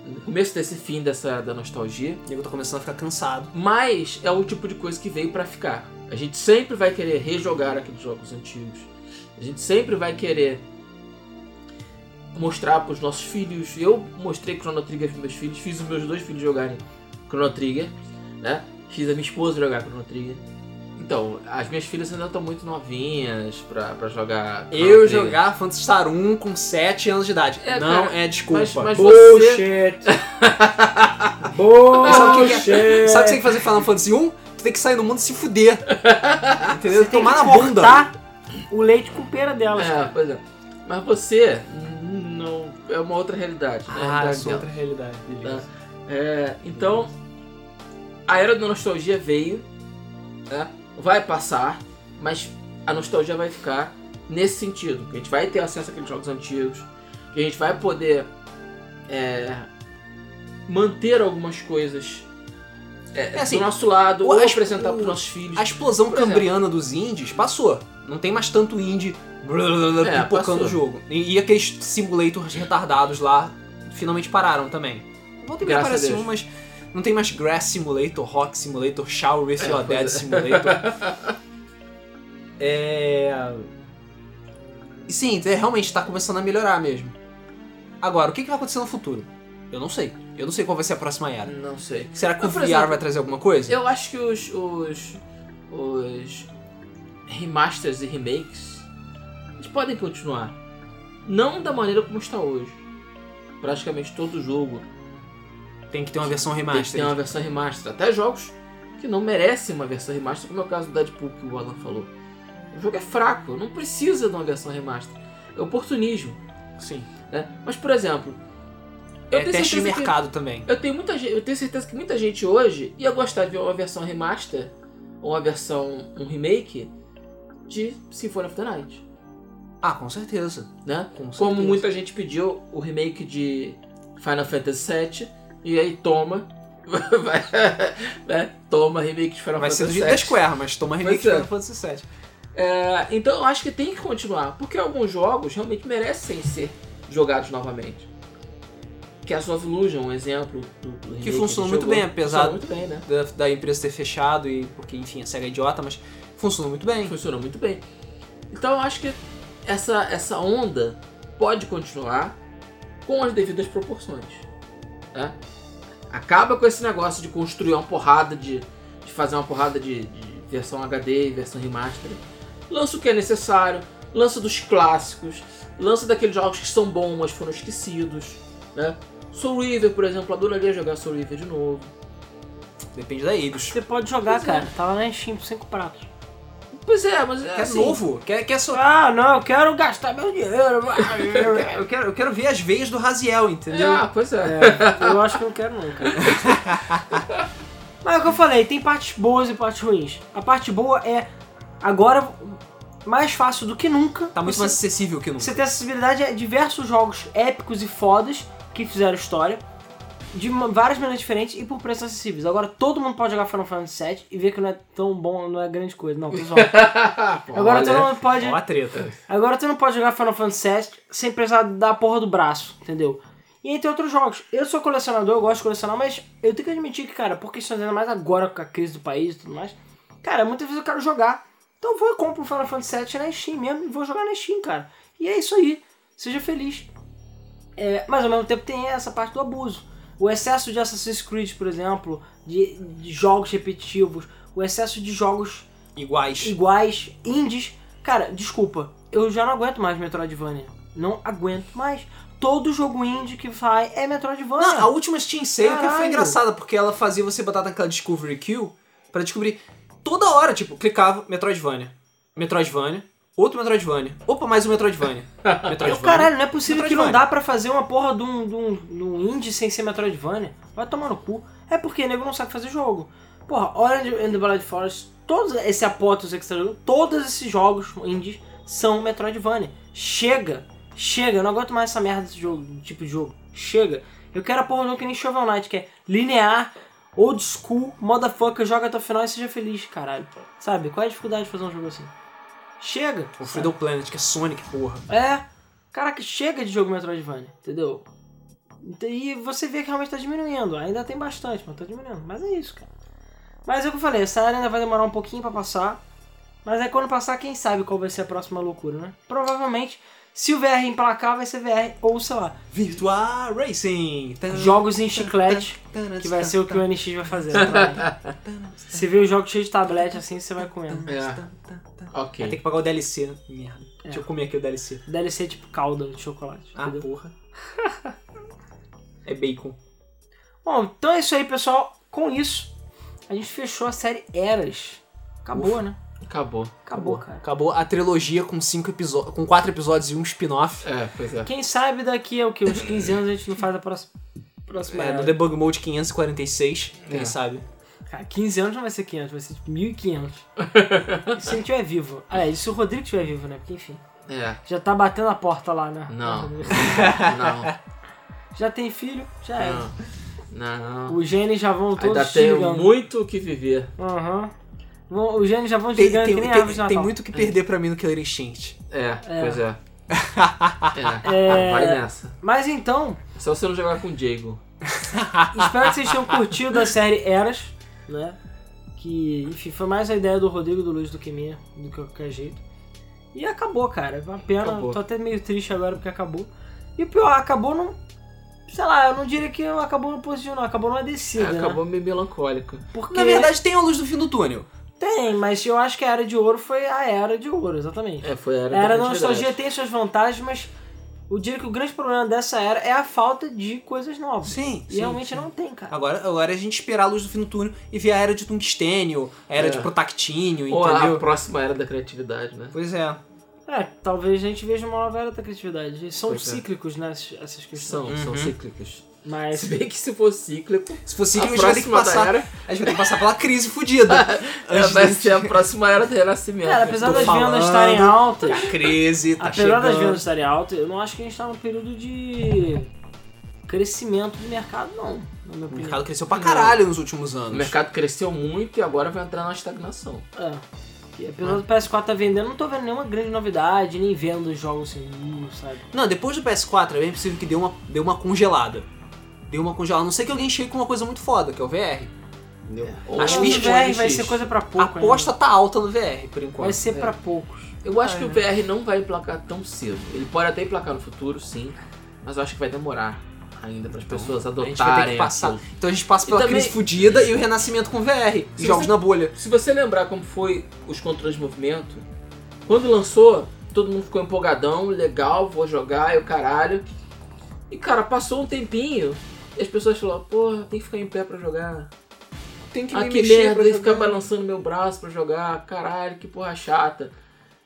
S3: No começo desse fim dessa era da nostalgia.
S1: O nego tá começando a ficar cansado.
S3: Mas é o tipo de coisa que veio pra ficar. A gente sempre vai querer rejogar aqueles jogos antigos. A gente sempre vai querer mostrar pros nossos filhos. Eu mostrei Chrono Trigger pros meus filhos, fiz os meus dois filhos jogarem Chrono Trigger, né? Fiz a minha esposa jogar Chrono Trigger. Então, as minhas filhas ainda estão muito novinhas pra, pra jogar. Chrono
S1: Eu
S3: Trigger.
S1: jogar Phantasy Star 1 com 7 anos de idade.
S3: É,
S1: não
S3: cara,
S1: é desculpa.
S3: mas- mas
S2: Bullshit.
S1: Sabe o que que Sabe o que
S2: Bullshit.
S1: você tem que fazer Final Fantasy 1? Tu tem que sair no mundo e se fuder. Entendeu?
S2: Tem
S1: Tomar
S2: que
S1: na bunda.
S2: cortar o leite com pera delas.
S3: É,
S2: cara.
S3: pois é. Mas você. hum, Não, é uma outra realidade. né?
S1: Ah,
S3: Realidade
S1: essa é
S3: dela.
S1: outra realidade. beleza.
S3: É, então, a era da nostalgia veio, né? vai passar, mas a nostalgia vai ficar nesse sentido. que A gente vai ter acesso àqueles jogos antigos, que a gente vai poder é, manter algumas coisas é,
S1: É assim,
S3: do nosso lado,
S1: o-
S3: ou
S1: as-
S3: apresentar
S1: o-
S3: para os nossos filhos.
S1: A explosão
S3: Por exemplo.
S1: cambriana dos indies passou. Não tem mais tanto indie blá, blá, blá,
S3: É,
S1: pipocando
S3: passou.
S1: o jogo. E, e aqueles simulators retardados lá finalmente pararam também. Volta e meia
S3: Graças
S1: aparece
S3: a Deus.
S1: um, mas Não tem mais Grass Simulator, Rock Simulator, Shower with
S3: É.
S1: Your Dead Simulator. É. E sim, é, realmente está começando a melhorar mesmo. Agora, o que, que vai acontecer no futuro? Eu não sei. Eu não sei qual vai ser a próxima era.
S3: Não sei.
S1: Será que
S3: Mas,
S1: o
S3: por
S1: VR
S3: exemplo,
S1: vai trazer alguma coisa?
S3: Eu acho que os, os, os remasters e remakes eles podem continuar. Não da maneira como está hoje. Praticamente todo jogo
S1: Tem que ter uma versão
S3: tem que ter
S1: remaster. tipo.
S3: uma versão remaster. Até jogos que não merecem uma versão remaster, como é o caso do Deadpool que o Alan falou. O jogo é fraco, não precisa de uma versão remaster. É oportunismo.
S1: Sim.
S3: né? Mas, por exemplo, eu
S1: É
S3: tenho
S1: teste de
S3: certeza que-
S1: mercado também.
S3: eu tenho, muita, ge- eu tenho certeza que muita gente hoje ia gostar de ver uma versão remaster ou uma versão, um remake de Symphony of the Night,
S1: Ah, com certeza.
S3: né?
S1: Com certeza.
S3: Como muita gente pediu o remake de Final Fantasy VII e aí toma, vai, né? Toma remake de Final
S1: Vai ser do
S3: Fantasy
S1: jeito da
S3: VII.
S1: Square, mas toma remake
S3: Pois
S1: de
S3: é.
S1: Final Fantasy VII.
S3: É, então eu acho que tem que continuar, porque alguns jogos realmente merecem ser jogados novamente. Que a Soul of Illusion, um exemplo do, do remake
S1: funcionou
S3: a
S1: muito
S3: gente
S1: bem,
S3: jogou.
S1: apesar
S3: Funcionou muito bem, né?
S1: Da, da empresa ter fechado e porque, enfim, a SEGA é idiota, mas funcionou muito bem.
S3: funcionou muito bem. Então eu acho que essa, essa onda pode continuar com as devidas proporções. né? Acaba com esse negócio de construir uma porrada de. de fazer uma porrada de, de versão HD e versão remaster. Lança o que é necessário, lança dos clássicos, lança daqueles jogos que são bons, mas foram esquecidos. Né? Soul River, por exemplo, adoraria jogar Soul River de novo.
S1: Depende da Eidos.
S2: Você pode jogar,
S3: Pois é.
S2: cara. Tava na Steam por 5 pratos.
S3: Pois é, mas é
S1: Quer
S3: assim,
S1: novo? Quer, quer so...
S2: Ah, não, eu quero gastar meu dinheiro.
S1: Ah, eu, quero, eu quero ver as veias do Raziel, entendeu?
S3: Ah, pois é.
S2: É, eu acho que eu não quero não, cara. Mas é o que eu falei, tem partes boas e partes ruins. A parte boa é agora mais fácil do que nunca.
S1: Tá muito
S2: você,
S1: mais acessível que nunca.
S2: você tem acessibilidade a diversos jogos épicos e fodas que fizeram história. De ma- várias maneiras diferentes e por preços acessíveis. Agora todo mundo pode jogar Final Fantasy VII e ver que não é tão bom, não é grande coisa. Não, tô zoando. Agora todo mundo pode.
S1: Ó a treta.
S2: Agora tu não pode jogar Final Fantasy VII sem precisar da porra do braço, entendeu? E entre outros jogos. Eu sou colecionador, eu gosto de colecionar, mas eu tenho que admitir que, cara, por questões ainda mais agora com a crise do país e tudo mais, cara, muitas vezes eu quero jogar. Então eu vou e compro um Final Fantasy VII na Steam mesmo e vou jogar na Steam, cara. E é isso aí. Seja feliz. É, mas ao mesmo tempo tem essa parte do abuso. O excesso de Assassin's Creed, por exemplo, de, de jogos repetitivos, o excesso de jogos
S1: Iguais.
S2: iguais, indies. Cara, desculpa, eu já não aguento mais Metroidvania. Não aguento mais. Todo jogo indie que sai é Metroidvania.
S1: Não, a última Steam Sale que foi
S2: Caralho.
S1: engraçada, porque ela fazia você botar naquela Discovery Queue pra descobrir toda hora, tipo, clicava Metroidvania, Metroidvania, outro Metroidvania, opa, mais um Metroidvania,
S2: Eu,
S1: Metroidvania.
S2: caralho, não é possível que não
S1: Metroidvania.
S2: dá pra fazer uma porra de um, de um- de um indie sem ser Metroidvania. Vai tomar no cu. É porque nego não sabe fazer jogo. Porra, Orange and the Blind Forest, todo esse Apotos Extra, tá todos esses jogos indies são Metroidvania. Chega! Chega, eu não aguento mais essa merda desse jogo, tipo de jogo. Chega. Eu quero a porra de um que nem Shovel Knight, que é linear, old school, motherfucker, joga até o final e seja feliz, caralho. Sabe, qual é a dificuldade de fazer um jogo assim? Chega!
S1: O
S2: sabe?
S1: Freedom Planet, que é Sonic, porra.
S2: É. Caraca, chega de jogo Metroidvania, entendeu? E você vê que realmente tá diminuindo. Ainda tem bastante, mas tá diminuindo. Mas é isso, cara. Mas é o que eu falei, essa área ainda vai demorar um pouquinho pra passar. Mas aí quando passar, quem sabe qual vai ser a próxima loucura, né? Provavelmente, se o VR emplacar, vai ser VR ou, sei lá,
S1: Virtua Racing.
S2: jogos em chiclete, que vai ser o que o NX vai fazer. Né? Se vê o jogo cheio de tablete assim, você vai comendo.
S1: Tá,
S3: É. Ok.
S1: Vai ter que pagar o DLC, né? merda. Deixa eu comer aqui o DLC.
S2: DLC tipo calda de chocolate.
S1: Ah,
S2: É. entendeu?
S1: porra. É bacon.
S2: Bom, então é isso aí, pessoal. Com isso, a gente fechou a série Eras. Acabou, né?
S3: Acabou.
S2: Acabou, cara.
S1: Acabou a trilogia com cinco episódios, com quatro episódios e um spin-off.
S3: É, pois é.
S2: Quem sabe daqui a o quê? uns 15 anos a gente não faz a próxima. próxima
S1: É,
S2: era.
S1: no Debug Mode 546, quem
S3: É.
S1: sabe?
S2: Cara, 15 anos não vai ser 500, vai ser tipo 1500. E se ele estiver vivo. Ah, é, e se o Rodrigo estiver vivo, né? Porque enfim.
S3: É.
S2: Já tá batendo a porta lá, né?
S3: Não. Não.
S2: Já tem filho, já é.
S3: Não.
S2: Os genes já vão todos
S3: Ainda
S1: um
S3: tenho
S2: chegando.
S3: muito o que viver.
S2: Aham. Vão- Os genes já vão
S1: Tem,
S2: chegando
S1: tem-
S2: que nem
S1: tem-
S2: árvore de Natal.
S1: tem muito o que perder pra mim no Killer Instinct.
S3: É, pois é. É.
S2: É.
S3: Vai nessa.
S2: Mas então,
S3: Só se eu não jogar com o Diego.
S2: Espero que vocês tenham curtido a série Eras, né? Que, enfim, foi mais a ideia do Rodrigo e do Luiz do que minha, do que qualquer jeito. E acabou, cara. É Uma pena.
S1: Acabou.
S2: Tô até meio triste agora porque acabou. E o pior, acabou num. Sei lá, eu não diria que acabou no positivo, não. Acabou numa
S1: É,
S2: descida. né?
S3: Acabou meio melancólico.
S2: Porque
S1: Na
S3: é
S1: verdade, tem a luz do fim do túnel.
S2: tem, mas eu acho que a era de ouro foi a era de ouro, exatamente.
S3: É, foi a era,
S2: A era da
S3: grande
S2: nostalgia
S3: verdade.
S2: tem suas vantagens, mas eu diria que o grande problema dessa era é a falta de coisas novas.
S1: Sim,
S3: é
S2: e realmente não tem, cara.
S1: Agora, agora é a gente esperar a luz do fim do túnel e ver a era de Tungstênio, a era
S3: É.
S1: de Protactínio,
S3: Ou a
S1: entendeu?
S3: próxima era da criatividade, né?
S1: Pois é.
S2: É, talvez a gente veja uma nova era da criatividade. Eles São
S3: Pois é.
S2: cíclicos, né, esses- essas questões.
S3: São, são
S1: Uhum.
S3: cíclicos.
S2: Mas
S3: Se bem que se for cíclico,
S1: Se fosse
S3: a
S1: Sirius, a gente vai ter que
S3: próxima da
S1: passar.
S3: era
S1: A gente vai ter que passar pela crise fodida.
S3: é,
S1: Antes
S3: vai
S1: desse-
S3: ser a próxima era do renascimento.
S2: Cara, apesar
S1: tô
S2: das
S1: falando.
S2: vendas estarem altas,
S1: A crise tá
S2: apesar das vendas
S1: chegando.
S2: estarem altas, eu não acho que a gente tá num período de crescimento do mercado, não. Na minha
S1: O
S2: opinião.
S1: mercado cresceu pra caralho nos últimos
S3: O
S1: anos.
S3: mercado cresceu muito e agora vai entrar na estagnação.
S2: É. Que apesar do PS4 tá vendendo, eu não tô vendo nenhuma grande novidade, nem vendo jogos assim, hum, sabe?
S1: Não, depois do PS4 é bem possível que dê uma, dê uma congelada. Deu uma congelada. A não sei que alguém chegue com uma coisa muito foda, que é o VR. Entendeu?
S3: Ou
S1: Acho
S2: Mas
S1: que
S2: o
S1: bichos
S2: VR vai
S3: LX.
S2: ser coisa pra
S1: A
S2: pouco.
S1: aposta tá alta no VR, por
S2: ainda. vai
S1: enquanto.
S2: ser
S3: é.
S2: pra poucos.
S3: Eu acho
S1: Ah,
S3: que o
S1: é.
S3: VR não vai emplacar tão cedo. Ele pode até emplacar no futuro, sim, mas eu acho que vai demorar ainda para as pessoas
S1: A gente vai ter
S3: adotarem.
S1: que passar.
S3: aquilo.
S1: Então a gente passa pela
S3: E também-
S1: crise fodida e o renascimento com VR.
S3: Se
S1: Jogos
S3: você-
S1: na bolha.
S3: Se você lembrar como foi os controles de movimento, quando lançou, todo mundo ficou empolgadão, legal, vou jogar, eu caralho. E cara, passou um tempinho e as pessoas falaram, porra, tem que ficar em pé pra jogar.
S1: Tem que
S3: ah, que merda, tem que ficar balançando meu braço pra jogar, caralho, que porra chata.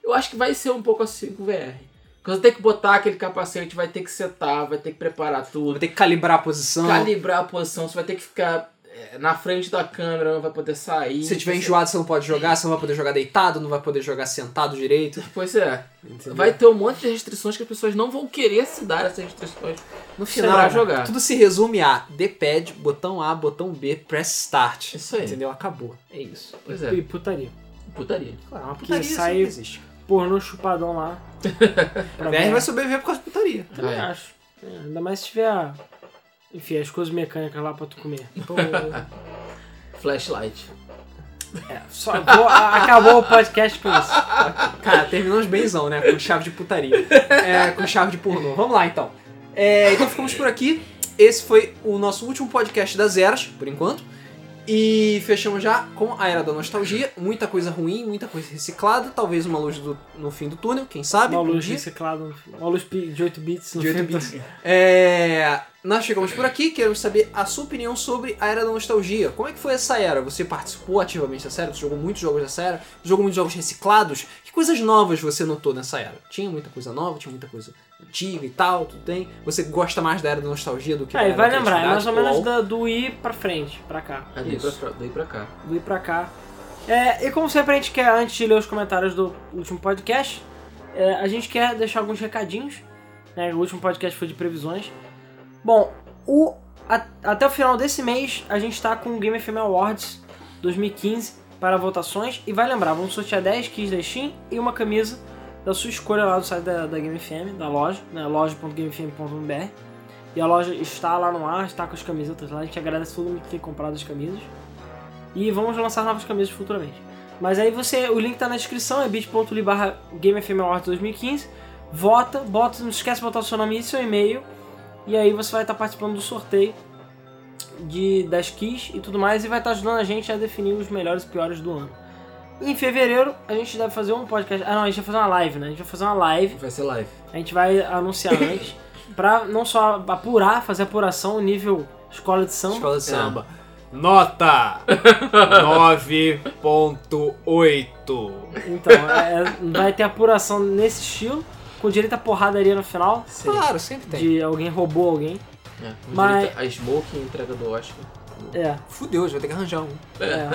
S3: Eu acho que vai ser um pouco assim com o VR. Porque você tem que botar aquele capacete, vai ter que setar, vai ter que preparar tudo,
S1: Vou ter que calibrar a posição.
S3: calibrar a posição, você vai ter que ficar é, na frente da câmera, não vai poder sair.
S1: Se você tiver
S3: Você-
S1: enjoado, você não pode jogar, você não vai poder jogar deitado, não vai poder jogar sentado direito.
S3: Pois é. Vai ter um monte de restrições que as pessoas não vão querer se dar essas restrições
S1: No
S3: Sei
S1: final,
S3: lá, jogar.
S1: tudo se resume a D-pad, botão A, botão B, press start.
S3: Isso aí.
S1: Entendeu? Acabou.
S2: É isso.
S3: Pois
S2: E-
S3: é.
S2: E putaria.
S3: putaria.
S1: Claro, uma
S2: putaria
S1: isso
S2: sai-
S1: não existe.
S2: Pornô chupadão lá.
S1: A
S2: Pra
S1: VR
S2: ver.
S1: vai sobreviver por causa de putaria.
S2: Também
S3: É.
S2: acho. É, ainda mais se tiver, enfim, as coisas mecânicas lá pra tu comer. Então,
S3: Flashlight.
S2: é, só vou- a- acabou o podcast com isso.
S1: Cara, terminamos benzão, né? Com chave de putaria. É, com chave de pornô. Vamos lá, então. É, então ficamos por aqui. Esse foi o nosso último podcast das eras, por enquanto. E fechamos já com a era da nostalgia. Muita coisa ruim, muita coisa reciclada. Talvez uma luz do- no fim do túnel, quem sabe?
S2: Uma
S1: um
S2: luz
S1: dia.
S2: reciclada, no fim. uma luz pi- de 8 bits no
S1: De 8
S2: fim.
S1: bits. É, nós chegamos por aqui, queremos saber a sua opinião sobre a Era da Nostalgia. Como é que foi essa era? Você participou ativamente dessa era? Você jogou muitos jogos dessa era? Você jogou muitos jogos reciclados? Que coisas novas você notou nessa era? Tinha muita coisa nova, tinha muita coisa antiga e tal, tudo bem? Você gosta mais da Era da Nostalgia do que da
S2: É, e
S1: Era
S2: vai
S1: da
S2: lembrar, é mais ou menos
S1: criatividade?
S2: da- do ir pra frente, pra cá.
S3: Ah, daí
S2: Isso.
S3: pra, fra- daí pra cá.
S2: do ir pra cá. É, e como sempre, a gente quer, antes de ler os comentários do último podcast, é, a gente quer deixar alguns recadinhos. né? O último podcast foi de previsões. Bom, o- a- até o final desse mês, a gente tá com o Game FM Awards 2015 para votações. E vai lembrar, vamos sortear 10 kits da Steam e uma camisa da sua escolha lá do site da, da Game FM, da loja, né? loja.gamefm.br. E a loja está lá no ar, está com as camisetas lá. A gente agradece todo mundo que tem comprado as camisas. E vamos lançar novas camisas futuramente. Mas aí você, o link tá na descrição, é bit.ly barra GameFMAwards 2015. Vota, bota, não esquece de botar o seu nome e seu e-mail. E aí você vai estar participando do sorteio de, das keys e tudo mais. E vai estar ajudando a gente a definir os melhores e piores do ano. Em fevereiro, a gente deve fazer um podcast. Ah, não, a gente vai fazer uma live, né? A gente vai fazer uma live.
S3: Vai ser live.
S2: A gente vai anunciar antes. pra não só apurar, fazer apuração nível escola de samba.
S1: Escola de Samba. Nota 9.8.
S2: Então, é- vai ter apuração nesse estilo, com direito a porradaria no final,
S3: Sim.
S1: Claro, sempre tem.
S2: de alguém roubou alguém.
S3: É, com
S2: Mas-
S3: direito A Smoke entrega do Oscar.
S2: É,
S1: Fudeu, a gente vai ter que arranjar um.
S2: é.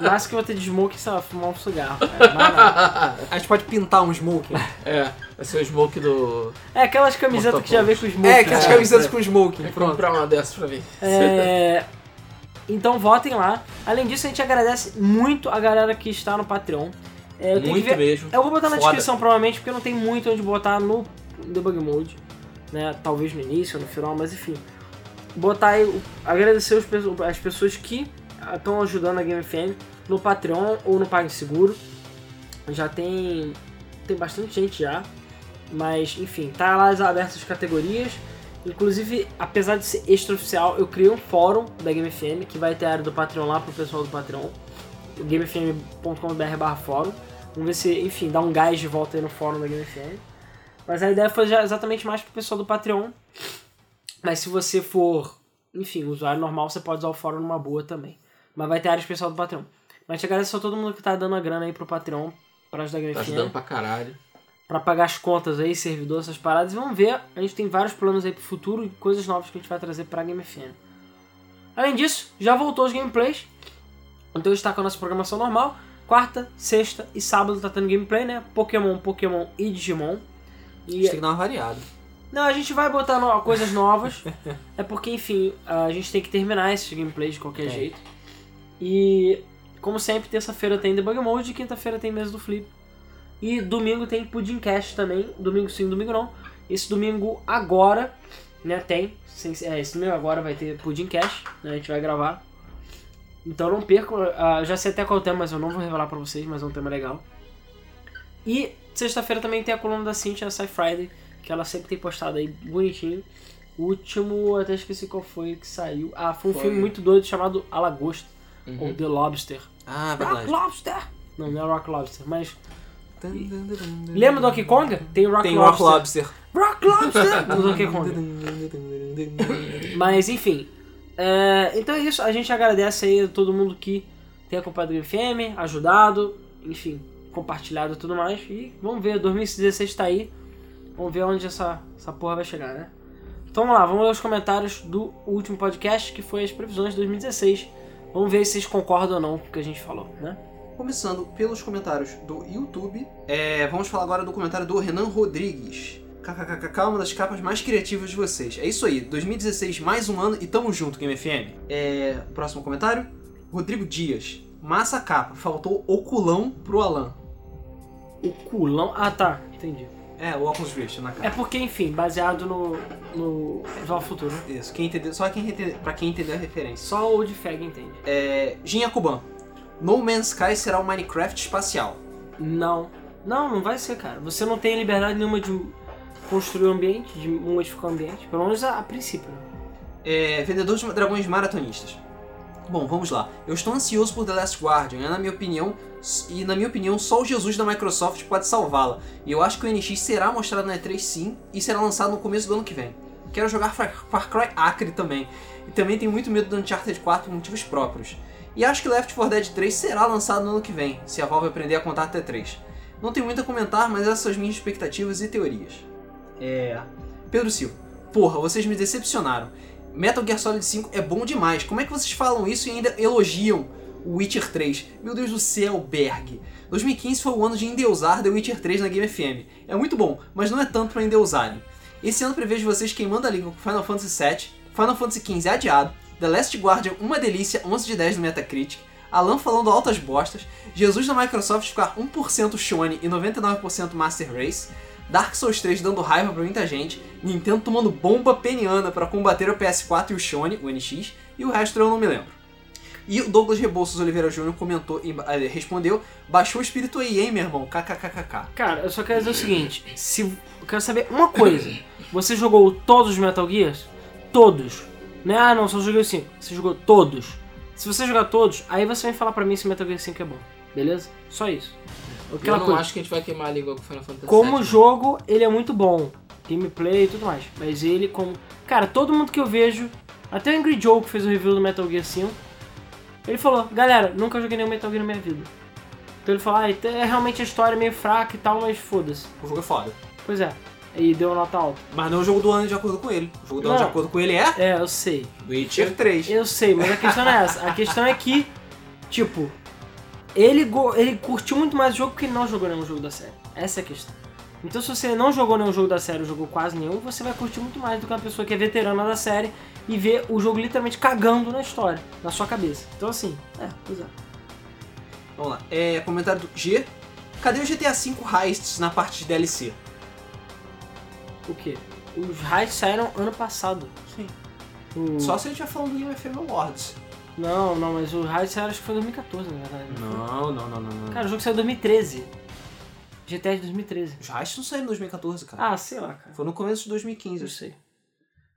S2: Mas que eu vou ter de smoke, sei lá, fumar um cigarro. cara, mais nada.
S1: A gente pode pintar um smoking.
S3: é, vai ser o Smoke do.
S2: É aquelas camisetas que já veio com smoke.
S1: é, que as
S2: né?
S1: camisetas com smoking.
S3: Vou
S1: Pronto.
S3: comprar uma dessas pra mim.
S2: É, Então votem lá. Além disso, a gente agradece muito a galera que está no Patreon. É, eu tenho que
S3: Muito
S2: ver-
S3: mesmo.
S2: Eu vou botar na
S1: Foda.
S2: descrição provavelmente, porque não tem muito onde botar no debug mode, né? Talvez no início, no final, mas enfim. botar aí, o- agradecer os pesso- as pessoas que estão ajudando a Game FM no Patreon ou no PagSeguro. Já tem tem bastante gente já, mas enfim, tá lá as abertas as categorias. Inclusive, apesar de ser extraoficial, eu criei um fórum da Game FM que vai ter a área do Patreon lá pro pessoal do Patreon, gamefm.com.br/fórum. Vamos ver se, enfim, dá um gás de volta aí no fórum da Game FM. Mas a ideia foi já exatamente mais pro pessoal do Patreon. Mas se você for, enfim, usuário normal, você pode usar o fórum numa boa também. Mas vai ter área especial do Patreon. Mas te agradeço a todo mundo que tá dando a grana aí pro Patreon pra ajudar a Game
S3: Tá
S2: FM
S3: ajudando pra caralho.
S2: pra pagar as contas aí, servidor, essas paradas. E vamos ver, a gente tem vários planos aí pro futuro e coisas novas que a gente vai trazer pra Game FM. Além disso, já voltou os gameplays. Então está com a nossa programação normal. Quarta, sexta e sábado tá tendo gameplay, né? Pokémon, Pokémon e Digimon.
S1: A
S2: E
S1: gente tem que dar uma variada.
S2: não, a gente vai botar no- coisas novas. é porque, enfim, a gente tem que terminar esse gameplay de qualquer
S1: É.
S2: jeito. E, como sempre, terça-feira tem Debug Mode, quinta-feira tem Mesa do Flip. E domingo tem Pudim Cast também. Domingo sim, domingo não. Esse domingo agora, né, tem. Sem- é, esse domingo agora vai ter Pudim Cast, né, a gente vai gravar. Então não percam. ah, eu já sei até qual é o tema, mas eu não vou revelar pra vocês, mas é um tema legal. E sexta-feira também tem a coluna da Cintia, a Sci Friday, que ela sempre tem postado aí bonitinho. O último, eu até esqueci qual foi que saiu. Ah, foi um
S1: Foi.
S2: filme muito doido chamado A Lagosta, ou
S3: Uhum.
S2: The Lobster.
S1: Ah,
S2: Rock
S1: verdade.
S2: Lobster! Não, não é Rock Lobster, mas. Lembra
S1: Lembra
S2: do Donkey Kong? Tem Rock
S1: Tem Rock
S2: Lobster.
S1: Lobster.
S2: Rock Lobster! do Donkey Kong. Mas enfim. é, então é isso. A gente agradece aí a todo mundo que tem acompanhado o FM, ajudado, enfim, compartilhado e tudo mais. E vamos ver, 2016 tá aí. Vamos ver onde essa, essa porra vai chegar, né? Então vamos lá, vamos ler os comentários do último podcast, que foi as previsões de 2016. Vamos ver se vocês concordam ou não com o que a gente falou, né?
S1: Começando pelos comentários do YouTube, é, vamos falar agora do comentário do Renan Rodrigues. KKKK, uma das capas mais criativas de vocês. É isso aí, 2016, mais um ano e tamo junto, Game FM. É, próximo comentário, Rodrigo Dias. Massa capa, faltou oculão pro Alan.
S2: O culão. Ah tá, entendi.
S1: É, o óculos verde na capa.
S2: É porque, enfim, baseado no. no Visual Futuro.
S1: Isso, quem entendeu, só quem entendeu, pra quem entendeu a referência.
S2: Só o de Fag entende.
S1: É, Jin Yakuban. No Man's Sky será um Minecraft espacial.
S2: Não. Não, não vai ser, cara. Você não tem liberdade nenhuma de construir o ambiente, de modificar o ambiente. Pelo menos a, a princípio. né?
S1: É, vendedor de dragões maratonistas. Bom, vamos lá. Eu estou ansioso por The Last Guardian, é na minha opinião, e na minha opinião só o Jesus da Microsoft pode salvá-la. E eu acho que o NX será mostrado na E3 sim, e será lançado no começo do ano que vem. Quero jogar Far, Far Cry Acre também, e também tenho muito medo do Uncharted 4 por motivos próprios. E acho que Left 4 Dead 3 será lançado no ano que vem, se a Valve aprender a contar até 3. Não tenho muito a comentar, mas essas são as minhas expectativas e teorias. É... Pedro Silva. Porra, vocês me decepcionaram. Metal Gear Solid 5 é bom demais. Como é que vocês falam isso e ainda elogiam o Witcher 3? Meu Deus do céu, Berg. 2015 foi o ano de endeusar The Witcher 3 na Game FM. É muito bom, mas não é tanto pra endeusarem. Esse ano prevejo vocês queimando a língua com Final Fantasy VII, Final Fantasy XV adiado, The Last Guardian uma delícia, 11 de 10 no Metacritic, Alan falando altas bostas, Jesus da Microsoft um ficar 1% Shone e 99% Master Race, Dark Souls 3 dando raiva pra muita gente, Nintendo tomando bomba peniana pra combater o PS4 e o Shone, o NX, e o resto eu não me lembro. E o Douglas Rebouças Oliveira Júnior comentou e eh, respondeu: baixou o espírito aí, hein, meu irmão? KKKKK.
S2: Cara, eu só quero dizer o seguinte: se. Eu quero saber uma coisa. Você jogou todos os Metal Gears? Todos. Né? Ah, não, só joguei os 5. Você jogou todos. Se você jogar todos, aí você vai falar pra mim se Metal Gear 5 é bom. Beleza? Só isso.
S3: Eu
S2: Aquela
S3: não
S2: coisa.
S3: acho que a gente vai queimar a língua com Final Fantasy
S2: Como
S3: VII,
S2: jogo, ele é muito bom. Gameplay e tudo mais. Mas ele, como. Cara, todo mundo que eu vejo, até o Angry Joe que fez o review do Metal Gear 5, ele falou: Galera, nunca joguei nenhum Metal Gear na minha vida. Então ele falou: Ah, então é realmente a história é meio fraca e tal, mas foda-se.
S1: O jogo é foda.
S2: Pois é. E deu nota alta.
S1: Mas não é o jogo do ano de acordo com ele. O jogo do ano de
S2: Não.
S1: acordo com ele é
S2: É, eu sei.
S1: Witcher 3.
S2: Eu sei, mas a questão não é essa. A questão é que, tipo, ele, go- ele curtiu muito mais o jogo porque ele não jogou nenhum jogo da série. Essa é a questão. Então se você não jogou nenhum jogo da série, ou jogou quase nenhum, você vai curtir muito mais do que uma pessoa que é veterana da série e vê o jogo literalmente cagando na história, na sua cabeça. Então assim, é, pois é.
S1: Vamos lá. É, comentário do G. Cadê o GTA V Heists na parte de DLC?
S2: O quê? Os raids saíram ano passado.
S1: Sim.
S2: O-
S1: Só se a gente vai falando do UFM Awards.
S2: Não, não, mas o Raid saiu acho que foi em 2014, na verdade. não foi?
S1: Não, não, não, não. não.
S2: Cara, o jogo saiu em 2013. GTA de 2013.
S1: os Heists não saíram em 2014, cara.
S2: Ah, sei lá, cara.
S1: Foi no começo de 2015.
S2: Eu sei.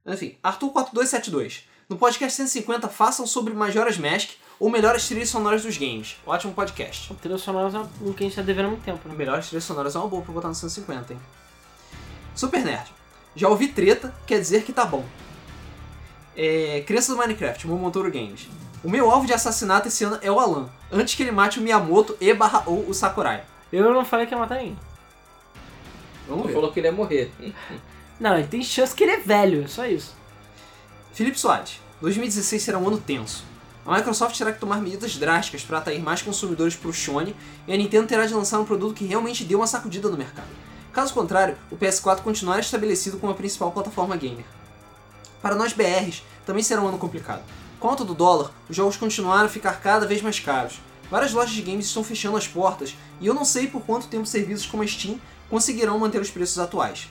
S1: Enfim, Arthur4272. No podcast 150, façam sobre Majora's Mask ou melhores trilhas sonoras dos games. Ótimo podcast.
S2: O trilha sonora é um que a gente tá devendo há muito tempo, né?
S1: Melhores trilhas sonoras é uma boa pra botar no 150, hein? Super Nerd. Já ouvi treta, quer dizer que tá bom. É, Criança do Minecraft, Momotoro Games. O meu alvo de assassinato esse ano é o Alan, antes que ele mate o Miyamoto e barra ou o Sakurai.
S2: Eu não falei que ia matar ninguém.
S1: Vamos
S3: Ele
S1: ver.
S3: falou que ele ia morrer.
S2: Não, ele tem chance que ele é velho, é só isso.
S1: Felipe Soares. 2016 será um ano tenso. A Microsoft terá que tomar medidas drásticas para atrair mais consumidores para o Sony e a Nintendo terá de lançar um produto que realmente dê uma sacudida no mercado. Caso contrário, o PS4 continuará estabelecido como a principal plataforma gamer. Para nós BRs, também será um ano complicado. Com a alta do dólar, os jogos continuaram a ficar cada vez mais caros. Várias lojas de games estão fechando as portas e eu não sei por quanto tempo serviços como a Steam conseguirão manter os preços atuais.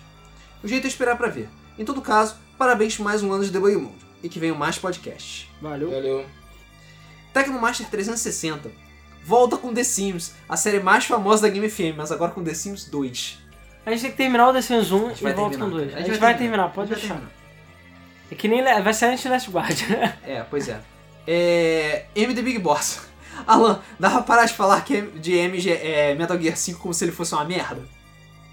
S1: O jeito é esperar para ver. Em todo caso, parabéns por mais um ano de Debug Mundo e que venham mais podcasts.
S2: Valeu.
S3: Valeu.
S1: Tecnomaster 360 volta com The Sims, a série mais famosa da Game FM, mas agora com The Sims 2.
S2: A gente tem que terminar o The Sims 1
S1: A gente
S2: e
S1: vai
S2: volta com
S1: terminar.
S2: 2. A gente vai terminar, pode
S1: A gente
S2: deixar.
S1: vai
S2: É que nem Le- vai sair antes de Last Guard.
S1: terminar. É, pois é. é. M The Big Boss. Alan, dava para parar de falar que é de MG, é, Metal Gear 5 como se ele fosse uma merda?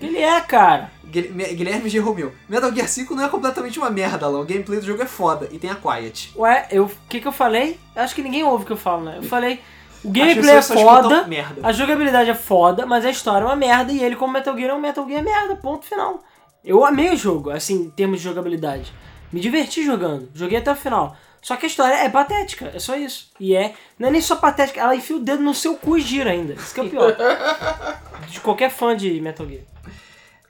S2: ele é, cara.
S1: Guilherme Guilherme G. Romeu. Metal Gear 5 não é completamente uma merda, Alan. O gameplay do jogo é foda e tem a Quiet.
S2: Ué, eu. O que, que eu falei? Acho que ninguém ouve o que eu falo, né? Eu falei. O gameplay é
S1: As pessoas só escutam
S2: foda,
S1: Merda.
S2: a jogabilidade é foda, mas a história é uma merda e ele, como Metal Gear, é um Metal Gear merda, ponto final. Eu amei o jogo, assim, em termos de jogabilidade. Me diverti jogando, joguei até o final. Só que a história é patética, é só isso. E é. Não é nem só patética, ela enfia o dedo no seu cu e gira ainda. Isso que é o pior. De qualquer fã de Metal Gear.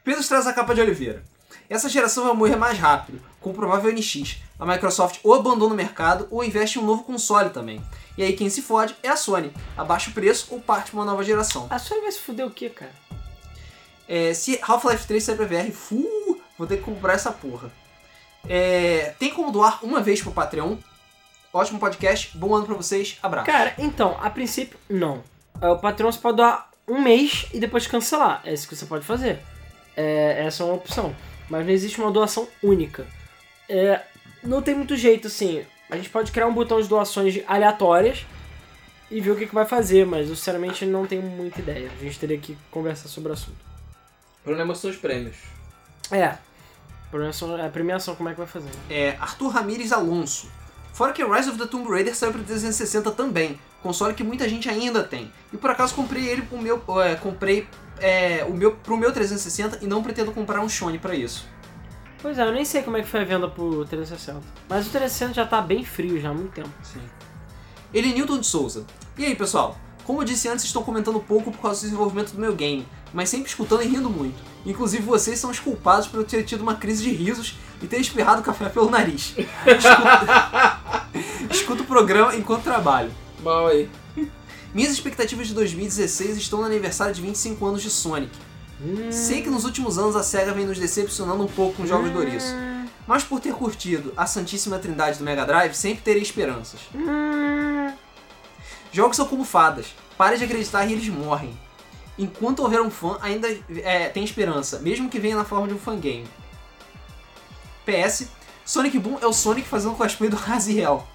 S1: Pedro traz a capa de Oliveira. Essa geração vai morrer mais rápido, com o provável NX. A Microsoft ou abandona o mercado ou investe em um novo console também. E aí quem se fode é a Sony. Abaixa o preço ou parte para uma nova geração.
S2: A Sony vai se fuder o quê, cara?
S1: É, se Half-Life 3 sair pra VR, fu, vou ter que comprar essa porra. É, tem como doar uma vez pro Patreon? Ótimo podcast, bom ano pra vocês, abraço.
S2: Cara, então, a princípio, não. É, O Patreon você pode doar um mês e depois cancelar. É isso que você pode fazer. É, essa é uma opção. Mas não existe uma doação única. É, não tem muito jeito, assim. A gente pode criar um botão de doações aleatórias e ver o que, que vai fazer, mas eu sinceramente não tenho muita ideia. A gente teria que conversar sobre o assunto.
S3: O problema são os prêmios.
S2: É. Premiação, é premiação, como é que vai fazer? né?
S1: É, Arthur Ramírez Alonso. Fora que Rise of the Tomb Raider saiu para 360 também, console que muita gente ainda tem. E por acaso comprei ele pro meu, é, comprei é, o meu pro meu 360 e não pretendo comprar um Sony para isso.
S2: Pois é, eu nem sei como é que foi a venda pro 360. Mas o 360 já tá bem frio já há muito tempo.
S1: Sim. Ele é Newton de Souza. E aí, pessoal? Como eu disse antes, estou comentando pouco por causa do desenvolvimento do meu game, mas sempre escutando e rindo muito. Inclusive, vocês são os culpados por eu ter tido uma crise de risos e ter espirrado café pelo nariz. Escuto- Escuto o programa enquanto trabalho.
S3: Mal aí.
S1: Minhas expectativas de 2016 estão no aniversário de 25 anos de Sonic.
S2: Hum.
S1: Sei que nos últimos anos a SEGA vem nos decepcionando um pouco com jogos Doritos,
S2: Hum,
S1: mas por ter curtido a Santíssima Trindade do Mega Drive, sempre terei esperanças.
S2: hum.
S1: Jogos são como fadas, pare de acreditar e eles morrem. Enquanto houver um fã, ainda é, tem esperança, mesmo que venha na forma de um fangame. PS, Sonic Boom é o Sonic fazendo cosplay do Raziel.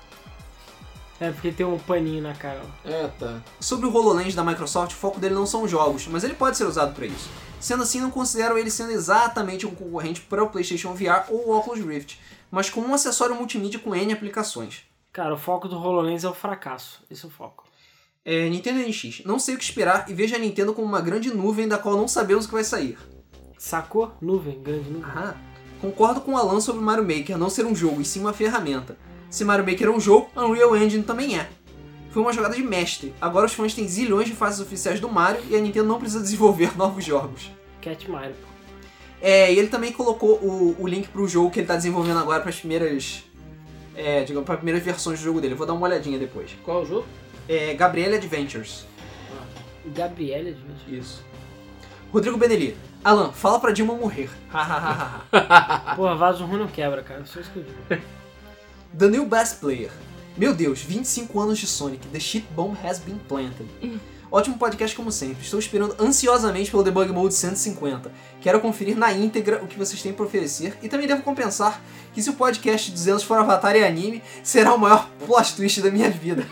S2: É porque tem um paninho na cara. ó.
S3: Ah, tá.
S1: Sobre o HoloLens da Microsoft, o foco dele não são os jogos, mas ele pode ser usado para isso. Sendo assim, não considero ele sendo exatamente um concorrente para o PlayStation VR ou o Oculus Rift, mas como um acessório multimídia com N aplicações.
S2: Cara, o foco do HoloLens é o fracasso. Esse é o foco.
S1: É, Nintendo NX, não sei o que esperar e vejo a Nintendo como uma grande nuvem da qual não sabemos o que vai sair.
S2: Sacou? Nuvem, grande nuvem.
S1: Ah, concordo com o Alan sobre Mario Maker não ser um jogo, e sim uma ferramenta. Se Mario Maker é um jogo, Unreal Engine também é. Foi uma jogada de mestre, agora os fãs têm zilhões de fases oficiais do Mario e a Nintendo não precisa desenvolver novos jogos.
S2: Cat Mario. pô.
S1: É, e ele também colocou o, o link pro jogo que ele tá desenvolvendo agora pras primeiras. É, digamos, para primeiras versões do jogo dele. Eu vou dar uma olhadinha depois.
S3: Qual o jogo?
S1: É, Gabriele Adventures.
S2: Gabriele, gente.
S1: Isso. Rodrigo Benelli. Alan, fala pra Dilma morrer. Hahaha.
S2: Porra, vaso ruim não quebra, cara. Só isso que eu digo.
S1: The New Best Player. Meu Deus, 25 anos de Sonic. The shit bomb has been planted. Ótimo podcast como sempre. Estou esperando ansiosamente pelo Debug Mode 150. Quero conferir na íntegra o que vocês têm para oferecer e também devo compensar que se o podcast 200 for Avatar e anime, será o maior plot twist da minha vida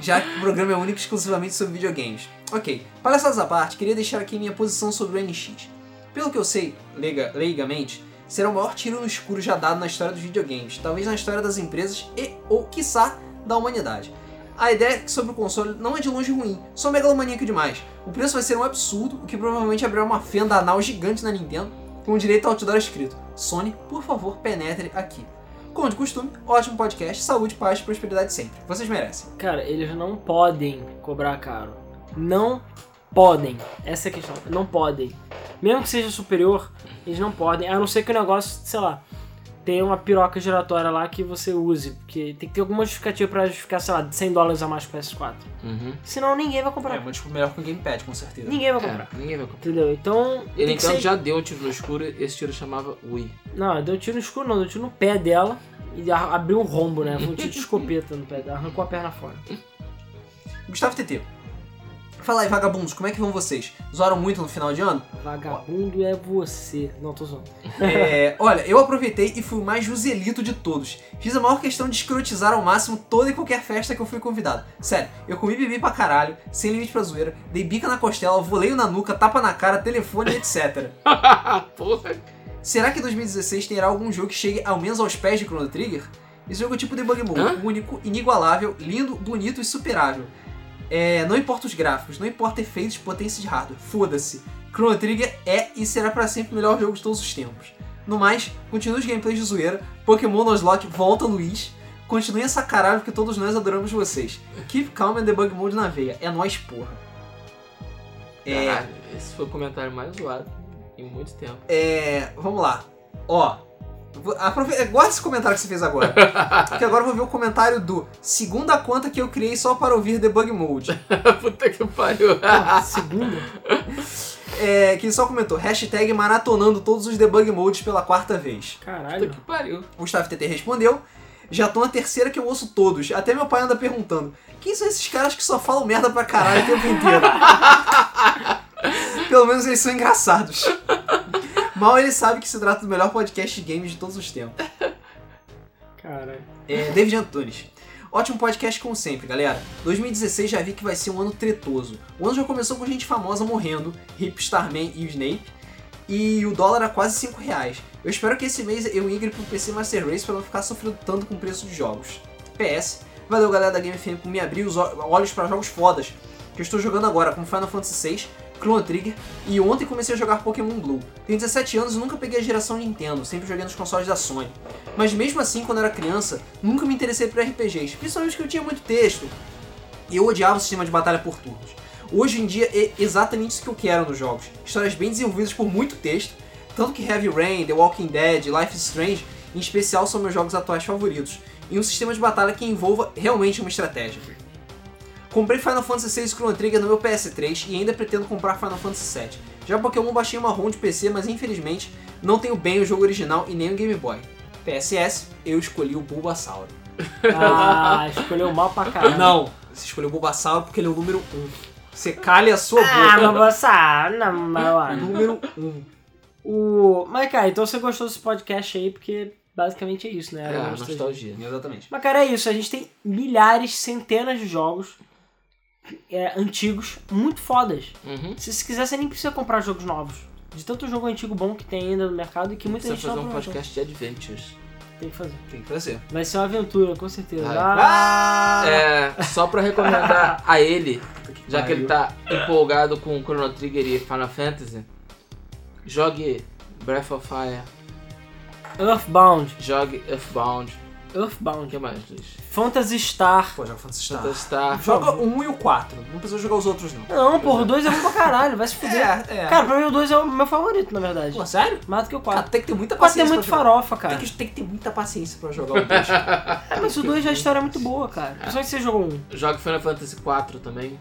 S1: já que o programa é único e exclusivamente sobre videogames. Ok, para essas à parte, queria deixar aqui minha posição sobre o NX. Pelo que eu sei, leiga, leigamente, será o maior tiro no escuro já dado na história dos videogames, talvez na história das empresas e, ou, quiçá, da humanidade. A ideia é que sobre o console não é de longe ruim, só megalomaníaco demais. O preço vai ser um absurdo, o que provavelmente abrirá uma fenda anal gigante na Nintendo, com direito ao outdoor escrito. Sony, por favor, penetre aqui. Como de costume, ótimo podcast, saúde, paz e prosperidade sempre. Vocês merecem.
S2: Cara, eles não podem cobrar caro. Não podem. Essa é a questão. Não podem. Mesmo que seja superior, eles não podem. A não ser que o negócio, sei lá, tenha uma piroca giratória lá que você use. Porque tem que ter alguma justificativa pra justificar, sei lá, 100 dólares a mais pro PS4.
S3: Uhum.
S2: Senão ninguém vai comprar.
S1: É, mas tipo, melhor que o Gamepad, com certeza.
S2: Ninguém vai comprar.
S3: É, ninguém vai comprar.
S2: Entendeu? Então. tem
S3: Ele
S2: que
S3: então
S2: ser-
S3: já deu tiro no escuro, esse tiro chamava Wii.
S2: Não, deu tiro no escuro, não, deu tiro no pé dela e a- abriu um rombo, né? Foi um tiro de escopeta no pé dela, arrancou a perna fora.
S1: Gustavo TT. Fala aí, vagabundos, como é que vão vocês? Zoaram muito no final de ano?
S2: Vagabundo é você. Não, tô zoando.
S1: É, olha, eu aproveitei e fui o mais juzelito de todos. Fiz a maior questão de escrotizar ao máximo toda e qualquer festa que eu fui convidado. Sério, eu comi bebi pra caralho, sem limite pra zoeira, dei bica na costela, voleio na nuca, tapa na cara, telefone, etc.
S3: Porra.
S1: Será que 2016 terá algum jogo que chegue ao menos aos pés de Chrono Trigger? Esse jogo é tipo Debug Mode,
S3: Hã?
S1: único, inigualável, lindo, bonito e superável. É, não importa os gráficos, não importa efeitos, potência de hardware, foda-se. Chrono Trigger é e será pra sempre o melhor jogo de todos os tempos. No mais, continue os gameplays de zoeira, Pokémon Nuzlocke volta Luiz, continue essa caralho que todos nós adoramos vocês. Keep calm and debug mode na veia, é nóis porra. É,
S3: Caralho, esse foi o comentário mais zoado em muito tempo.
S1: É, vamos lá. Ó. vou- aprove- é, Guarda esse comentário que você fez agora. Porque agora eu vou ver o comentário do segunda conta que eu criei só para ouvir debug mode.
S3: Puta que pariu.
S2: Porra, Ah, segunda?
S1: É, que ele só comentou, hashtag maratonando todos os debug modes pela quarta vez.
S2: Caralho.
S3: Puta que pariu.
S1: O Gustavo TT respondeu. Já tô na terceira que eu ouço todos. Até meu pai anda perguntando: quem são esses caras que só falam merda pra caralho o tempo inteiro? Pelo menos eles são engraçados. Mal ele sabe que se trata do melhor podcast de games de todos os tempos.
S2: Caralho.
S1: É, David Antunes. Ótimo podcast como sempre, galera. 2016 já vi que vai ser um ano tretoso. O ano já começou com gente famosa morrendo, Hip Starman e o Snape, e o dólar a quase 5 reais. Eu espero que esse mês eu migre pro PC Master Race pra não ficar sofrendo tanto com o preço de jogos. PS, valeu galera da Game FM por me abrir os ó- olhos pra jogos fodas que eu estou jogando agora, como Final Fantasy VI, Chrono Trigger, e ontem comecei a jogar Pokémon Blue. Tenho 17 anos e nunca peguei a geração Nintendo, sempre joguei nos consoles da Sony. Mas mesmo assim, quando era criança, nunca me interessei por RPGs, principalmente porque eu tinha muito texto. E eu odiava o sistema de batalha por turnos. Hoje em dia é exatamente isso que eu quero nos jogos. Histórias bem desenvolvidas por muito texto, tanto que Heavy Rain, The Walking Dead, Life is Strange, em especial, são meus jogos atuais favoritos. E um sistema de batalha que envolva realmente uma estratégia. Comprei Final Fantasy VI e Chrono Trigger no meu PS3 e ainda pretendo comprar Final Fantasy VII. Já Pokémon baixei uma ROM de PC, mas infelizmente não tenho bem o jogo original e nem o Game Boy. PSS, eu escolhi o Bulbasaur.
S2: Ah, escolheu mal pra
S3: Ah,
S2: caralho.
S1: Não, você escolheu o Bulbasaur porque ele é o número 1. Você calha a sua
S2: Ah,
S1: boca.
S2: mas você- não, mas eu acho.
S1: Número 1.
S2: O... Mas, cara, então você gostou desse podcast aí, porque basicamente é isso, né?
S3: É,
S2: Era uma nostalgia.
S3: nostalgia.
S1: Exatamente.
S2: Mas, cara, é isso. A gente tem milhares, centenas de jogos é, antigos, muito fodas.
S3: Uhum.
S2: Se você quiser, você nem precisa comprar jogos novos. De tanto jogo antigo bom que tem ainda no mercado e que muita
S3: Precisa
S2: gente não
S3: fazer um
S2: aproveitou.
S3: podcast de adventures.
S2: Tem que fazer.
S1: Tem que fazer.
S2: Vai ser uma aventura, com certeza.
S3: Vai.
S2: Ah,
S3: É, só pra recomendar a ele,
S1: que
S3: já que ele tá empolgado com Chrono Trigger e Final Fantasy, jogue Breath of Fire,
S2: Earthbound.
S3: jogue Earthbound, o
S2: Earthbound.
S3: que mais, Luiz?
S2: Fantasy Star.
S1: Pô, joga Fantasy Star.
S3: Phantasy Star.
S1: Joga o 1 e o 4. Não precisa jogar os outros, não.
S2: Não, porra, o 2 é bom pra caralho, vai se fuder.
S1: É, é.
S2: Cara, pra mim o 2 é o meu favorito, na verdade.
S1: Pô, sério?
S2: Mais do que o
S1: Cara,
S2: 4.
S1: tem que ter muita
S2: O 4 é
S1: paciência.
S2: muito
S1: pra jogar.
S2: farofa, cara.
S1: Tem que, tem que ter muita paciência pra jogar o 2.
S2: Ah, mas o 2 já a história é
S1: né?
S2: muito boa, cara. Só que você jogou um.
S3: Jogue Final Fantasy 4 também.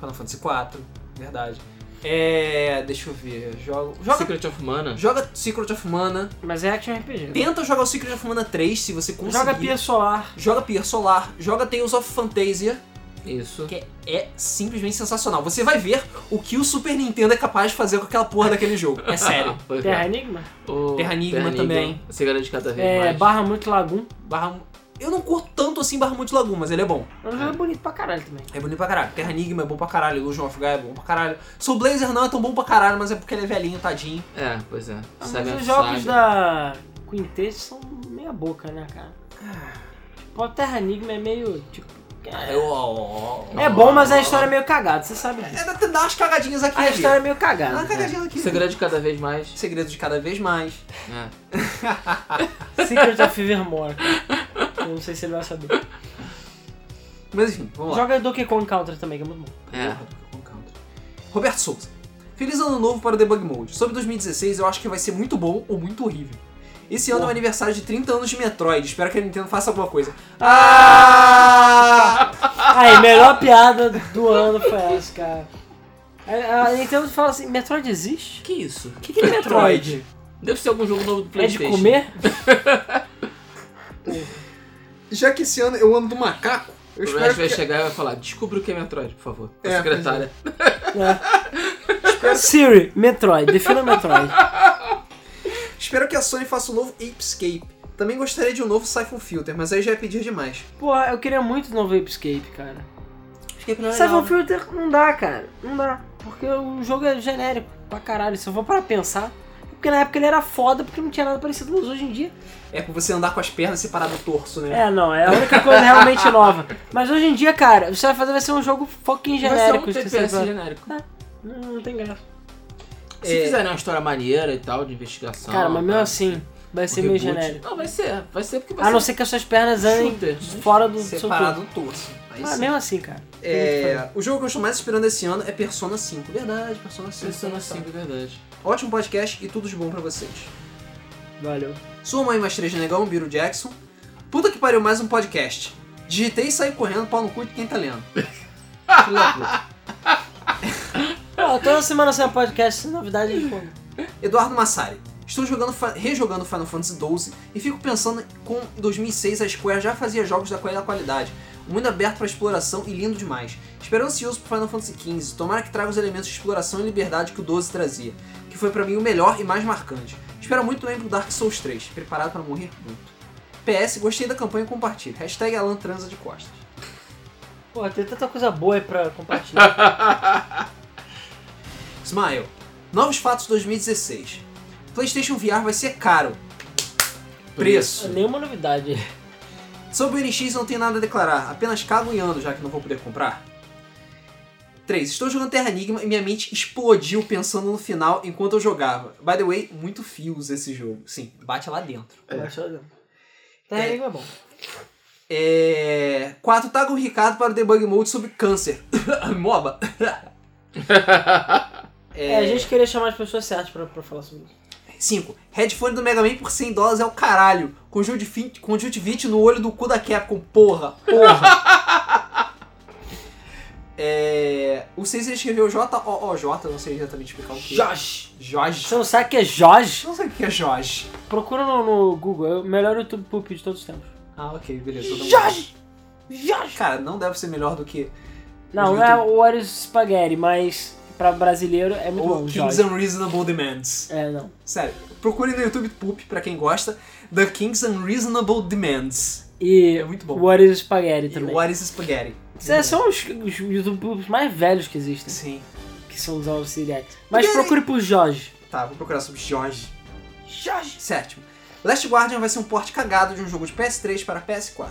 S1: Final Fantasy 4, verdade. É. Deixa eu ver. Joga. Joga
S3: Secret of Mana.
S1: Joga Secret of Mana.
S2: Mas é action RPG.
S1: Tenta jogar o Secret of Mana 3 se você conseguir.
S2: Joga Pia Solar.
S1: Joga Pier Solar. Joga Tales of Fantasia.
S3: Isso.
S1: Que é simplesmente sensacional. Você vai ver o que o Super Nintendo é capaz de fazer com aquela porra daquele jogo. É sério.
S3: Ah, foi
S2: Terra
S3: bem.
S2: Enigma.
S3: O
S1: Terra Enigma também.
S3: Você garante cada vez
S2: É,
S3: mais.
S2: Barra Muito Lagoon.
S1: Barra... Eu não curto tanto assim Barra Monte Lagoon, mas ele é bom.
S2: Mas o jogo é bonito pra caralho também.
S1: É bonito pra caralho. Terra Enigma é bom pra caralho. Illusion of Gaia é bom pra caralho. Soul Blazer não é tão bom pra caralho, mas é porque ele é velhinho, tadinho.
S3: É, pois é.
S2: Ah,
S3: Saga
S2: mas
S3: of
S2: os jogos
S3: Saga.
S2: da Quintet são meia boca, né, cara? Tipo, o Terra Enigma é meio, tipo...
S1: É,
S2: É,
S1: eu- ó, ó, ó.
S2: é bom, mas a história é meio cagada, você sabe disso.
S1: É, dá umas cagadinhas aqui.
S2: A
S1: ali.
S2: história é meio
S1: Dá
S2: cagada.
S1: uma
S3: Tá
S1: cagadinha aqui.
S3: Você garante cada vez mais.
S1: Segredo de cada vez mais.
S3: É.
S2: Secret of Evermore, cara. Eu não sei se ele vai saber.
S1: Mas enfim, vamos lá.
S2: Joga Donkey Kong Country também, que é muito bom.
S3: É.
S1: Roberto Souza. Feliz ano novo para o Debug Mode. Sobre 2016, eu acho que vai ser muito bom ou muito horrível. Esse ano é o
S2: Porra.
S1: aniversário de 30 anos de Metroid. Espero que a Nintendo faça alguma coisa. Ah!
S2: Aí, melhor piada do ano foi essa, cara. A a Nintendo fala assim, Metroid existe?
S3: Que isso?
S2: O que, que é Metroid?
S3: Deve ser algum jogo novo do
S2: É de
S3: Playstation.
S2: comer?
S1: Já que esse ano eu ando do macaco, eu
S3: O Ash vai chegar e vai falar, descubra o que é Metroid, por favor. A
S1: É,
S3: secretária.
S2: É. Siri, Metroid, defina Metroid.
S1: espero que a Sony faça um novo Apescape. Também gostaria de um novo Siphon Filter, mas aí já é pedir demais.
S2: Porra, eu queria muito o novo Escape, cara.
S1: Escape não é legal,
S2: Siphon
S1: né?
S2: Filter não dá, cara. Não dá. Porque o jogo é genérico pra caralho. Se eu for para pensar. é Porque na época ele era foda porque não tinha nada parecido, mas hoje em dia.
S1: É pra você andar com as pernas separadas do torso, né?
S2: É, não, é a única coisa realmente nova. Mas hoje em dia, cara, você vai fazer vai ser um né? jogo fucking genérico.
S3: Vai ser um
S2: esqueci
S3: TPS
S2: agora.
S3: genérico.
S2: não, não tem graça.
S3: Se
S1: É.
S3: fizerem uma história maneira e tal, de investigação.
S2: cara, mas mesmo
S3: tá?
S2: assim, vai
S3: Um
S2: ser meio
S3: reboot.
S2: genérico.
S3: Não, vai ser. Vai ser porque vai
S2: A não
S3: ser.
S2: ser que assim. as suas pernas andem
S3: Shooter, né?
S2: fora do seu
S1: Separado
S2: corpo.
S1: do torso. Aí
S2: Mas
S1: sim.
S2: mesmo assim, cara. tem muito o que fazer.
S1: É, o jogo que eu estou mais esperando esse ano é Persona 5. Verdade, Persona 5.
S3: Pensando assim, é verdade.
S1: Ótimo podcast e tudo de bom pra vocês.
S2: Valeu.
S1: Sua mãe mais três de negão, Biro Jackson. Puta que pariu, mais um podcast. Digitei e saí correndo, pau no cu de quem tá lendo. Filho da puta.
S2: Ó, toda semana sem podcast, novidade de fundo.
S1: Eduardo Massari. Estou jogando, fa- rejogando Final Fantasy XII e fico pensando com 2006 a Square já fazia jogos daquela qualidade. Um mundo aberto para exploração e lindo demais. Espero ansioso por Final Fantasy XV, tomara que traga os elementos de exploração e liberdade que o 12 trazia, que foi para mim o melhor e mais marcante. Espero muito também pro Dark Souls 3, preparado para morrer muito. PS, gostei da campanha e compartilhe. Hashtag Alan Transa de Costas.
S2: Pô, tem tanta coisa boa aí pra compartilhar.
S1: Smile. Novos fatos 2016. PlayStation VR vai ser caro. Preço.
S2: Nenhuma novidade.
S1: Sobre o NX não tenho nada a declarar, apenas cago e ando, já que não vou poder comprar. 3. Estou jogando Terra Enigma e minha mente explodiu pensando no final enquanto eu jogava. By the way, muito fios esse jogo. Sim, bate lá dentro.
S2: É. Terra Enigma é bom.
S1: É... 4. Tago o Ricardo para o debug mode sobre câncer. MOBA.
S2: É, a gente queria chamar as pessoas certas pra, pra falar sobre isso.
S1: 5. Headphone do Mega Man por 100 dólares é o caralho. Conjuntivite, conjuntivite no olho do cu da Capcom, porra, porra. é, o 6 ele escreveu J-O-O-J, não sei exatamente explicar o que. é.
S2: Josh!
S1: Jorge.
S2: Você não sabe o que é Jorge?
S1: Não sei o que é Jorge.
S2: Procura no, no Google, é o melhor YouTube poop de todos os tempos.
S1: Ah, ok, beleza. todo mundo-
S2: Jorge! Jorge!
S1: Cara, não deve ser melhor do que
S2: Não, não é o Oreo Spaghetti, mas pra brasileiro é muito
S1: o
S2: bom,
S1: Kings
S2: Jorge.
S1: Unreasonable Demands.
S2: É, não.
S1: Sério, procure no YouTube Poop, pra quem gosta, The Kings Unreasonable Demands.
S2: E
S1: É muito bom.
S2: o Oreo Spaghetti
S1: E
S2: também.
S1: What is Spaghetti?
S2: Cê- São os, os YouTube poopers mais velhos que existem,
S1: Sim.
S2: que são os auxiliares. Mas
S1: Porque-
S2: procure por Jorge.
S1: Tá, vou procurar sobre Jorge.
S2: Jorge!
S1: Sétimo. Last Guardian vai ser um porte cagado de um jogo de PS3 para PS4.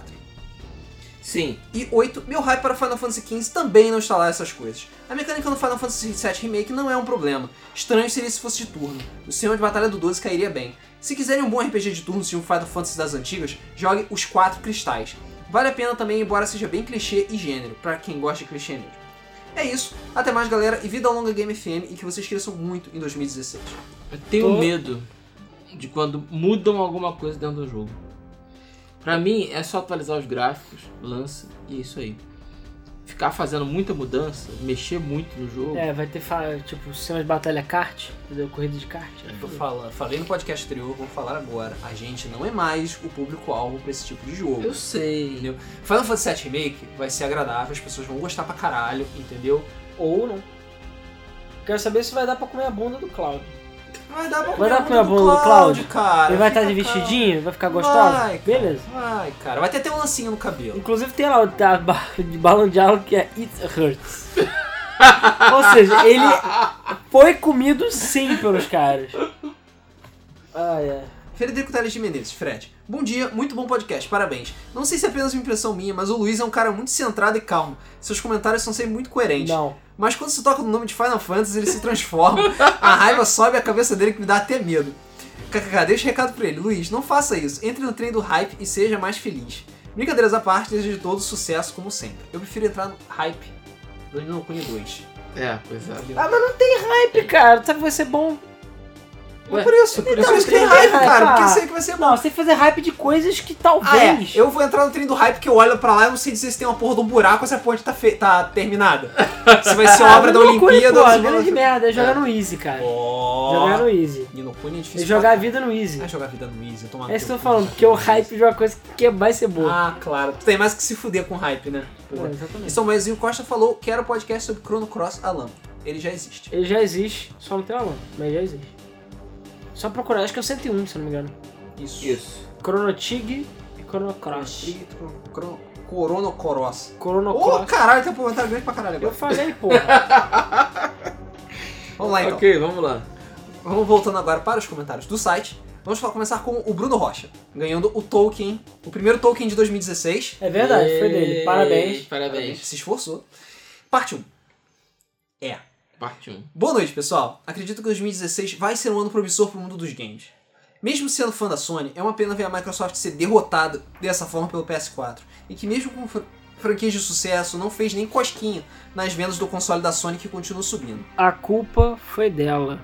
S3: Sim.
S1: E 8. Meu hype para Final Fantasy XV também não instalar essas coisas. A mecânica no Final Fantasy VII Remake não é um problema. Estranho seria se fosse de turno. O sistema de batalha do 12 cairia bem. Se quiserem um bom RPG de turno de um Final Fantasy das antigas, jogue Os Quatro Cristais. Vale a pena também, embora seja bem clichê e gênero, para quem gosta de clichê mesmo. É isso. Até mais, galera, e vida longa Game FM e que vocês cresçam muito em 2016.
S3: Eu tenho
S2: Tô-
S3: medo de quando mudam alguma coisa dentro do jogo. Pra mim, é só atualizar os gráficos, lança e é isso aí. ficar fazendo muita mudança, mexer muito no jogo.
S2: É, vai ter, fa- tipo, sistema de batalha kart, entendeu? Corrida de kart. né?
S1: Eu tô falando, falei no podcast anterior, vou falar agora. A gente não é mais o público-alvo pra esse tipo de jogo.
S3: Eu sei.
S1: Entendeu? Final Fantasy VII Remake vai ser agradável, as pessoas vão gostar pra caralho, entendeu?
S2: Ou não. Quero saber se vai dar pra comer a bunda do Cloud.
S1: Vai dar pra
S2: Vai dar pra
S1: do
S2: boa, Cláudio?
S1: cara.
S2: Ele vai
S1: Fica
S2: estar de
S1: calmo.
S2: vestidinho? Vai ficar gostosa?
S1: Vai, cara.
S2: Beleza.
S1: Vai, cara. Vai ter até um lancinho no cabelo.
S2: Inclusive tem lá o da- de balão de algo que é It Hurts. Ou seja, ele foi comido sim pelos caras. Ai, ai.
S1: Frederico Teles de Menezes, Fred. Bom dia, muito bom podcast, parabéns. Não sei se é apenas uma impressão minha, mas o Luiz é um cara muito centrado e calmo. Seus comentários são sempre muito coerentes.
S2: Não.
S1: Mas quando se toca no nome de Final Fantasy, ele se transforma. A raiva sobe a cabeça dele que me dá até medo. KKK, deixa o recado pra ele. Luiz, não faça isso. Entre no trem do hype e seja mais feliz. Brincadeiras à parte, desejo todo sucesso, como sempre. Eu prefiro entrar no hype do Nino Kuni 2.
S3: É, pois é.
S1: entendeu?
S2: Ah, mas não tem hype, cara. Sabe que vai ser bom?
S1: É por isso.
S2: Então,
S1: por isso que tem
S2: tem
S1: hype,
S2: hype,
S1: cara.
S2: ah.
S1: Porque eu sei que vai ser bom.
S2: Não, você tem que fazer hype de coisas que
S1: Ah, é.
S2: talvez.
S1: Eu vou entrar no trem do hype que eu olho pra lá e não sei dizer se tem uma porra de um buraco ou se a ponte tá, fe- tá terminada. Se vai ser obra da Olimpíada ou
S2: é Pô,
S1: se
S2: grande
S1: vai...
S2: merda. É jogar no Easy, cara. Jogar
S1: Oh.
S2: no Easy.
S1: Nino Kuni é
S2: É
S1: difícil.
S2: jogar a vida no Easy.
S1: Ah, jogar vida no Easy, tomar no
S2: É isso que
S1: teu
S2: eu tô
S1: cu,
S2: falando,
S1: cara.
S2: porque o hype de uma coisa que vai ser boa.
S1: Ah, claro. Tu tem mais que se fuder com hype, né?
S2: Pô,
S1: Porra. E
S2: exatamente.
S1: São Maizinho Costa falou: quero podcast sobre Chrono Cross Alan. Ele já existe.
S2: Ele já existe, só não tem o aluno, mas já existe. Só procurar, acho que é o 101, se eu não me engano.
S1: Isso.
S3: Isso.
S2: Chrono Trigger e Chrono Cross.
S1: E Chrono, Chrono Cross.
S2: Chrono
S1: Ô,
S2: Cross.
S1: caralho, tem um comentário grande pra caralho
S2: Eu
S1: agora.
S2: falei, porra.
S1: Vamos lá então.
S3: Ok, vamos lá.
S1: Vamos voltando agora para os comentários do site. Vamos falar- começar com o Bruno Rocha, ganhando o Tolkien, o primeiro Tolkien de 2016.
S2: É verdade, foi
S3: E-
S2: dele. Parabéns.
S3: Parabéns.
S1: Se esforçou. Parte 1. É.
S3: Parte 1.
S1: Boa noite, pessoal. Acredito que 2016 vai ser um ano promissor pro mundo dos games. Mesmo sendo fã da Sony, é uma pena ver a Microsoft ser derrotada dessa forma pelo PS4, e que mesmo com fran- franquias de sucesso, não fez nem cosquinha nas vendas do console da Sony que continua subindo.
S2: A culpa foi dela.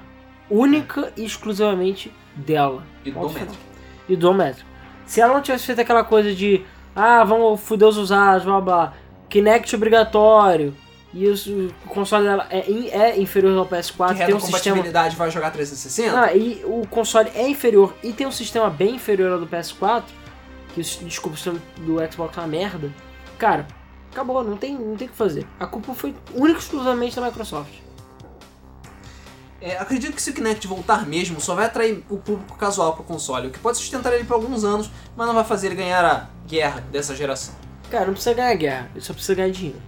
S2: Única e exclusivamente dela.
S1: E do
S2: Ponto
S1: Dom Metro.
S2: final. E do metro. Se ela não tivesse feito aquela coisa de ah, vamos fuder os usados, blá blá, blá, Kinect obrigatório. E isso, o console dela é, in- é inferior ao
S1: Que
S2: PS4, tem um sistema
S1: retrocompatibilidade vai jogar 360?
S2: Ah, e o console é inferior e tem um sistema bem inferior ao do PS4, que o- desculpa, o sistema do Xbox é uma merda. Cara, acabou, não tem, não tem o que fazer. A culpa foi única e exclusivamente da Microsoft.
S1: É, acredito que se o Kinect voltar mesmo, só vai atrair o público casual pro console, o que pode sustentar ele por alguns anos, mas não vai fazer ele ganhar a guerra dessa geração.
S2: Cara, não precisa ganhar guerra, ele só precisa ganhar dinheiro.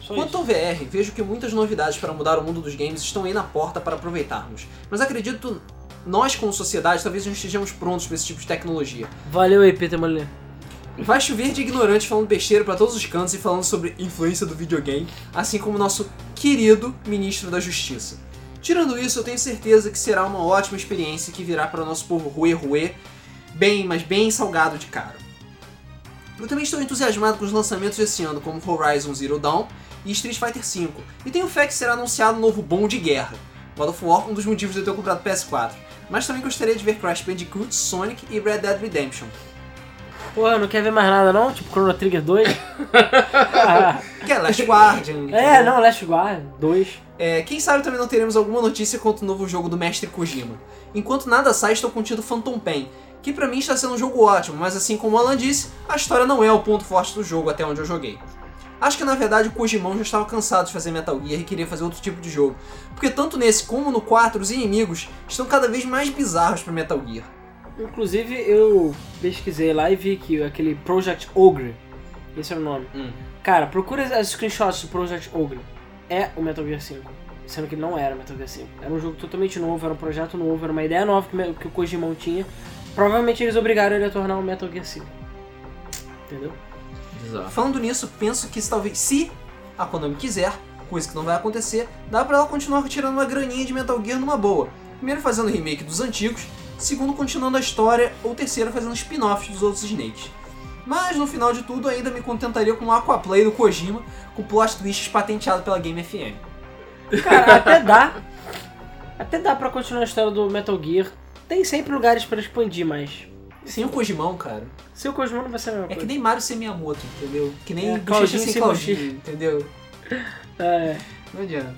S2: Só
S1: Quanto ao VR, vejo que muitas novidades para mudar o mundo dos games estão aí na porta para aproveitarmos. Mas acredito nós como sociedade talvez não estejamos prontos para esse tipo de tecnologia.
S2: isso. Valeu aí, Peter Molyneux.
S1: Vai chover de ignorantes falando besteira para todos os cantos e falando sobre influência do videogame, assim como nosso querido ministro da Justiça. Tirando isso, eu tenho certeza que será uma ótima experiência que virá para o nosso povo ruê ruê, bem, mas bem salgado de caro. Eu também estou entusiasmado com os lançamentos desse ano, como Horizon Zero Dawn e Street Fighter V, e tenho fé que será anunciado um novo bom de guerra. God of War, um dos motivos de eu ter comprado o PS4. Mas também gostaria de ver Crash Bandicoot, Sonic e Red Dead Redemption.
S2: Porra, não quer ver mais nada não? Tipo Chrono Trigger 2? Ah,
S1: Que é Last Guardian.
S2: é, não, Last Guard 2.
S1: É, quem sabe também não teremos alguma notícia quanto o novo jogo do Mestre Kojima. Enquanto nada sai, estou contido Phantom Pain, que pra mim está sendo um jogo ótimo, mas assim como o Alan disse, a história não é o ponto forte do jogo até onde eu joguei. Acho que na verdade o Kojimão já estava cansado de fazer Metal Gear e queria fazer outro tipo de jogo, porque tanto nesse como no 4 os inimigos estão cada vez mais bizarros para Metal Gear.
S2: Inclusive, eu pesquisei lá e vi que aquele Project Ogre, esse é o nome.
S1: Hum.
S2: Cara, procura as screenshots do Project Ogre. É o Metal Gear 5. Sendo que não era o Metal Gear 5. Era um jogo totalmente novo, era um projeto novo, era uma ideia nova que, o Me- que o Kojimão tinha. Provavelmente eles obrigaram ele a tornar o Metal Gear 5. Entendeu?
S3: Bizarro.
S1: Falando nisso, penso que se talvez se a Konami quiser, coisa que não vai acontecer, dá pra ela continuar tirando uma graninha de Metal Gear numa boa. Primeiro fazendo remake dos antigos, segundo continuando a história, ou terceiro fazendo spin-offs dos outros Snakes. Mas no final de tudo ainda me contentaria com o Aquaplay do Kojima, com plot twists patenteado pela Game FM.
S2: Cara, até dá. Até dá pra continuar a história do Metal Gear. Tem sempre lugares pra expandir, mas
S1: Sem o Kojimão, cara.
S2: Seu Kojima não vai ser a mesma
S1: É que
S2: coisa.
S1: nem Mario sem Miyamoto, entendeu? Que nem
S2: É,
S1: Bochecha
S2: Claudinho
S1: sem
S2: sem
S1: Claudinho,
S2: Bochecha.
S1: entendeu?
S2: É,
S1: Não adianta.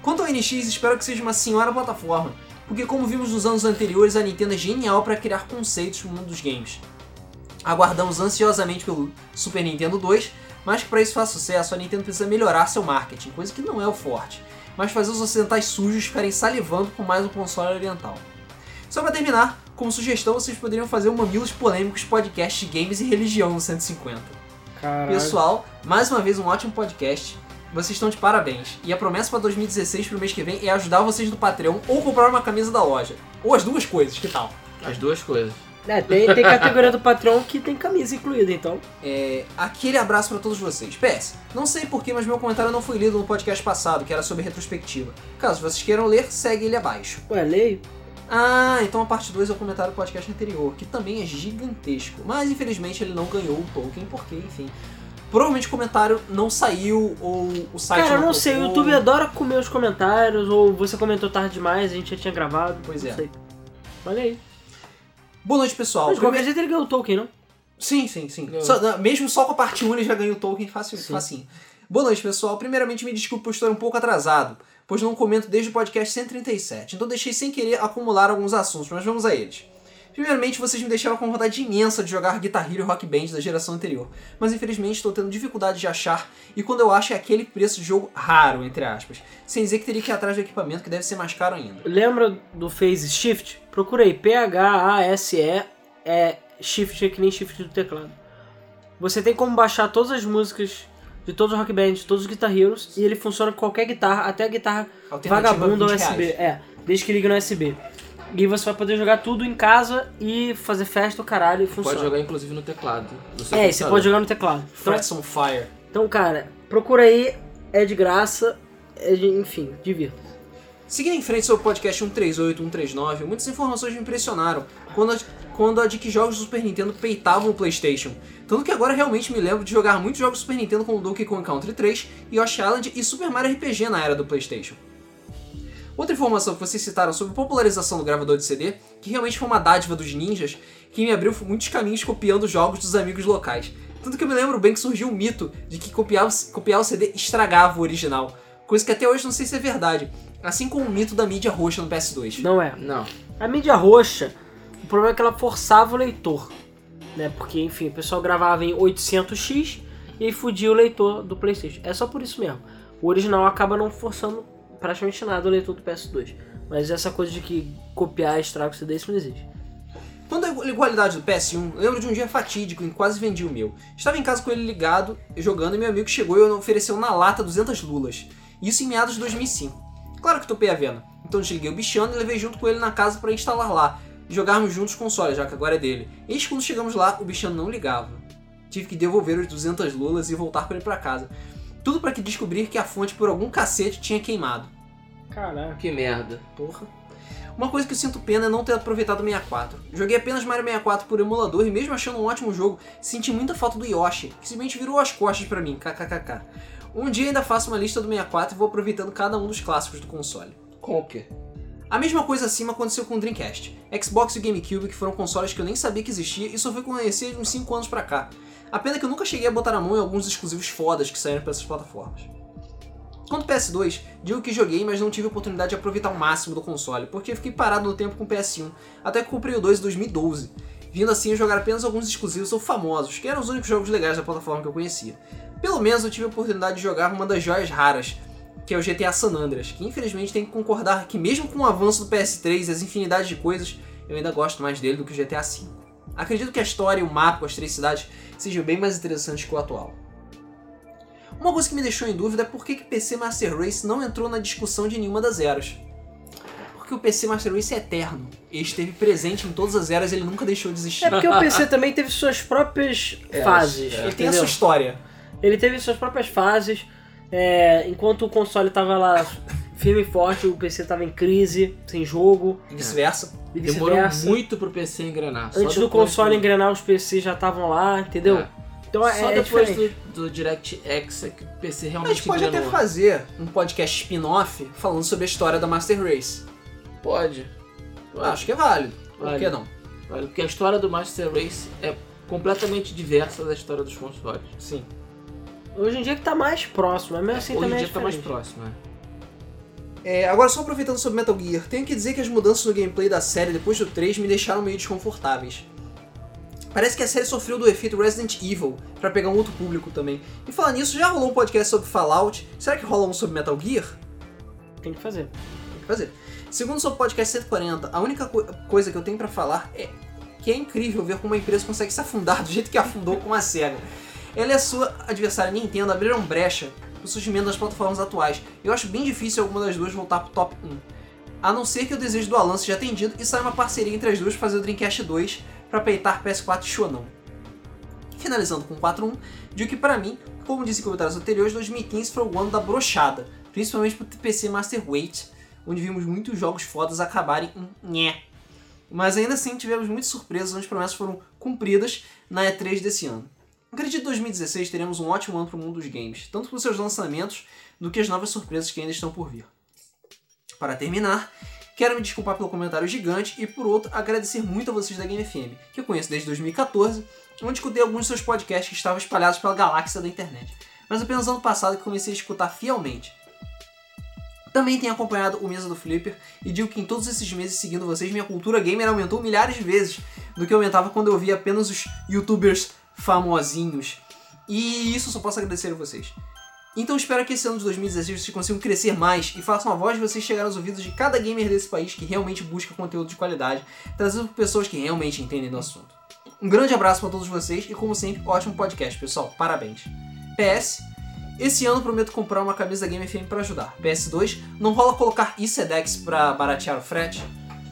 S1: Quanto ao NX, espero que seja uma senhora plataforma, porque como vimos nos anos anteriores, a Nintendo é genial para criar conceitos no mundo dos games. Aguardamos ansiosamente pelo Super Nintendo 2, mas que para isso faça sucesso, a Nintendo precisa melhorar seu marketing, coisa que não é o forte, mas fazer os ocidentais sujos ficarem salivando por mais um console oriental. Só para terminar, como sugestão, vocês poderiam fazer um Mamilos Polêmicos podcast de games e religião no 150.
S2: caralho.
S1: Pessoal, mais uma vez um ótimo podcast. Vocês estão de parabéns. E a promessa para 2016, pro mês que vem, é ajudar vocês no Patreon ou comprar uma camisa da loja. Ou as duas coisas, que tal?
S3: As duas coisas.
S2: É, tem, tem categoria do patrão que tem camisa incluída, então.
S1: É, aquele abraço para todos vocês. PS, não sei porquê, mas meu comentário não foi lido no podcast passado, que era sobre retrospectiva. Caso vocês queiram ler, segue ele abaixo.
S2: Ué, leio.
S1: Ah, então a parte 2 é o comentário do podcast anterior, que também é gigantesco. Mas infelizmente ele não ganhou o Tolkien, porque, enfim. Provavelmente o comentário não saiu ou o site
S2: Cara, eu não sei, o
S1: colocou.
S2: YouTube é adora comer os comentários, ou você comentou tarde demais, a gente já tinha gravado.
S1: Pois
S2: não
S1: é.
S2: Sei. Olha aí.
S1: Boa noite, pessoal.
S2: Mas de qualquer
S1: Primeiro-
S2: jeito ele ganhou o Tolkien, não?
S1: Sim, sim, sim.
S3: Ganhou.
S1: Só- não, mesmo só com a parte 1 ele já ganhou o Tolkien fácil,
S2: Sim.
S1: facinho. Boa noite, pessoal. Primeiramente, me desculpe por estar um pouco atrasado, pois não comento desde o podcast 137, então deixei sem querer acumular alguns assuntos, mas vamos a eles. Primeiramente, vocês me deixaram com vontade imensa de jogar Guitar Hero e Rock Band da geração anterior, mas infelizmente estou tendo dificuldade de achar, e quando eu acho é aquele preço de jogo raro, entre aspas, sem dizer que teria que ir atrás do equipamento que deve ser mais caro ainda.
S2: Lembra do Phase Shift? Procurei P-H-A-S-E, é Shift é que nem Shift do teclado. Você tem como baixar todas as músicas de todos os rock bands, de todos os Guitar Heroes, e ele funciona com qualquer guitarra, até a guitarra
S1: Alternativa
S2: vagabunda
S1: 20
S2: USB.
S1: reais.
S2: É, desde que ligue no USB. E você vai poder jogar tudo em casa e fazer festa, o caralho, e funciona.
S3: Pode jogar inclusive no teclado. No seu
S2: é, e você
S3: computador.
S2: pode jogar no teclado. Então,
S1: Frets on Fire.
S2: então, cara, procura aí, é de graça, é de- enfim, divirta.
S1: Seguindo em frente sobre o podcast 138, 139, muitas informações me impressionaram quando a, quando a de que jogos do Super Nintendo peitavam o PlayStation. Tanto que agora realmente me lembro de jogar muitos jogos do Super Nintendo como Donkey Kong Country 3, Yoshi Island e Super Mario RPG na era do PlayStation. Outra informação que vocês citaram sobre a popularização do gravador de CD, que realmente foi uma dádiva dos ninjas, que me abriu muitos caminhos copiando jogos dos amigos locais. Tanto que eu me lembro bem que surgiu o mito de que copiar o, copiar o CD estragava o original, coisa que até hoje não sei se é verdade, assim como o mito da mídia roxa no PS2.
S2: Não é.
S3: Não.
S2: A mídia roxa, o problema é que ela forçava o leitor, né? Porque, enfim, o pessoal gravava em 800x e aí fudia o leitor do PlayStation. É só por isso mesmo. O original acaba não forçando praticamente nada o leitor do PS2. Mas essa coisa de que copiar estraga o CD, isso não existe.
S1: Quanto à igualdade do PS1, lembro de um dia fatídico em que quase vendi o meu. Estava em casa com ele ligado, jogando, e meu amigo chegou e ofereceu na lata 200 lulas. Isso em meados de 2005. Claro que topei a venda. Então desliguei o bichano e levei junto com ele na casa para instalar lá. E jogarmos juntos o console, já que agora é dele. Eis que quando chegamos lá, o bichano não ligava. Tive que devolver os 200 lulas e voltar com ele para casa. Tudo para que descobrir que a fonte por algum cacete tinha queimado.
S2: Caraca.
S3: Que merda.
S1: Porra. Uma coisa que eu sinto pena é não ter aproveitado o 64. Joguei apenas Mario 64 por emulador e mesmo achando um ótimo jogo, senti muita falta do Yoshi, que simplesmente virou as costas pra mim, kkkk. Um dia ainda faço uma lista do 64 e vou aproveitando cada um dos clássicos do console.
S3: Conker.
S1: A mesma coisa acima aconteceu com o Dreamcast, Xbox e o GameCube, que foram consoles que eu nem sabia que existia e só fui conhecer de uns 5 anos pra cá. A pena é que eu nunca cheguei a botar a mão em alguns exclusivos fodas que saíram pra essas plataformas. Quanto ao PS2, digo que joguei, mas não tive a oportunidade de aproveitar o máximo do console, porque fiquei parado no tempo com o PS1, até que comprei o 2 em 2012, vindo assim a jogar apenas alguns exclusivos ou famosos, que eram os únicos jogos legais da plataforma que eu conhecia. Pelo menos eu tive a oportunidade de jogar uma das joias raras, que é o GTA San Andreas, que infelizmente tem que concordar que mesmo com o avanço do PS3 e as infinidades de coisas, eu ainda gosto mais dele do que o GTA V. Acredito que a história, o mapa, as três cidades sejam bem mais interessantes que o atual. Uma coisa que me deixou em dúvida é por que, que PC Master Race não entrou na discussão de nenhuma das eras. Porque o PC Master Race é eterno. Ele esteve presente em todas as eras, ele nunca deixou de existir.
S2: É porque o PC também teve suas próprias
S3: É,
S2: fases.
S1: Ele
S3: é.
S1: tem a
S2: entendeu?
S1: sua história.
S2: Ele teve suas próprias fases. é, enquanto o console tava lá firme e forte, o PC tava em crise, sem jogo.
S1: E vice-versa.
S2: E
S3: Demorou
S2: vice-versa.
S3: muito pro PC engrenar. Só
S2: Antes do
S3: depois
S2: console
S3: do-
S2: engrenar, os PCs já estavam lá, entendeu?
S3: É.
S2: Então é,
S3: Só
S2: é
S3: depois
S2: diferente.
S3: do, do DirectX é que o PC
S1: A
S3: realmente
S1: gente pode até
S3: engrenou.
S1: fazer um podcast spin-off falando sobre a história da Master Race.
S3: Pode.
S1: Eu Acho que é válido. Por
S3: Vale.
S1: que não?
S3: Vale, porque a história do Master Race é completamente diversa da história dos consoles.
S1: Sim.
S2: Hoje em dia que tá mais próximo, mas mesmo assim
S3: Hoje em
S2: também
S3: dia
S2: é
S3: tá mais
S2: diferente.
S3: próximo, né?
S1: É, agora, só aproveitando sobre Metal Gear, tenho que dizer que as mudanças no gameplay da série depois do 3 me deixaram meio desconfortáveis. Parece que a série sofreu do efeito Resident Evil, pra pegar um outro público também. E falando nisso, já rolou um podcast sobre Fallout, será que rola um sobre Metal Gear?
S2: Tem que fazer.
S1: Tem que fazer. Segundo seu podcast 140, a única co- coisa que eu tenho pra falar é que é incrível ver como uma empresa consegue se afundar do jeito que afundou com a SEGA. Ela e a sua adversária Nintendo abriram brecha no surgimento das plataformas atuais. Eu acho bem difícil alguma das duas voltar pro top 1. A não ser que o desejo do Alan seja atendido e saia uma parceria entre as duas pra fazer o Dreamcast 2 pra peitar PS4 e Shonan. Finalizando com 4-1, digo que pra mim, como disse em comentários anteriores, 2015 foi o ano da brochada, principalmente pro PC Master Weight, onde vimos muitos jogos fodas acabarem em nhé. Mas ainda assim tivemos muitas surpresas onde promessas foram cumpridas na E3 desse ano. Acredito que 2016 teremos um ótimo ano para o mundo dos games, tanto com seus lançamentos, do que as novas surpresas que ainda estão por vir. Para terminar, quero me desculpar pelo comentário gigante e, por outro, agradecer muito a vocês da Game FM, que eu conheço desde 2014, onde escutei alguns de seus podcasts que estavam espalhados pela galáxia da internet, mas apenas ano passado que comecei a escutar fielmente. Também tenho acompanhado o Mesa do Flipper e digo que em todos esses meses seguindo vocês, minha cultura gamer aumentou milhares de vezes do que aumentava quando eu via apenas os youtubers famosinhos. E isso eu só posso agradecer a vocês. Então espero que esse ano de 2016 vocês consigam crescer mais e façam a voz de vocês chegar aos ouvidos de cada gamer desse país que realmente busca conteúdo de qualidade, trazido por pessoas que realmente entendem do assunto. Um grande abraço para todos vocês e, como sempre, ótimo podcast, pessoal. Parabéns. PS, esse ano prometo comprar uma camisa da Game FM pra ajudar. PS2, não rola colocar ICEDEX pra baratear o frete?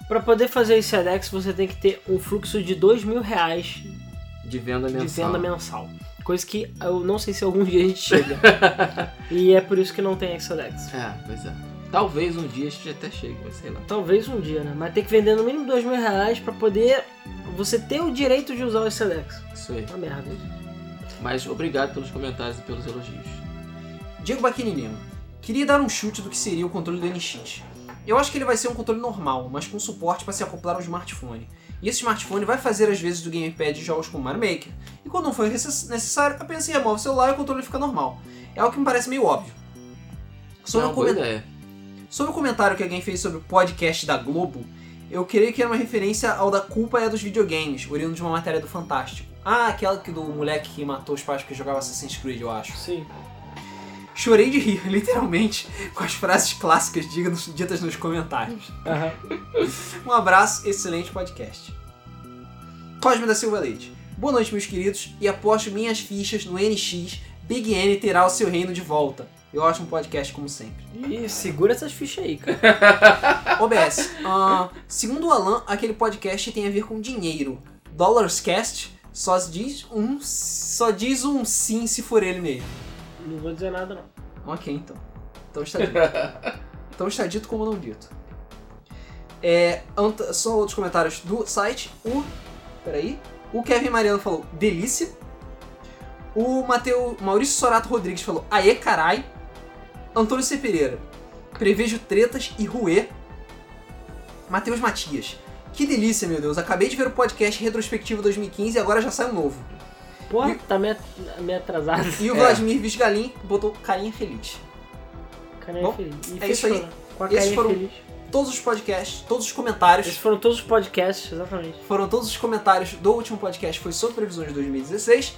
S2: Pra poder fazer esse SEDEX, você tem que ter um fluxo de dois mil reais
S3: De venda
S2: de
S3: mensal.
S2: venda mensal. Coisa que eu não sei se algum dia a gente chega. e é por isso que não tem SEDEX.
S3: É, pois é. Talvez um dia a gente até chegue, mas sei lá.
S2: Talvez um dia, né? Mas tem que vender no mínimo dois mil reais pra poder você ter o direito de usar o SEDEX.
S3: Isso aí.
S2: Uma merda.
S3: Mas obrigado pelos comentários e pelos elogios.
S1: Diego Baquini Lima. Queria dar um chute do que seria o controle do NX. Eu acho que ele vai ser um controle normal, mas com suporte para se acoplar ao smartphone. E esse smartphone vai fazer às vezes do gamepad de jogos como Mario Maker. E quando não for necess- necessário, apenas se remove o celular e o controle fica normal. É algo que me parece meio óbvio. Sobre
S3: é
S1: o
S2: um
S3: uma boa
S1: comen-
S3: ideia.
S1: Sobre o comentário que alguém fez sobre o podcast da Globo, eu creio que era uma referência ao da culpa é dos videogames, oriundo de uma matéria do Fantástico. Ah, aquela que do moleque que matou os pais porque jogava Assassin's Creed, eu acho.
S2: Sim.
S1: Chorei de rir, literalmente, com as frases clássicas dignas- ditas nos comentários. Um abraço, excelente podcast. Cosme da Silva Leite. Boa noite, meus queridos, e aposto minhas fichas no NX, Big N terá o seu reino de volta. E ótimo podcast, como sempre.
S2: E segura essas fichas aí, cara.
S1: OBS, ah, segundo o Alan, aquele podcast tem a ver com dinheiro. Dollarscast só diz um, só diz um sim se for ele mesmo.
S2: Não vou dizer nada, não.
S1: Ok, então. Então está dito. Então está dito como não dito. É, ant- só outros comentários do site. O. Peraí. O Kevin Mariano falou delícia. O Mateu, Maurício Sorato Rodrigues falou aê carai. Antônio C. Pereira. Prevejo tretas e ruê. Matheus Matias. Que delícia, meu Deus. Acabei de ver o podcast retrospectivo 2015 e agora já sai um novo.
S2: Porra, tá meio, meio atrasado.
S1: E o
S3: É.
S1: Vladimir Visgalim botou carinha feliz.
S2: Carinha
S1: Bom,
S2: feliz. E
S1: é isso
S2: fechou,
S1: aí.
S2: né? Com a
S1: Esses
S2: carinha
S1: foram-
S2: feliz.
S1: Todos os podcasts, todos os comentários
S2: Esses foram todos os podcasts, exatamente.
S1: Foram todos os comentários do último podcast, foi sobre previsões de 2016.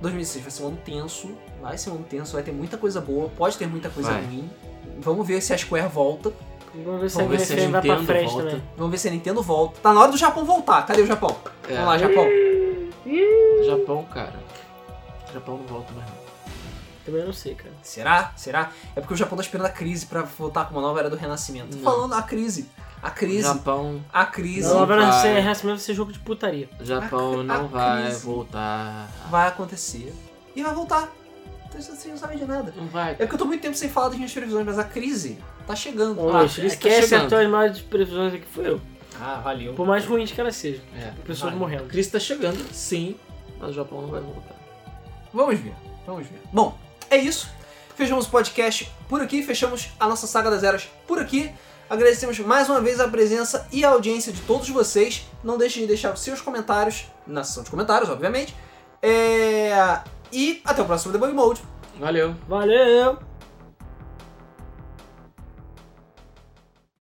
S1: 2016 vai ser um ano tenso, vai ser um ano tenso, vai ter muita coisa boa, pode ter muita coisa
S3: Vai.
S1: ruim. Vamos ver se a Square volta,
S2: Vamos ver se
S3: Vamos
S2: a
S3: ver se a
S2: GFM vai pra
S3: Nintendo
S2: frente
S3: volta.
S2: também.
S1: vamos ver se a Nintendo volta. Tá na hora do Japão voltar, cadê o Japão?
S3: É,
S1: Vamos lá, Japão.
S3: Japão, cara. Japão não volta mais não.
S2: Também não sei, cara.
S1: Será? Será? É porque o Japão tá esperando a crise pra voltar com uma nova era do renascimento. Tô
S3: Não.
S1: falando a crise, a crise,
S3: Japão,
S1: a crise
S2: Não, agora
S3: vai.
S2: você resta mesmo esse jogo de putaria.
S3: Japão
S1: A-
S3: não
S1: a
S3: vai
S1: crise.
S3: voltar.
S1: vai acontecer e vai voltar. Então, Vocês não sabem de nada.
S3: Não vai.
S1: É porque eu tô muito tempo sem falar das minhas previsões, mas a crise tá chegando.
S2: Bom,
S3: Ah,
S2: Luiz,
S3: isso tá
S2: quem
S3: chegando.
S2: acertou as maiores previsões aqui foi eu.
S1: é Ah, valeu.
S2: Por mais ruins que elas sejam.
S3: É.
S1: Vai.
S2: Pessoas
S3: A
S2: morrendo.
S3: crise tá chegando, sim, mas o Japão não vai voltar.
S1: Vamos ver, vamos ver. Bom, é isso. Fechamos o podcast por aqui, fechamos a nossa saga das eras por aqui. Agradecemos mais uma vez a presença e a audiência de todos vocês. Não deixem de deixar os seus comentários na seção de comentários, obviamente. É, E até o próximo Debug Mode.
S3: Valeu.
S2: Valeu!